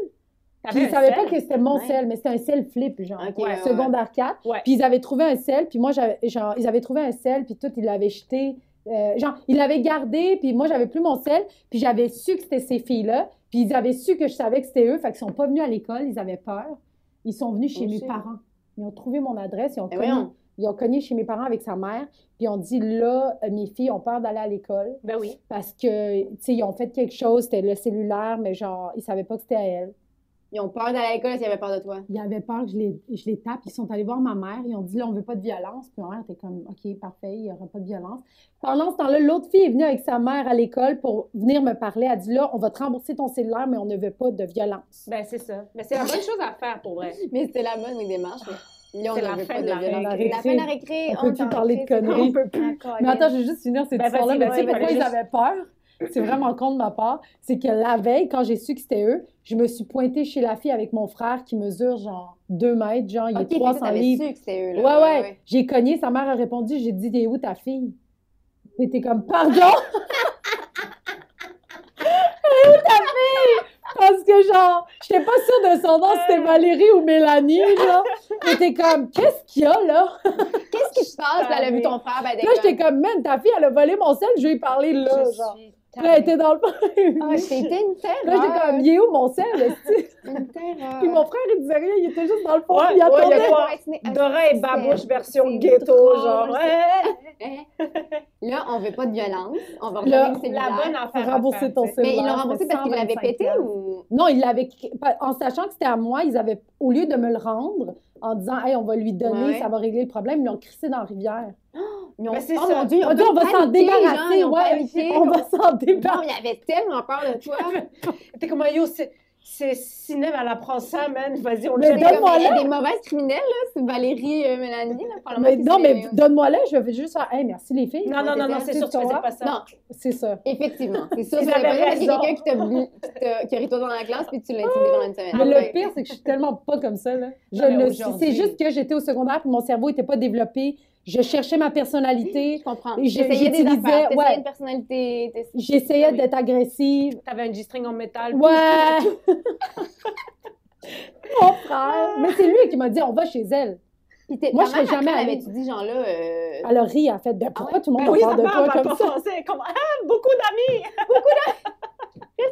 Speaker 1: Puis ils savaient pas que c'était mon
Speaker 3: Ouais.
Speaker 1: sel, mais c'était un sel flip, genre,
Speaker 3: Ok,
Speaker 1: ouais,
Speaker 3: ouais, ouais.
Speaker 1: secondaire 4.
Speaker 2: Ouais.
Speaker 1: Puis ils avaient trouvé un sel, puis moi, j'avais, genre, ils avaient trouvé un sel, puis tout, ils l'avaient jeté. Euh, genre, ils l'avaient gardé, puis moi, j'avais plus mon sel, puis j'avais su que c'était ces filles-là, puis ils avaient su que je savais que c'était eux, fait qu'ils sont pas venus à l'école, ils avaient peur. Ils sont venus chez
Speaker 3: Oh,
Speaker 1: mes
Speaker 3: shit.
Speaker 1: parents. Ils ont trouvé mon adresse, ils ont,
Speaker 3: Mais
Speaker 1: cogné,
Speaker 3: voyons.
Speaker 1: ils ont cogné chez mes parents avec sa mère, puis ils ont dit, là, euh, mes filles ont peur d'aller à l'école
Speaker 2: Ben oui.
Speaker 1: parce que, tu sais, ils ont fait quelque chose, c'était le cellulaire, mais genre, ils savaient pas que c'était à elle.
Speaker 3: Ils ont peur d'aller à l'école s'ils avaient peur de toi.
Speaker 1: Ils avaient peur que je les, je les tape. Ils sont allés voir ma mère. Ils ont dit, là, on veut pas de violence. Puis ma mère était comme, OK, parfait, il n'y aura pas de violence. Pendant ce temps-là, l'autre fille est venue avec sa mère à l'école pour venir me parler. Elle a dit, là, on va te rembourser ton cellulaire, mais on ne veut pas de violence.
Speaker 2: Ben, c'est ça. Mais c'est la bonne chose à faire pour vrai.
Speaker 3: Mais c'était la bonne démarche. Mais là, on
Speaker 2: C'est
Speaker 3: ne
Speaker 2: la
Speaker 3: veut
Speaker 2: fin
Speaker 3: pas
Speaker 2: de
Speaker 3: de
Speaker 2: la
Speaker 3: violence.
Speaker 1: récré.
Speaker 3: La fin de la récré.
Speaker 1: On peut plus
Speaker 3: t'en
Speaker 1: parler de
Speaker 3: récré, c'est
Speaker 1: conneries.
Speaker 3: bon, On peut plus.
Speaker 1: Mais attends, je vais juste finir cette
Speaker 2: Ben,
Speaker 1: histoire-là.
Speaker 2: vas-y,
Speaker 1: Mais tu sais
Speaker 2: vas-y,
Speaker 1: pourquoi
Speaker 2: vas-y,
Speaker 1: ils
Speaker 2: juste-
Speaker 1: avaient peur? C'est vraiment con de ma part. C'est que la veille, quand j'ai su que c'était eux, je me suis pointée chez la fille avec mon frère qui mesure genre 2 mètres, genre il
Speaker 3: Ok,
Speaker 1: est
Speaker 3: fait que
Speaker 1: 300
Speaker 3: t'avais
Speaker 1: livres.
Speaker 3: su que c'était eux,
Speaker 1: Ouais,
Speaker 3: là.
Speaker 1: ouais. J'ai cogné, sa mère a répondu, j'ai dit, t'es où ta fille? J'étais comme, pardon? Elle est où ta fille? Parce que, genre, j'étais pas sûre de son nom, c'était Valérie ou Mélanie, là. J'étais comme, qu'est-ce qu'il y a, là?
Speaker 3: Qu'est-ce qui se passe? Puis elle a Ah, vu ton frère. ben, elle était
Speaker 1: Là, j'étais comme, man, ta fille, elle a volé mon sel, je vais lui parler, là, genre.
Speaker 2: suis
Speaker 1: Puis là, elle était dans le
Speaker 3: comme,
Speaker 1: bain.
Speaker 3: Ah, c'était une
Speaker 1: Là, j'étais
Speaker 3: terreur.
Speaker 1: comme, il est où mon sel? esti?
Speaker 3: Une terreur.
Speaker 1: Puis mon frère, il disait rien, il était juste dans le fond,
Speaker 4: Ouais,
Speaker 1: puis il
Speaker 4: ouais,
Speaker 1: attendait.
Speaker 4: il a quoi?
Speaker 3: Ouais, c'est-
Speaker 4: Dora et Babouche
Speaker 3: c'est-
Speaker 4: version
Speaker 3: c'est
Speaker 4: ghetto,
Speaker 3: drôle,
Speaker 4: genre.
Speaker 3: c'est-
Speaker 4: Hey!
Speaker 3: Hein? Là, on veut pas de violence. On va
Speaker 1: Là,
Speaker 3: redonner le
Speaker 2: La
Speaker 3: cellulaire.
Speaker 2: bonne affaire. à
Speaker 1: Rembourser
Speaker 2: faire,
Speaker 1: ton
Speaker 2: tu sais.
Speaker 1: cellulaire.
Speaker 3: Mais ils l'ont
Speaker 1: cellulaire,
Speaker 3: remboursé
Speaker 1: c'est
Speaker 3: parce qu'ils l'avaient
Speaker 1: 125
Speaker 3: pété
Speaker 1: piastres.
Speaker 3: ou.
Speaker 1: Non, il l'avait en sachant que c'était à moi, ils avaient au lieu de me le rendre en disant "Hey, on va lui donner,
Speaker 3: Ouais.
Speaker 1: ça va régler le problème", ils l'ont crissé dans la rivière.
Speaker 3: Ils ont-
Speaker 4: Ben, c'est
Speaker 3: oh
Speaker 4: ça.
Speaker 3: mon dieu, ils
Speaker 1: On
Speaker 3: ont
Speaker 1: dit on va s'en
Speaker 3: paniqué,
Speaker 1: débarrasser,
Speaker 3: genre, ils ont
Speaker 1: ouais,
Speaker 3: paniqué.
Speaker 1: on va s'en
Speaker 3: Non,
Speaker 1: débarrasser.
Speaker 3: mais il avait tellement peur de toi.
Speaker 4: T'es comme, yo, c'est- c'est cinéma, elle apprend ça, man. Vas-y, on le
Speaker 1: Mais
Speaker 4: jette.
Speaker 3: C'est comme,
Speaker 1: donne-moi
Speaker 3: il y a
Speaker 1: là.
Speaker 3: des mauvaises criminelles, là. C'est Valérie euh, Mélanie, là. probablement
Speaker 1: Mais
Speaker 3: que
Speaker 1: non,
Speaker 3: c'est- hein.
Speaker 1: mais donne-moi là, je vais juste faire "Hey, merci les filles."
Speaker 4: Non, non, non, non,
Speaker 1: Tu
Speaker 4: c'est sûr que tu
Speaker 1: vois?
Speaker 4: faisais pas ça.
Speaker 3: Non,
Speaker 1: C'est ça.
Speaker 3: effectivement. C'est sûr,
Speaker 4: Ils
Speaker 3: tu l'avais
Speaker 4: avaient
Speaker 3: pas
Speaker 4: raison.
Speaker 3: dit, parce qu'il y a quelqu'un qui t'a bu- qui t'a- qui a ritourné dans la classe, puis tu l'as intimidé pendant une
Speaker 2: Ah,
Speaker 3: semaine.
Speaker 1: Mais
Speaker 3: Ah Ouais.
Speaker 1: le pire, c'est que je suis tellement pas comme ça. Là. Je
Speaker 2: Non, mais
Speaker 1: le-
Speaker 2: aujourd'hui-
Speaker 1: c'est juste que j'étais au secondaire puis mon cerveau n'était pas développé. Je cherchais ma personnalité.
Speaker 3: Je comprends.
Speaker 1: Et je-
Speaker 3: J'essayais des
Speaker 1: j'utilisais-
Speaker 3: affaires, t'essayais
Speaker 1: ouais.
Speaker 3: une personnalité. t'essayais-
Speaker 1: J'essayais
Speaker 3: Ah Oui.
Speaker 1: d'être agressive.
Speaker 2: T'avais un G-string en métal.
Speaker 1: Ouais! Mon frère! Mais c'est lui qui m'a dit on va chez elle.
Speaker 3: Puis t'es-
Speaker 1: Moi,
Speaker 3: ta
Speaker 1: je serais
Speaker 3: mère,
Speaker 1: jamais
Speaker 3: elle avait-
Speaker 1: avec-
Speaker 3: Tu dis, genre, là. euh,
Speaker 1: Elle a ri, en fait. Ben,
Speaker 3: Ah
Speaker 1: pourquoi tout le monde
Speaker 4: Ben oui,
Speaker 1: en
Speaker 4: ça
Speaker 1: parle de
Speaker 4: parle,
Speaker 1: toi
Speaker 4: elle parle
Speaker 1: comme
Speaker 4: pas
Speaker 1: ça?
Speaker 4: français. Comme, ah, beaucoup d'amis.
Speaker 1: Elle a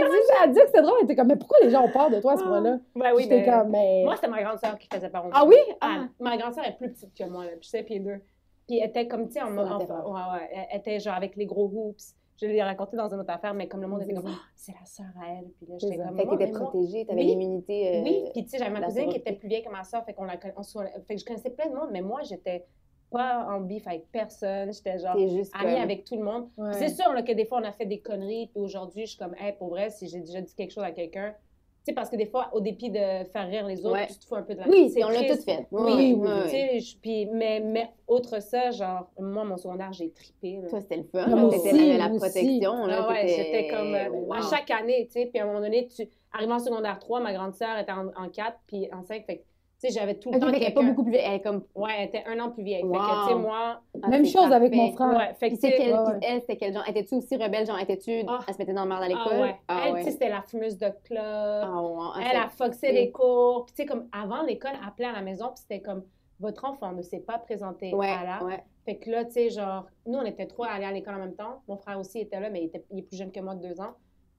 Speaker 1: dit, elle a dit que c'est drôle. Elle était comme, mais pourquoi les gens ont peur de toi à ce moment-là?
Speaker 3: Ah.
Speaker 4: Ben oui,
Speaker 1: J'étais
Speaker 4: mais...
Speaker 1: comme, mais.
Speaker 2: Moi, c'était ma grande sœur qui faisait peur. au
Speaker 1: ah
Speaker 2: monde.
Speaker 1: oui?
Speaker 2: Ah, ma grande sœur est plus petite que moi, là, puis je sais, pieds deux. Puis elle était comme, tu sais, en
Speaker 3: Ça,
Speaker 2: mode.
Speaker 3: la
Speaker 2: en-
Speaker 3: terreur.
Speaker 2: Ouais, ouais. Elle elle était genre avec les gros hoops. Je l'ai raconté dans une autre affaire, mais comme le monde était comme, Ah, c'est la sœur à elle. Puis là, j'étais
Speaker 1: ça.
Speaker 2: comme.
Speaker 3: Fait que
Speaker 2: Moi,
Speaker 3: t'étais
Speaker 2: mais moi-
Speaker 3: protégée, t'avais
Speaker 2: Oui.
Speaker 3: l'immunité. euh,
Speaker 2: Oui, puis tu sais, j'avais ma
Speaker 3: la
Speaker 2: cousine qui
Speaker 3: sororité.
Speaker 2: était plus vieille que ma soeur, fait, qu'on la conna- on se- fait que je connaissais plein de monde, mais moi, j'étais pas en bif avec personne, j'étais genre
Speaker 3: T'es juste.
Speaker 2: amie
Speaker 3: comme-
Speaker 2: avec tout le monde.
Speaker 1: Ouais.
Speaker 2: C'est sûr là, que des fois, on a fait des conneries, puis aujourd'hui, je suis comme, hey, pour vrai, si j'ai déjà dit quelque chose à quelqu'un, tu sais, parce que des fois, au dépit de faire rire les autres,
Speaker 3: Ouais.
Speaker 2: tu te fous un peu de la
Speaker 3: Oui,
Speaker 2: c'est
Speaker 3: on l'a
Speaker 2: triste.
Speaker 3: toutes faites.
Speaker 2: Oui,
Speaker 1: oui,
Speaker 2: Tu sais, je- puis, mais, mais autre ça, genre, moi, mon secondaire, j'ai trippé. là.
Speaker 3: Toi, c'était le fun.
Speaker 1: Non,
Speaker 3: là,
Speaker 1: moi
Speaker 3: T'étais
Speaker 1: aussi,
Speaker 3: la, la
Speaker 1: moi aussi.
Speaker 3: protection. Là,
Speaker 2: Ah ouais,
Speaker 3: t'étais-
Speaker 2: j'étais comme euh,
Speaker 3: Wow.
Speaker 2: à chaque année, tu sais. Puis à un moment donné, tu arrives en secondaire 3, ma grande sœur était en, en 4, puis en 5, fait que, tu sais, j'avais tout le
Speaker 3: Ok,
Speaker 2: temps
Speaker 3: fait qu'elle est pas
Speaker 2: quelqu'un.
Speaker 3: beaucoup plus. Elle est comme.
Speaker 2: Ouais, elle était un an plus vieille. Fait que,
Speaker 3: Wow.
Speaker 2: tu sais, moi,
Speaker 3: ah,
Speaker 1: Même
Speaker 3: c'est
Speaker 1: chose avec mon
Speaker 3: parfait.
Speaker 1: frère.
Speaker 2: ouais, fait que,
Speaker 3: Puis
Speaker 2: tu
Speaker 3: c'est
Speaker 2: sais,
Speaker 3: quel,
Speaker 1: ouais,
Speaker 3: puis
Speaker 1: ouais.
Speaker 3: elle, c'était quel genre? Étais-tu aussi rebelle? Genre, étais-tu,
Speaker 2: Ah.
Speaker 3: elle se mettait dans le marde à
Speaker 2: ah
Speaker 3: l'école?
Speaker 2: ouais. elle, tu sais, c'était la fumeuse de club.
Speaker 3: Ah ouais, ah,
Speaker 2: elle a foxé
Speaker 3: c'est-
Speaker 2: les cours. Puis, tu sais, comme avant l'école, elle appelait à la maison, puis c'était comme votre enfant ne s'est pas présenté
Speaker 3: Ouais,
Speaker 2: à la.
Speaker 3: ouais.
Speaker 2: Fait que là, tu sais, genre, nous, on était trois à aller à l'école en même temps. Mon frère aussi était là, mais il, était, il est plus jeune que moi de deux ans.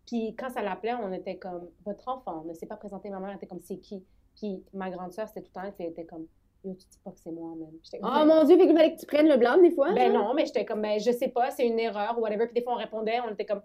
Speaker 2: Puis quand ça l'appelait, on était comme, votre enfant ne s'est pas présenté. Ma mère était comme, c'est qui? Puis ma grande sœur, c'était tout le temps elle, puis elle était comme, yo, tu dis pas que c'est moi, même. J'étais comme,
Speaker 3: Oh mon Dieu, fait qu'il fallait que tu prennes le blanc des fois?
Speaker 2: ben
Speaker 3: genre?
Speaker 2: non, mais j'étais comme, ben je sais pas, c'est une erreur ou whatever. Puis des fois, on répondait, on était comme,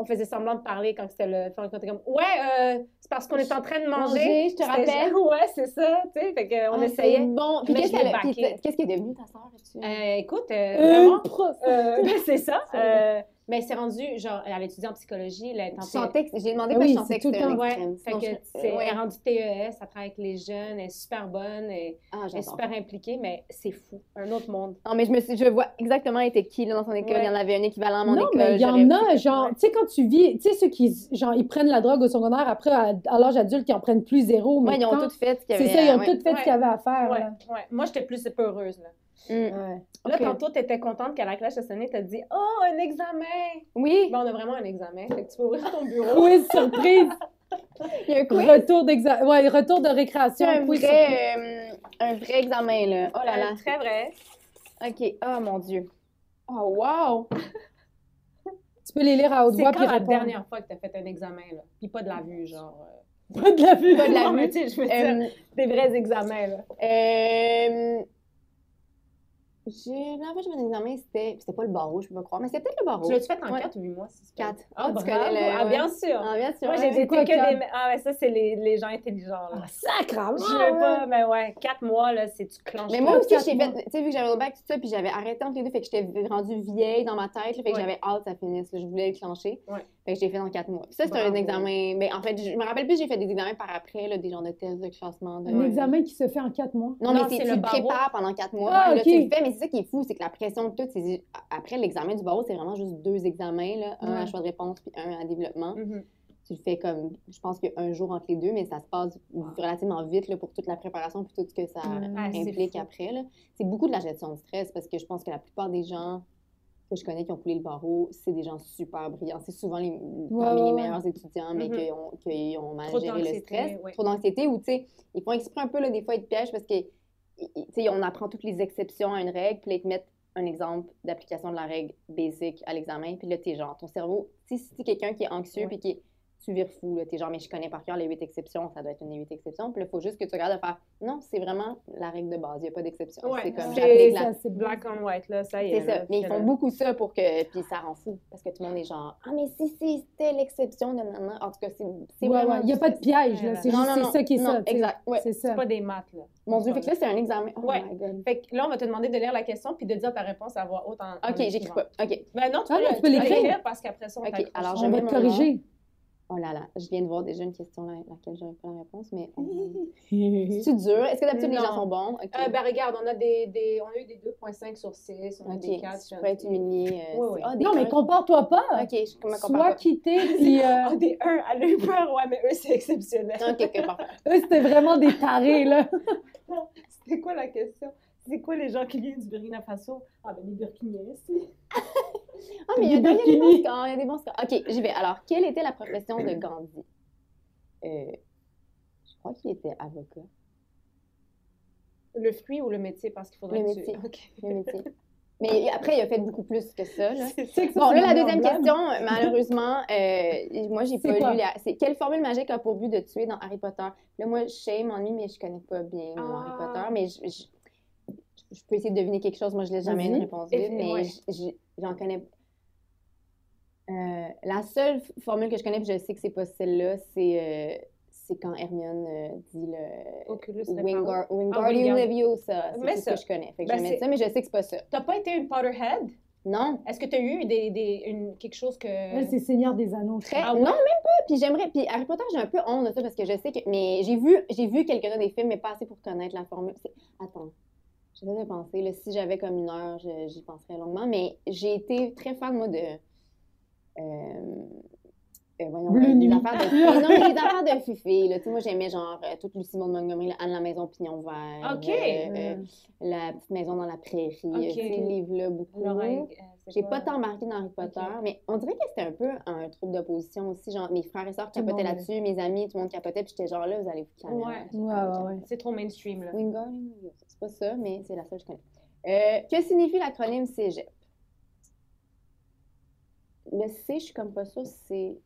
Speaker 2: on faisait semblant de parler quand c'était le. Quand on était comme, ouais, euh, c'est parce qu'on est en train de manger.
Speaker 3: Manger, je te
Speaker 2: C'était
Speaker 3: rappelle.
Speaker 2: genre, ouais, c'est ça, tu sais. Fait qu'on
Speaker 3: Ah, c'est
Speaker 2: essayait.
Speaker 3: Bon, puis
Speaker 2: Mais
Speaker 3: qu'est-ce
Speaker 2: je l'ai
Speaker 3: qu'elle a- puis
Speaker 2: backé.
Speaker 3: qu'est-ce qui est devenu ta soeur?
Speaker 2: Euh, écoute, euh,
Speaker 1: Euh,
Speaker 2: vraiment,
Speaker 1: prof.
Speaker 2: euh, ben, c'est ça.
Speaker 1: C'est
Speaker 2: euh, mais c'est rendu, genre, elle étudie en psychologie, elle est en
Speaker 3: Je
Speaker 2: T-
Speaker 3: sentais que j'ai demandé
Speaker 1: Ah
Speaker 3: parce
Speaker 1: oui,
Speaker 3: que je sentais
Speaker 1: c'est
Speaker 3: que
Speaker 1: tout le
Speaker 3: c'était un
Speaker 2: temps, ouais.
Speaker 3: extrême.
Speaker 2: Fait
Speaker 3: Sinon,
Speaker 2: que
Speaker 3: je- euh,
Speaker 2: c'est-
Speaker 3: ouais.
Speaker 2: elle est rendue TES, elle travaille avec les jeunes, elle est super bonne, elle,
Speaker 3: Ah,
Speaker 2: elle est
Speaker 3: j'adore.
Speaker 2: super impliquée, mais c'est fou, un autre monde.
Speaker 3: Non, mais je me suis, je vois exactement était qui là, dans son école.
Speaker 2: Ouais.
Speaker 3: Il y en avait un équivalent à mon
Speaker 1: Non,
Speaker 3: école.
Speaker 1: mais il y
Speaker 3: j'aurais
Speaker 1: en a,
Speaker 3: pu-
Speaker 1: genre, tu sais, quand tu vis, tu sais, ceux qui, genre, ils prennent la drogue au secondaire, après, à, à l'âge adulte, ils en prennent plus zéro. Mais
Speaker 3: Ouais, ils ont
Speaker 1: quand-
Speaker 3: toutes fait ce qu'il y
Speaker 1: C'est
Speaker 3: avait.
Speaker 1: ça, ils ont
Speaker 3: ouais.
Speaker 1: toutes fait ce
Speaker 2: Ouais.
Speaker 1: qu'il y avait à faire.
Speaker 2: Ouais,
Speaker 1: là.
Speaker 2: Ah, ouais. Moi, j'étais plus peureuse, là.
Speaker 3: Mm.
Speaker 1: Ouais.
Speaker 2: Là,
Speaker 3: Ok.
Speaker 2: tantôt, tu étais contente qu'à la cloche a sonné, tu as dit Oh, un examen
Speaker 3: Oui,
Speaker 2: Bon, on a vraiment un examen. Fait que tu peux ouvrir ton bureau.
Speaker 1: Quiz surprise,
Speaker 3: il y a un quiz.
Speaker 1: retour d'examen, ouais, retour de
Speaker 3: C'est
Speaker 1: récréation,
Speaker 3: un
Speaker 1: quiz surprise.
Speaker 3: vrai, euh, un vrai examen, là. Oh là là.
Speaker 2: Euh, Très vrai.
Speaker 3: OK. Oh mon Dieu. Oh wow!
Speaker 1: Tu peux les lire à haute
Speaker 2: C'est
Speaker 1: voix
Speaker 2: quand
Speaker 1: puis
Speaker 2: la
Speaker 1: répondre.
Speaker 2: dernière fois que tu as fait un examen, là Puis pas de la vue, genre. euh.
Speaker 1: Pas de la vue. Euh,
Speaker 3: Pas de la
Speaker 2: Non, mais
Speaker 3: vue.
Speaker 2: tu sais, je veux dire,
Speaker 3: Euh,
Speaker 2: des vrais examens, là.
Speaker 3: euh, J'ai- La fois que j'ai fait un examen, c'était c'était pas le barreau, je peux pas croire, mais c'était peut-être le barreau.
Speaker 2: Tu l'as-tu fait en
Speaker 3: Ouais.
Speaker 2: 4 ou 8 mois? si c'est pas-
Speaker 3: Quatre.
Speaker 2: Ah,
Speaker 3: Tu
Speaker 2: bravo.
Speaker 3: connais le-
Speaker 2: Ah,
Speaker 3: ouais.
Speaker 2: bien sûr.
Speaker 3: Ah, bien sûr.
Speaker 2: Moi,
Speaker 3: ouais.
Speaker 2: j'ai été
Speaker 1: quoi,
Speaker 2: que des... Ah, ouais, ça, c'est les, les gens intelligents. là.
Speaker 1: Ah, sacrément!
Speaker 2: Je veux pas, mais ouais, 4 mois, là, c'est tu clenches.
Speaker 3: Mais
Speaker 2: tout.
Speaker 3: moi aussi,
Speaker 1: quatre
Speaker 3: j'ai
Speaker 1: mois.
Speaker 3: fait, tu sais, vu que j'avais au bac, tout ça, puis j'avais arrêté entre les deux, fait que j'étais rendue vieille dans ma tête, là, fait que
Speaker 2: Ouais.
Speaker 3: j'avais hâte que ça finisse, je voulais déclencher.
Speaker 2: Ouais.
Speaker 3: Fait que j'ai fait dans quatre mois. Puis ça, c'était un
Speaker 2: Bravo.
Speaker 3: examen, ben, en fait, je me rappelle plus, j'ai fait des examens par après, là, des genres de tests de classement. De...
Speaker 1: Un examen qui se fait en quatre mois.
Speaker 3: Non,
Speaker 2: Non,
Speaker 3: mais
Speaker 2: c'est
Speaker 3: c'est,
Speaker 2: le
Speaker 3: tu le
Speaker 2: barreau.
Speaker 3: prépares pendant quatre mois,
Speaker 1: Ah,
Speaker 3: là,
Speaker 1: ok.
Speaker 3: tu le fais, mais c'est ça qui est fou, c'est que la pression de tout, c'est... après l'examen du barreau, c'est vraiment juste deux examens, là, un à
Speaker 2: Ouais.
Speaker 3: choix de réponse, puis un à développement.
Speaker 2: Mhm.
Speaker 3: Tu le fais comme, je pense qu'un jour entre les deux, mais ça se passe relativement vite, là, pour toute la préparation, puis tout ce que ça
Speaker 1: Mm.
Speaker 2: Ah, c'est
Speaker 3: implique
Speaker 2: fou.
Speaker 3: après. là. C'est beaucoup de la gestion de stress parce que je pense que la plupart des gens que je connais qui ont coulé le barreau, c'est des gens super brillants. C'est souvent les, parmi
Speaker 1: ouais,
Speaker 3: les
Speaker 1: ouais.
Speaker 3: meilleurs étudiants, mais
Speaker 2: Mhm.
Speaker 3: qui ont- qui ont mal
Speaker 2: Trop
Speaker 3: géré le
Speaker 2: d'anxiété,
Speaker 3: stress.
Speaker 2: ouais.
Speaker 3: Trop d'anxiété ou, tu sais, ils font exprès un peu, là, des fois, ils te piègent parce que, i- i- tu sais, on apprend toutes les exceptions à une règle, puis là, ils te mettent un exemple d'application de la règle basic à l'examen, puis là, t'es genre, ton cerveau, tu sais, si t'es quelqu'un qui est anxieux,
Speaker 2: Ouais.
Speaker 3: puis qui est tu vires fou, là, t'es genre, mais je connais par cœur les huit exceptions, ça doit être une des huit exceptions. Puis là, il faut juste que tu regardes de faire, non, c'est vraiment la règle de base, il n'y a pas d'exception.
Speaker 2: Ouais,
Speaker 3: c'est comme,
Speaker 2: ouais.
Speaker 3: j'applique la...
Speaker 1: ça, c'est bon.
Speaker 2: Black on white, là, ça y est.
Speaker 3: C'est ça.
Speaker 2: là,
Speaker 3: Mais ils
Speaker 2: c'est
Speaker 3: font
Speaker 2: le-
Speaker 3: beaucoup ça pour que, puis ça rend fou, parce que tout le monde est genre, ah, mais si si, c'était l'exception, de nanana. En tout cas, c'est c'est
Speaker 1: Ouais, ouais,
Speaker 3: vraiment...
Speaker 1: Il n'y a pas de piège, là.
Speaker 2: Ouais,
Speaker 1: C'est
Speaker 3: Non,
Speaker 1: juste
Speaker 3: non,
Speaker 1: c'est
Speaker 3: non,
Speaker 1: ça qui est
Speaker 3: non,
Speaker 1: ça. tu sais.
Speaker 3: exact, ouais.
Speaker 1: C'est
Speaker 2: C'est
Speaker 1: ça.
Speaker 2: pas des maths, là.
Speaker 3: Mon Dieu, fait que là, c'est un examen. Oh
Speaker 2: Ouais.
Speaker 3: my God.
Speaker 2: Fait que là, on va te demander de lire la question puis de dire ta réponse à voix haute en. en
Speaker 3: OK, j'écris
Speaker 2: l'écrivant.
Speaker 3: pas. OK.
Speaker 2: Ben non, tu
Speaker 1: Ah
Speaker 2: peux,
Speaker 1: non,
Speaker 2: le-
Speaker 1: tu peux
Speaker 2: tu peux
Speaker 1: l'écrire.
Speaker 2: l'écrire parce qu'après ça, on
Speaker 3: Ok,
Speaker 2: t'accroche. Euh,
Speaker 3: alors, je
Speaker 1: On va
Speaker 3: vais
Speaker 1: te
Speaker 3: me
Speaker 1: corriger.
Speaker 3: Oh là là, je viens de voir déjà une question là, laquelle j'aurais pas la réponse, mais... C'est dur. Est-ce que d'habitude, les gens
Speaker 2: Non.
Speaker 3: sont bons? OK.
Speaker 2: Euh, ben regarde, on a, des, des- on a eu des 2.5 sur 6, on a
Speaker 3: OK,
Speaker 2: des 4
Speaker 3: tu
Speaker 2: sur
Speaker 3: pourrais être humilié. euh,
Speaker 2: Oui,
Speaker 3: c'est-
Speaker 2: oui.
Speaker 3: Ah, des
Speaker 1: Non, mais
Speaker 3: uns.
Speaker 1: compare-toi pas.
Speaker 3: OK, je comment qu'on
Speaker 1: Sois
Speaker 3: parle
Speaker 1: quitté, puis euh,
Speaker 2: Ah, des 1, elle a eu peur, ouais, mais eux, c'est exceptionnel.
Speaker 3: pas? OK, OK, parfait.
Speaker 1: eux, c'était vraiment des tarés, là.
Speaker 2: C'était quoi la question? C'est quoi les gens qui viennent du Burkina Faso? Ah, ben les Burkinais, si.
Speaker 3: Ah, mais il y a
Speaker 1: Des
Speaker 3: des, il y a des bons
Speaker 1: bikinis.
Speaker 3: scores, il y a des bons scores. OK, j'y vais. Alors, quelle était la profession de Gandhi? Euh, je crois qu'il était avocat,
Speaker 2: Le fruit ou le métier? Parce qu'il faudrait
Speaker 3: Le
Speaker 2: que
Speaker 3: métier.
Speaker 2: tu. OK.
Speaker 3: le métier. Mais après, il a fait beaucoup plus que ça, là.
Speaker 1: Tu sais que ça,
Speaker 3: Bon,
Speaker 1: c'est
Speaker 3: là, la
Speaker 1: vraiment
Speaker 3: deuxième
Speaker 1: blâme.
Speaker 3: question, malheureusement, euh, moi, j'ai
Speaker 1: C'est
Speaker 3: pas
Speaker 1: quoi?
Speaker 3: lu la... C'est quelle formule magique a pour but de tuer dans Harry Potter? Là, moi, je m'ennuie, mais je connais pas bien mon
Speaker 2: Ah.
Speaker 3: Harry Potter, mais je, je- je peux essayer de deviner quelque chose. Moi, je laisse jamais
Speaker 1: Vas-y.
Speaker 3: une réponse
Speaker 2: Et-
Speaker 3: vide, mais
Speaker 2: ouais.
Speaker 3: je- je- j'en connais... Euh, la seule f- formule que je connais, puis je sais que c'est pas celle-là, c'est euh, c'est quand Hermione euh, dit le...
Speaker 2: Oculus,
Speaker 3: Wingar- Wingardium
Speaker 2: Wingardium.
Speaker 3: Leviosa,
Speaker 2: Ah Mais
Speaker 3: c'est tout ce
Speaker 2: ça.
Speaker 3: que je connais. Fait que
Speaker 2: Ben,
Speaker 3: je vais
Speaker 2: c'est-
Speaker 3: mettre ça, mais je sais que c'est pas ça.
Speaker 2: T'as pas été une Potterhead?
Speaker 3: Non,
Speaker 2: Est-ce que t'as eu des, des, une, quelque chose que.
Speaker 1: Elle, c'est Seigneur des Anneaux.
Speaker 3: Très-
Speaker 2: Ah ouais?
Speaker 3: Non, même pas. Puis j'aimerais. Puis Harry Potter, j'ai un peu honte de ça parce que je sais que. Mais j'ai vu, j'ai vu quelques-uns des films, mais pas assez pour connaître la formule. C'est- Attends. J'essaie de penser. Là, si j'avais comme une heure, je- j'y penserais longuement. Mais j'ai été très fan, moi, de. euh, euh, voyons,
Speaker 1: Bleu
Speaker 3: euh, les
Speaker 1: nuit.
Speaker 3: affaires de mais non, mais les affaires de Fifi, là. Tu sais, moi, j'aimais genre euh, toute Lucie Maud Montgomery, là, Anne la maison pignon vert.
Speaker 2: Ok.
Speaker 3: euh, euh, la petite maison dans la prairie.
Speaker 2: Ok,
Speaker 3: euh, Ces
Speaker 2: ok.
Speaker 3: livres-là, beaucoup.
Speaker 2: Laura, euh, c'est
Speaker 3: J'ai
Speaker 2: quoi?
Speaker 3: pas tant embarqué dans Harry Potter, mais on dirait que c'était un peu un trouble d'opposition aussi. Genre, mes frères et sœurs
Speaker 1: Tout le
Speaker 3: capotaient
Speaker 1: monde,
Speaker 3: là-dessus, mes amis, tout le monde capotait, puis j'étais genre là, vous allez vous calmer.
Speaker 2: Ouais.
Speaker 3: Je
Speaker 1: Ouais,
Speaker 3: parle,
Speaker 1: ouais,
Speaker 3: calme.
Speaker 1: ouais.
Speaker 2: C'est trop mainstream, là.
Speaker 3: Wingardium Leviosa, c'est pas ça, mais c'est la seule que je connais. Euh, que signifie l'acronyme cégep? Le C, je suis comme pas sûre si c'est.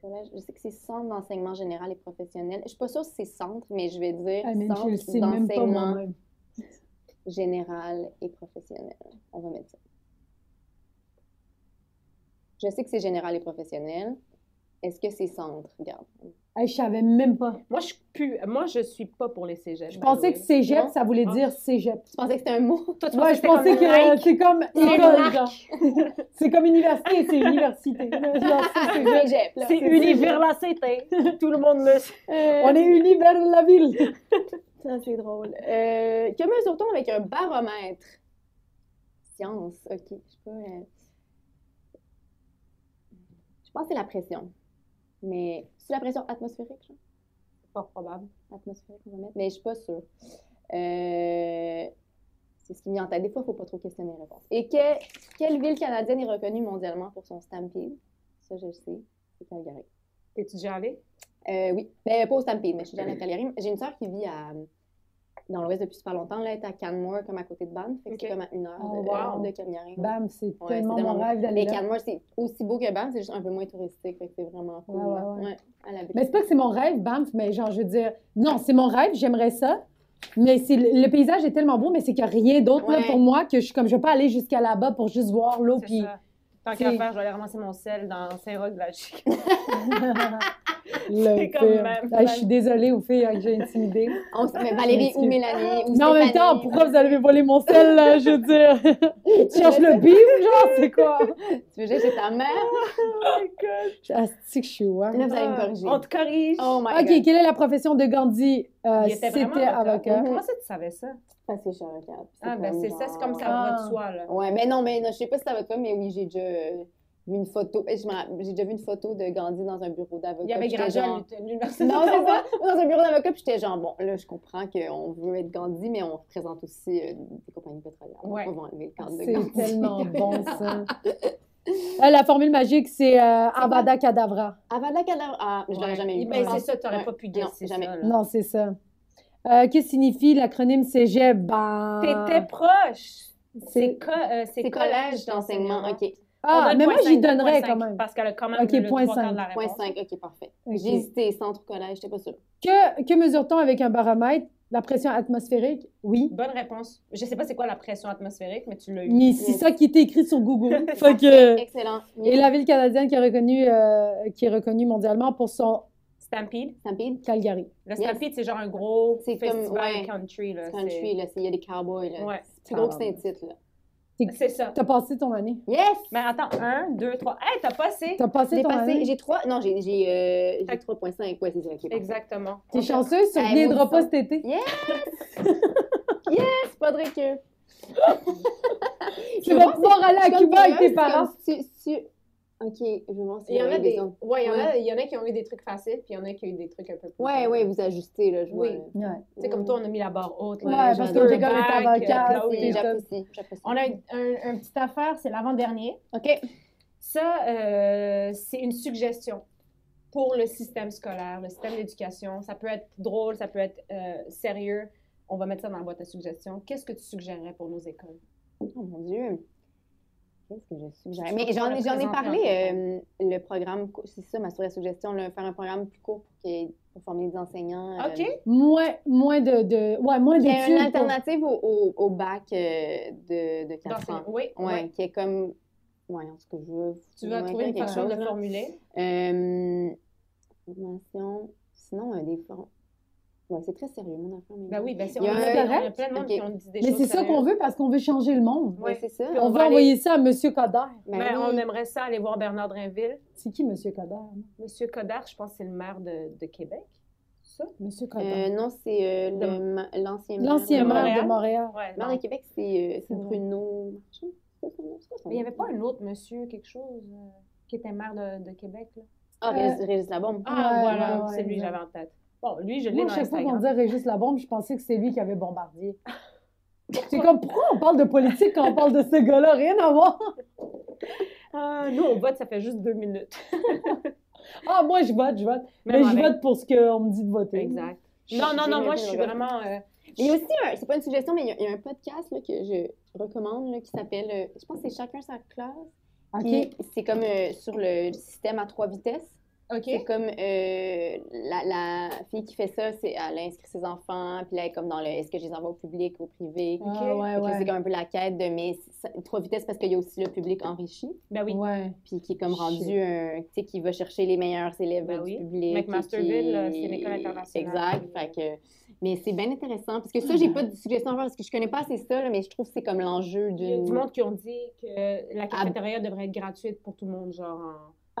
Speaker 3: collège- Je sais que c'est Centre d'enseignement général et professionnel. Je suis pas sûre si c'est centre, mais je vais dire
Speaker 1: Ah, mais je le
Speaker 3: Centre
Speaker 1: sais même pas
Speaker 3: d'enseignement
Speaker 1: moi-même.
Speaker 3: général et professionnel. On va mettre ça. Je sais que c'est général et professionnel. Est-ce que c'est centre? Regarde.
Speaker 1: Hey, je savais même pas.
Speaker 2: Moi, je suis plus. Moi, je suis pas pour les cégeps.
Speaker 1: Je pensais que cégep,
Speaker 3: Non.
Speaker 1: ça voulait
Speaker 2: Ah.
Speaker 1: dire cégep.
Speaker 3: Tu pensais que c'était un mot?
Speaker 2: Toi, tu
Speaker 1: Ouais, je pensais
Speaker 2: c'était
Speaker 1: que
Speaker 2: comme
Speaker 1: euh,
Speaker 2: Nike.
Speaker 1: c'est comme
Speaker 2: une
Speaker 1: école,
Speaker 2: marque.
Speaker 1: genre. C'est comme université, c'est université. Genre,
Speaker 3: Ah,
Speaker 1: c'est cégep.
Speaker 3: Cégep, là. Euh,
Speaker 2: C'est uni vers la cité. Tout le monde le sait.
Speaker 1: On est unis vers la ville.
Speaker 3: Ça, c'est drôle. Euh, que mesure-t-on avec un baromètre? Science, ok. Je sais pas. euh, Je pense que c'est la pression. Mais c'est la pression atmosphérique, genre?
Speaker 2: Fort probable.
Speaker 3: atmosphérique qu'on va mettre, mais je suis pas sûre. Euh, c'est ce qui me vient en tête. Des fois, il faut pas trop questionner les réponses. Et que- quelle ville canadienne est reconnue mondialement pour son stampede? Ça, je le sais. C'est Calgary.
Speaker 2: T'es-tu déjà allée?
Speaker 3: Euh, oui, mais pas au Stampede, mais je suis déjà à Calgary. J'ai une sœur qui vit à, dans l'Ouest depuis super longtemps. Là, elle est à Canmore, comme à côté de Banff. Fait que c'est
Speaker 2: Ok.
Speaker 3: comme à une heure
Speaker 1: Oh,
Speaker 3: de,
Speaker 1: wow.
Speaker 3: de Calgary.
Speaker 1: Bam, c'est
Speaker 3: Ouais,
Speaker 1: tellement
Speaker 3: c'est
Speaker 1: mon
Speaker 3: vraiment-
Speaker 1: rêve d'aller
Speaker 3: Mais
Speaker 1: là.
Speaker 3: Canmore, c'est aussi beau que Banff, c'est juste un peu moins touristique. Fait que c'est vraiment cool.
Speaker 1: Ouais, ouais, ouais.
Speaker 3: à la
Speaker 1: Mais c'est pas que c'est mon rêve, Banff, mais genre, je veux dire, non, c'est mon rêve, j'aimerais ça, Mais c'est le, le paysage est tellement beau, mais c'est qu'il n'y a rien d'autre là,
Speaker 3: Ouais.
Speaker 1: pour moi que je suis comme je ne vais pas aller jusqu'à là-bas pour juste voir l'eau.
Speaker 2: C'est
Speaker 1: Puis...
Speaker 2: ça. Tant
Speaker 1: c'est-
Speaker 2: qu'à faire, je vais aller ramasser mon sel dans Saint-Roch de la Chic.
Speaker 1: Le
Speaker 2: C'est comme
Speaker 1: pire.
Speaker 2: même
Speaker 1: Ah, je suis désolée aux filles hein, que j'ai intimidées.
Speaker 3: On s- mais Valérie ou
Speaker 1: m'excuse.
Speaker 3: Mélanie ou
Speaker 1: Mais en même temps,
Speaker 3: Stéphanie.
Speaker 1: pourquoi vous allez me voler mon sel, là, je veux dire? tu cherches le bif, genre, c'est quoi?
Speaker 3: Tu veux juste chez ta mère?
Speaker 2: Oh my God.
Speaker 1: Asti que je suis,
Speaker 2: Ah,
Speaker 1: ouais.
Speaker 3: Là, vous
Speaker 2: euh,
Speaker 3: allez me corriger.
Speaker 2: On te corrige.
Speaker 3: Oh my
Speaker 1: OK,
Speaker 3: god.
Speaker 1: quelle est la profession de Gandhi? Euh,
Speaker 2: Il était vraiment
Speaker 1: C'était
Speaker 2: avocat.
Speaker 1: avocat.
Speaker 3: Mhm.
Speaker 2: Comment ça, tu savais ça?
Speaker 3: Parce que je suis avocate.
Speaker 2: Ah, ben c'est ça, c'est comme ça
Speaker 1: genre-
Speaker 2: va
Speaker 1: Ah.
Speaker 2: de soi, là.
Speaker 3: Ouais, mais non, mais non, je sais pas si ça va toi, mais oui, j'ai déjà euh, vu une photo. eh, je m'en- J'ai déjà vu une photo de Gandhi dans un bureau
Speaker 1: Ah,
Speaker 3: d'avocat.
Speaker 2: Il y avait
Speaker 3: puis j'étais
Speaker 2: gradué
Speaker 3: genre-
Speaker 2: à l'université.
Speaker 3: Non, c'est ça. Dans un bureau d'avocat, puis j'étais genre, bon, là, je comprends qu'on veut être Gandhi, mais on représente aussi euh, des compagnies pétrolières.
Speaker 2: Ouais.
Speaker 3: On va enlever le cadre de Gandhi.
Speaker 1: C'est tellement bon, ça. Euh, la formule magique, c'est euh, Avada Kedavra.
Speaker 3: Avada Kedavra. Ah, mais je l'aurais
Speaker 2: Ouais.
Speaker 3: jamais eu.
Speaker 2: Ben,
Speaker 3: Je
Speaker 2: c'est
Speaker 3: pense-
Speaker 2: ça, t'aurais
Speaker 3: ouais.
Speaker 2: pas pu
Speaker 3: Non,
Speaker 2: guesser
Speaker 3: jamais.
Speaker 2: ça, là.
Speaker 1: Non, c'est ça. Euh, Qu'est-ce que signifie l'acronyme CGEB? Ben...
Speaker 2: T'étais proche.
Speaker 1: C'est-
Speaker 2: C'est co- euh, c'est
Speaker 3: C'est collège d'enseignement. OK.
Speaker 1: Ah, mais moi, j'y donnerais
Speaker 2: donnerais
Speaker 1: quand même.
Speaker 2: Parce qu'elle a quand même
Speaker 1: Ok,
Speaker 2: eu le
Speaker 1: point
Speaker 2: trois quarts de
Speaker 1: cinq.
Speaker 2: la
Speaker 3: Point
Speaker 2: réponse.
Speaker 3: 5. OK, parfait.
Speaker 1: Ok.
Speaker 3: J'ai hésité. Centre ou collège, j'étais pas sûre.
Speaker 1: Que, que mesure-t-on avec un baromètre? La pression atmosphérique? Oui.
Speaker 2: Bonne réponse. Je sais pas c'est quoi la pression atmosphérique, mais tu l'as eu.
Speaker 1: Mais c'est
Speaker 3: Yes.
Speaker 1: ça qui était écrit sur Google. Fait que-
Speaker 3: Excellent.
Speaker 1: Et la ville canadienne qui est reconnue, euh, qui est reconnue mondialement pour son
Speaker 2: Stampede.
Speaker 3: Stampede
Speaker 1: Calgary.
Speaker 2: Le
Speaker 3: Yes.
Speaker 2: Stampede, c'est genre un gros
Speaker 3: C'est
Speaker 2: festival
Speaker 3: comme- ouais.
Speaker 2: country. Là.
Speaker 3: Country, là, c'est- il y a des cowboys,
Speaker 2: C'est-
Speaker 3: là.
Speaker 2: Ouais,
Speaker 3: C'est plus gros que Saint-Tite, là.
Speaker 2: c'est ça.
Speaker 1: T'as passé ton année.
Speaker 3: Yes!
Speaker 2: Mais attends, un, deux, trois. Hey, t'as passé!
Speaker 1: T'as passé
Speaker 3: J'ai
Speaker 1: Ben, ton
Speaker 3: passé,
Speaker 1: année.
Speaker 3: j'ai 3, non, j'ai j'ai, euh, j'ai 3.5, ouais, c'est ça, ok. parfait.
Speaker 2: Exactement.
Speaker 1: T'es chanceuse, tu
Speaker 3: Eh,
Speaker 1: reviendras
Speaker 3: maudit
Speaker 1: pas
Speaker 3: sang.
Speaker 1: cet été.
Speaker 3: C'est pas de hein. recul.
Speaker 1: Tu vas pouvoir aller à Cuba avec tes parents.
Speaker 3: Ok, je vais voir si
Speaker 2: Il y en a des.
Speaker 3: autres.
Speaker 2: Ouais, il y en a,
Speaker 3: Ouais.
Speaker 2: il y en a qui ont eu des trucs faciles, puis il y en a qui ont eu des trucs un peu plus.
Speaker 3: Ouais, ouais, vous ajustez, là, je vois.
Speaker 2: Oui.
Speaker 3: là. Mm.
Speaker 2: Tu sais, comme toi, on a mis la barre haute.
Speaker 1: Ouais,
Speaker 3: Ouais,
Speaker 2: là,
Speaker 1: parce
Speaker 3: j'adore.
Speaker 1: que
Speaker 2: deux
Speaker 1: t'es comme
Speaker 2: bacs,
Speaker 1: un avocat.
Speaker 2: euh,
Speaker 1: t'es comme-
Speaker 2: Chloé.
Speaker 3: J'apprécie, J'apprécie, j'apprécie.
Speaker 2: On a une, un, un petite affaire, c'est l'avant-dernier.
Speaker 3: Ok,
Speaker 2: Ça, euh, c'est une suggestion pour le système scolaire, le système d'éducation. Ça peut être drôle, ça peut être euh, sérieux. On va mettre ça dans la boîte à suggestions. Qu'est-ce que tu suggérerais pour nos écoles?
Speaker 3: oh mon dieu. Qu'est-ce que je suggère? Mais
Speaker 2: Je
Speaker 3: j'en ai,
Speaker 2: vais
Speaker 3: j'en
Speaker 2: présenter
Speaker 3: ai parlé,
Speaker 2: en
Speaker 3: euh, le programme, co- c'est ça ma seule suggestion, là, faire un programme plus court pour, qu'il y ait- pour former des enseignants. euh,
Speaker 2: OK.
Speaker 1: Moins, moins de, de- Ouais, moins
Speaker 3: Il y a une
Speaker 1: d'études. quoi.
Speaker 3: alternative au, au- au bac euh, de, de 4
Speaker 2: D'enseigner-
Speaker 3: ans.
Speaker 2: Oui,
Speaker 3: Ouais,
Speaker 2: ouais.
Speaker 3: qui est comme. Ouais, en tout cas, je veux.
Speaker 2: Tu vas
Speaker 3: ouais,
Speaker 2: trouver une
Speaker 3: quelque
Speaker 2: façon
Speaker 3: chose,
Speaker 2: de le
Speaker 3: là.
Speaker 2: formuler.
Speaker 3: Euh, formation. Sinon, euh, des formes. Ouais, c'est très sérieux, mon affaire. mais-
Speaker 2: Ben oui, ben c'est
Speaker 3: Il y a
Speaker 2: on a-
Speaker 3: un-
Speaker 2: il y a plein de monde
Speaker 3: Ok.
Speaker 2: qui ont dit des
Speaker 1: Mais
Speaker 2: choses.
Speaker 1: c'est ça qu'on
Speaker 2: sérieuses.
Speaker 1: veut parce qu'on veut changer le monde.
Speaker 3: Ouais, c'est ça.
Speaker 2: Puis
Speaker 1: On,
Speaker 2: on
Speaker 1: va
Speaker 2: va aller-
Speaker 1: envoyer ça à M. Coder.
Speaker 2: Ben,
Speaker 3: Ben oui.
Speaker 2: On aimerait ça aller voir Bernard Drainville.
Speaker 1: C'est qui M. Coder?
Speaker 2: Monsieur Coderre, je pense que c'est le maire de, de Québec. Ça?
Speaker 1: M. Coder.
Speaker 3: Euh, non, c'est euh, le
Speaker 2: Le-
Speaker 3: ma- l'ancien maire.
Speaker 1: L'ancien
Speaker 2: de
Speaker 1: maire
Speaker 2: Montréal.
Speaker 1: de Montréal.
Speaker 2: Ouais,
Speaker 3: Le maire de Québec, c'est euh, c'est
Speaker 1: C'est vrai.
Speaker 3: Bruno Marchand. C'est quoi son nom? C'est quoi son
Speaker 2: Mais il n'y
Speaker 3: nom?
Speaker 2: avait pas un autre monsieur, quelque chose, euh, qui était maire de, de Québec, là?
Speaker 3: Ah, Régis, Régis Labombe.
Speaker 2: Ah,
Speaker 1: Ouais, ouais,
Speaker 2: voilà, c'est lui
Speaker 1: ouais.
Speaker 2: que j'avais en tête. Bon, lui, je l'ai
Speaker 1: Moi,
Speaker 2: dans
Speaker 1: chaque fois qu'on
Speaker 2: Instagram.
Speaker 1: disait Régis Labombe, je pensais que c'est lui qui avait bombardé. C'est comme, pourquoi on parle de politique quand on parle de ce gars-là? Rien à voir.
Speaker 2: Ah, nous, on vote, ça fait juste deux minutes.
Speaker 1: Ah, moi, je vote, je vote. Mais
Speaker 2: Même
Speaker 1: je
Speaker 2: avec-
Speaker 1: vote pour ce qu'on me dit de voter.
Speaker 2: Exact. Non, non, non, moi, je suis vraiment... euh,
Speaker 3: Il y a aussi un, c'est pas une suggestion, mais il y a, il y a un podcast là, que je recommande là, qui s'appelle, euh, je pense que c'est Chacun sa classe.
Speaker 1: OK?
Speaker 3: Puis C'est comme euh, sur le système à trois vitesses. C'est
Speaker 1: Ah,
Speaker 2: OK.
Speaker 3: comme euh, la, la fille qui fait ça, c'est elle inscrit ses enfants, puis là, elle est comme dans le est-ce que je les envoie au public, au privé.
Speaker 1: Ah,
Speaker 2: Ok.
Speaker 1: ouais,
Speaker 3: Fait que là,
Speaker 1: ouais.
Speaker 3: C'est comme un peu la quête de mais ça- trois vitesses parce qu'il y a aussi le public enrichi,
Speaker 2: Ben oui.
Speaker 1: Ouais.
Speaker 3: puis qui est comme
Speaker 1: Shit.
Speaker 3: rendu un, tu sais, qui va chercher les meilleurs élèves
Speaker 2: Ben
Speaker 3: du
Speaker 2: oui.
Speaker 3: public.
Speaker 2: McMasterville, euh, c'est une école internationale.
Speaker 3: Exact. Fait que, mais c'est bien intéressant, parce que ça,
Speaker 2: Mm-hmm.
Speaker 3: j'ai pas de suggestion à faire, parce que je connais pas assez ça, là, mais je trouve que c'est comme l'enjeu
Speaker 2: Il y a du
Speaker 3: d'une.
Speaker 2: monde qui ont dit que la cafétéria devrait être gratuite pour tout le monde, genre en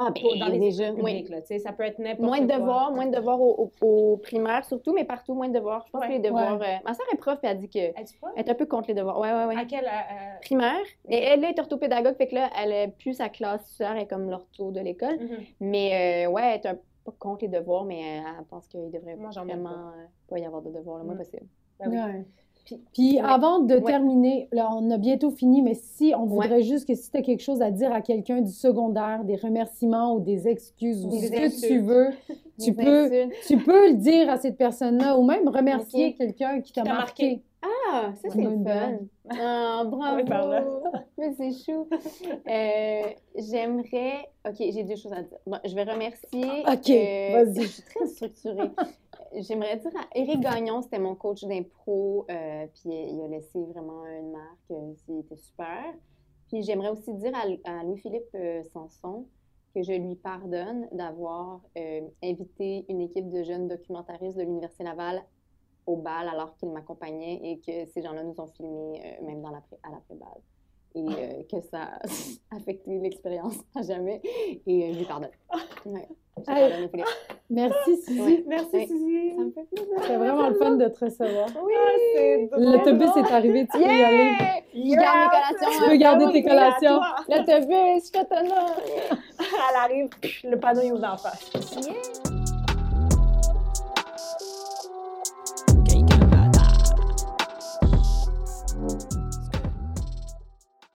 Speaker 3: Ah, ben,
Speaker 2: pour- dans les
Speaker 3: déjà,
Speaker 2: public,
Speaker 3: oui.
Speaker 2: là, tu sais, ça peut être n'importe
Speaker 3: Moins de
Speaker 2: quoi.
Speaker 3: devoirs, moins de devoirs au, au- au primaire, surtout, mais partout, moins de devoirs. Je pense que
Speaker 2: Ouais.
Speaker 3: les devoirs. euh, ma soeur est prof, puis elle dit que elle
Speaker 2: Est-ce pas?
Speaker 3: est un peu contre les devoirs. Ouais, ouais, ouais.
Speaker 2: À quel... euh,
Speaker 3: Primaire. Et elle, là, est orthopédagogue, fait que là, elle a plus sa classe supérieure, elle est comme l'ortho de l'école.
Speaker 2: euh, mhm.
Speaker 3: Mais euh, ouais, elle est un pas contre les devoirs, mais euh, elle pense qu'il devrait
Speaker 2: Moi, j'en ai
Speaker 3: vraiment euh, pas y avoir de devoirs le moins
Speaker 2: Mm.
Speaker 3: possible.
Speaker 2: Ben oui.
Speaker 1: Ouais.
Speaker 2: Puis-
Speaker 1: Puis
Speaker 2: Ouais.
Speaker 1: avant de
Speaker 3: Ouais.
Speaker 1: terminer, là, on a bientôt fini, mais si on
Speaker 3: Ouais.
Speaker 1: voudrait juste que si tu as quelque chose à dire à quelqu'un du secondaire, des remerciements ou des excuses ou
Speaker 2: Ou
Speaker 1: ce
Speaker 2: des
Speaker 1: que tu
Speaker 2: insultes.
Speaker 1: veux, tu
Speaker 3: Les
Speaker 1: peux,
Speaker 3: insultes.
Speaker 1: tu peux le dire à cette personne-là ou même remercier quelqu'un qui t'a
Speaker 2: t'a
Speaker 1: marqué.
Speaker 2: marqué.
Speaker 3: Ah, ça, c'est
Speaker 1: Ouais.
Speaker 3: le fun. Ah,
Speaker 2: Oui, par là.
Speaker 3: bravo! Mais c'est chou. Euh, J'aimerais. OK, j'ai deux choses à dire. Bon, je vais remercier.
Speaker 1: OK,
Speaker 3: euh,
Speaker 1: vas-y.
Speaker 3: Je suis très structurée. j'aimerais dire à Éric Gagnon, c'était mon coach d'impro, euh, puis il a laissé vraiment une marque, euh, il était super. Puis j'aimerais aussi dire à, à Louis-Philippe euh, Sanson que je lui pardonne d'avoir euh, invité une équipe de jeunes documentaristes de l'Université Laval au bal alors qu'il m'accompagnait et que ces gens-là nous ont filmé euh, même dans l'après- à l'après-bal. Et euh, que ça a affecté l'expérience à jamais. Et euh, je lui pardonne. Ouais. Je pardonne au Philippe.
Speaker 1: Merci, Suzy.
Speaker 3: Ouais.
Speaker 4: Merci,
Speaker 3: Oui.
Speaker 4: Suzy.
Speaker 3: Ça me fait plaisir.
Speaker 1: C'était vraiment le fun de te recevoir.
Speaker 4: Oui, Ah, c'est drôle.
Speaker 1: L'autobus est arrivé, tu peux y aller.
Speaker 3: Je garde mes collations. hein.
Speaker 1: Tu peux garder tes
Speaker 4: Oui, à
Speaker 1: collations.
Speaker 4: toi.
Speaker 3: L'autobus, je te donne.
Speaker 4: Elle arrive, le panneau est aux enfants.
Speaker 3: Yeah.